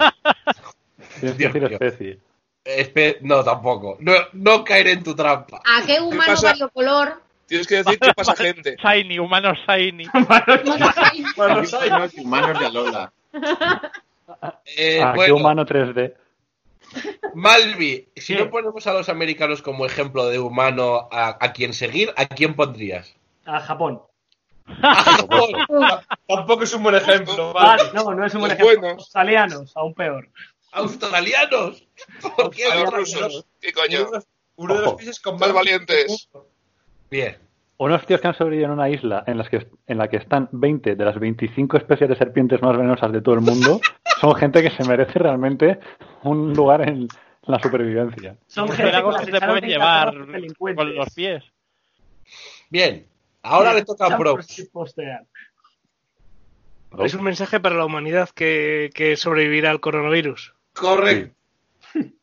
Speaker 4: Tienes que
Speaker 2: Dios
Speaker 4: decir
Speaker 2: mío.
Speaker 4: especie.
Speaker 2: Espe- no, tampoco. No, no caer en tu trampa.
Speaker 9: ¿A qué humano
Speaker 8: pasa?
Speaker 9: variocolor?
Speaker 8: Tienes que decir qué pasa, gente.
Speaker 6: Shiny, humanos shiny.
Speaker 5: Manos hay.
Speaker 10: Los humanos de Alola.
Speaker 2: Eh,
Speaker 4: ¿A Ah, qué
Speaker 2: bueno, Ah,
Speaker 4: humano 3D?
Speaker 2: Malvi, si
Speaker 7: ¿Qué?
Speaker 2: no ponemos a los americanos como ejemplo de humano a, a quien seguir, ¿a quién pondrías?
Speaker 7: A Japón.
Speaker 5: Tampoco es un buen ejemplo.
Speaker 7: Vale,
Speaker 5: Vale.
Speaker 7: no, no es un buen
Speaker 8: Los
Speaker 7: ejemplo.
Speaker 8: buenos.
Speaker 7: Australianos, aún peor.
Speaker 2: ¡Australianos! ¿Por qué
Speaker 8: A los
Speaker 2: australianos?
Speaker 8: rusos. ¿Qué
Speaker 5: Uno
Speaker 8: coño?
Speaker 5: de los- Uno de los
Speaker 4: Ojo.
Speaker 5: países con
Speaker 8: Más valientes.
Speaker 2: Bien.
Speaker 4: Unos tíos que han sobrevivido en una isla en, las que, en la que están 20 de las 25 especies de serpientes más venenosas de todo el mundo son gente que se merece realmente un lugar en la supervivencia.
Speaker 7: Son
Speaker 6: Los
Speaker 7: gente con
Speaker 6: pelagos
Speaker 7: la
Speaker 6: que
Speaker 7: que
Speaker 6: se
Speaker 7: echaron
Speaker 6: pueden
Speaker 7: de
Speaker 6: llevar
Speaker 7: Inglaterra por delincuentes.
Speaker 6: con los pies.
Speaker 2: Bien. Ahora le toca a
Speaker 7: Ya por
Speaker 2: Prox.
Speaker 7: sí postear.
Speaker 3: Es un mensaje para la humanidad que, que sobrevivirá al coronavirus.
Speaker 2: Correcto.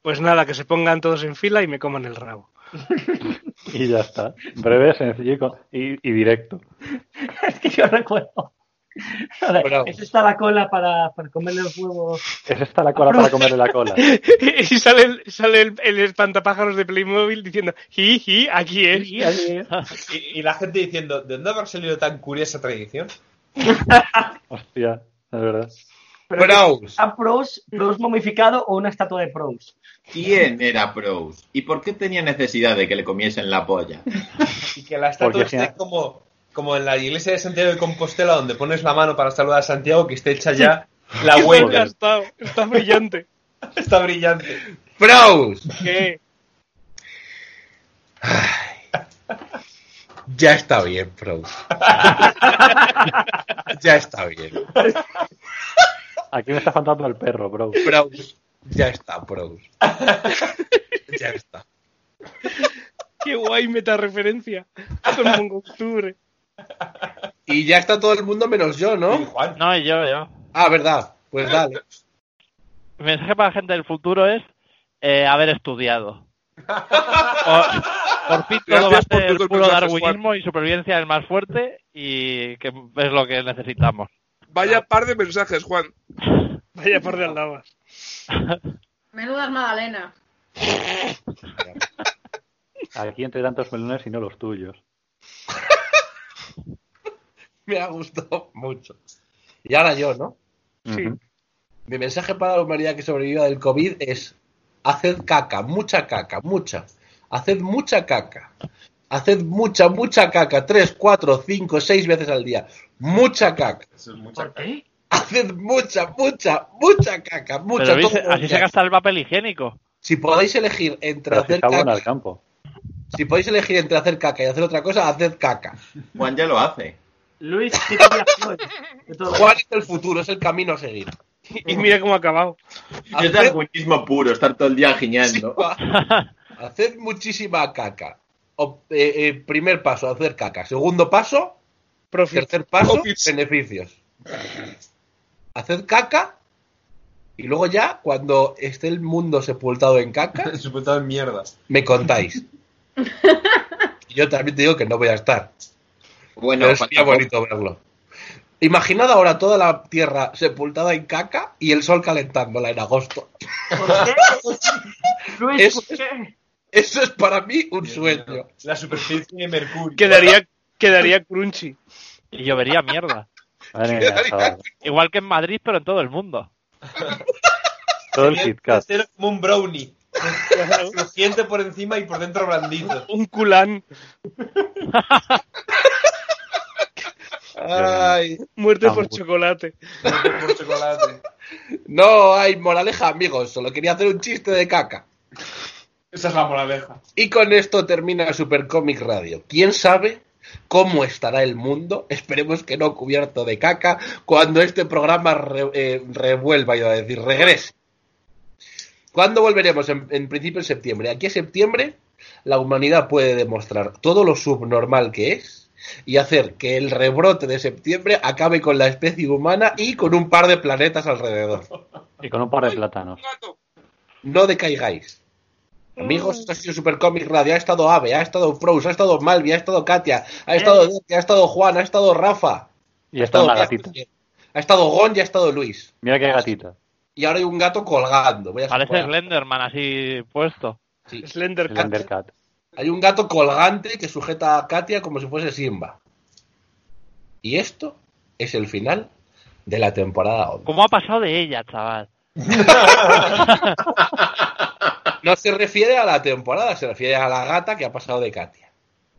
Speaker 3: Pues nada, que se pongan todos en fila y me coman el rabo.
Speaker 4: Y ya está. Breve, sencillo y con- y, y directo.
Speaker 7: Es que yo recuerdo. Joder,
Speaker 2: Bravo.
Speaker 7: ¿Es esta la cola para, para comerle los huevos?
Speaker 4: Es esta la cola para comerle la cola.
Speaker 3: y sale, el- sale el, el espantapájaros de Playmobil diciendo, ji, ji, aquí es.
Speaker 5: Y, y la gente diciendo, ¿de dónde habrá salido tan curiosa tradición?
Speaker 4: Hostia, es verdad.
Speaker 2: Prox.
Speaker 7: ¿A Pros, Pros momificado o una estatua de Pros?
Speaker 10: ¿Quién era Prous? ¿Y por qué tenía necesidad de que le comiesen la polla?
Speaker 5: Y que la estatua
Speaker 4: Porque
Speaker 5: esté
Speaker 4: sea-
Speaker 5: como, como en la iglesia de Santiago de Compostela, donde pones la mano para saludar a Santiago, que esté hecha ya la
Speaker 3: Qué bien
Speaker 5: huella.
Speaker 3: gastado, está brillante.
Speaker 5: Está brillante.
Speaker 2: Prox.
Speaker 3: ¿Qué?
Speaker 2: Ya está bien, Prox. ya está bien.
Speaker 4: Aquí me está faltando el perro, bro.
Speaker 2: Proust. Ya está, Proust. ya está.
Speaker 3: Qué guay meta referencia. Con octubre.
Speaker 2: Y ya está todo el mundo menos yo,
Speaker 5: Y
Speaker 2: ¿no?
Speaker 5: Juan,
Speaker 6: No, yo, yo.
Speaker 2: Ah, verdad. Pues dale.
Speaker 6: El mensaje para la gente del futuro es eh, haber estudiado. Por, por fin todo va a
Speaker 8: Gracias por
Speaker 6: ser
Speaker 8: tus
Speaker 6: puro
Speaker 8: mensajes,
Speaker 6: darwinismo y supervivencia del más fuerte y que es lo que necesitamos.
Speaker 8: Vaya par de mensajes, Juan.
Speaker 3: Vaya par de aldabas.
Speaker 9: Menudas magdalenas.
Speaker 4: Aquí entre tantos melones y no los tuyos.
Speaker 2: Me ha gustado mucho. Y ahora yo, ¿no?
Speaker 3: Sí.
Speaker 2: Mi mensaje para la humanidad que sobreviva del COVID es: haced caca, mucha caca, mucha. Haced mucha caca. Haced mucha, mucha caca. Tres, cuatro, cinco, seis veces al día. Mucha caca.
Speaker 5: Eso es mucha caca.
Speaker 2: Haced mucha, mucha, mucha caca. Mucha.
Speaker 6: Pero ¿veis?
Speaker 2: todo el
Speaker 6: así se
Speaker 2: día.
Speaker 6: gasta el papel higiénico.
Speaker 2: Si podéis elegir entre
Speaker 4: Pero si
Speaker 2: hacer
Speaker 4: está bueno
Speaker 2: caca,
Speaker 4: al campo.
Speaker 2: si podéis elegir entre hacer caca y hacer otra cosa, haced caca.
Speaker 10: Juan ya lo hace.
Speaker 7: Luis, ¿qué te haría Floyd? De todo.
Speaker 2: Juan es el futuro, es el camino a seguir.
Speaker 3: Y mira cómo ha acabado.
Speaker 10: Es
Speaker 2: Hacer-
Speaker 10: darwinismo puro, estar todo el día giñando.
Speaker 2: Haced muchísima caca. O- eh, eh, primer paso, hacer caca. Segundo paso,
Speaker 3: Profit.
Speaker 2: tercer paso,
Speaker 8: Profits.
Speaker 2: beneficios. Haced caca y luego ya, cuando esté el mundo sepultado en caca,
Speaker 5: Sepultado en mierda.
Speaker 2: me contáis. Y yo también te digo que no voy a estar.
Speaker 10: Bueno,
Speaker 2: Pero
Speaker 10: Juan,
Speaker 2: sería bonito verlo. Imaginad ahora toda la tierra sepultada en caca y el sol calentándola en agosto.
Speaker 7: ¿Por qué? Luis,
Speaker 2: Eso
Speaker 7: ¿por qué?
Speaker 2: Eso es para mí un sueño.
Speaker 5: La superficie de Mercurio.
Speaker 3: Quedaría, quedaría crunchy.
Speaker 6: Y llovería mierda.
Speaker 4: Madre mía, chaval.
Speaker 6: Igual que en Madrid, pero en todo el mundo.
Speaker 4: Todo el
Speaker 5: Sería
Speaker 4: Kit Kat.
Speaker 5: hacer como un brownie. Crujiente por encima y por dentro blandito.
Speaker 3: Un culán.
Speaker 2: Ay,
Speaker 3: Muerte
Speaker 4: Ah,
Speaker 3: por
Speaker 4: bueno.
Speaker 3: chocolate.
Speaker 5: Por chocolate.
Speaker 2: no hay moraleja, amigos. Solo quería hacer un chiste de caca.
Speaker 5: Esa es la moraleja.
Speaker 2: Y con esto termina Supercomic Radio. ¿Quién sabe cómo estará el mundo? Esperemos que no cubierto de caca cuando este programa re- eh, revuelva, iba a decir, regrese. ¿Cuándo volveremos? En, en principio en septiembre. Aquí a septiembre la humanidad puede demostrar todo lo subnormal que es y hacer que el rebrote de septiembre acabe con la especie humana y con un par de planetas alrededor.
Speaker 4: Y con un par de plátanos.
Speaker 8: Gato.
Speaker 2: No decaigáis. Amigos, esto ha sido Supercomic Radio. Ha estado Ave, ha estado Frouse, ha estado Malvi, ha estado Katia, ha estado Dirk, ha estado Juan, ha estado Rafa.
Speaker 4: Y está una
Speaker 2: Todo-
Speaker 4: gatita.
Speaker 2: Ha estado Gon y ha estado Luis.
Speaker 4: Mira qué gatita.
Speaker 2: Y ahora hay un gato colgando. Voy a
Speaker 6: Parece
Speaker 2: suponer.
Speaker 6: Slenderman así puesto.
Speaker 2: Sí.
Speaker 4: El
Speaker 3: Slendercat.
Speaker 4: Undercat.
Speaker 2: Hay un gato colgante que sujeta a Katia como si fuese Simba. Y esto es el final de la temporada 11.
Speaker 6: ¿Cómo ha pasado de ella, chaval?
Speaker 2: No se refiere a la temporada, se refiere a la gata que ha pasado de Katia.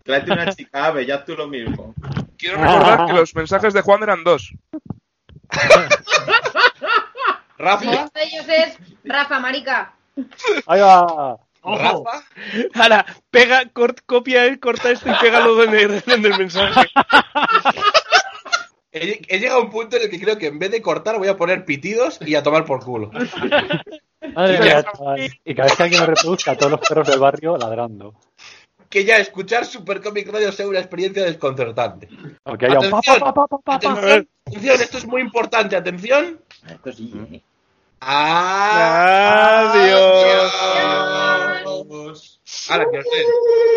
Speaker 10: Tráete una chica ave, ya tú lo mismo.
Speaker 8: Quiero recordar que los mensajes de Juan eran dos.
Speaker 2: Rafa,
Speaker 9: Uno de ellos es Rafa, marica.
Speaker 4: ¡Ahí va!
Speaker 7: Ojo,
Speaker 2: Rafa,
Speaker 3: Ahora, pega, cort- copia, eh, corta esto y pégalo donde, donde el mensaje.
Speaker 2: He, he llegado a un punto en el que creo que en vez de cortar voy a poner pitidos y a tomar por culo.
Speaker 4: Madre mía, chaval. Y cada vez que alguien lo reproduzca, todos los perros del barrio ladrando.
Speaker 2: Que ya escuchar Supercomic Radio sea una experiencia desconcertante.
Speaker 4: Aunque haya un pa, pa, pa, pa, pa, pa, pa.
Speaker 2: Atención, atención, esto es muy importante, atención.
Speaker 10: Esto sí, ¿eh?
Speaker 2: Ah,
Speaker 3: Adiós.
Speaker 2: Ahora que os den.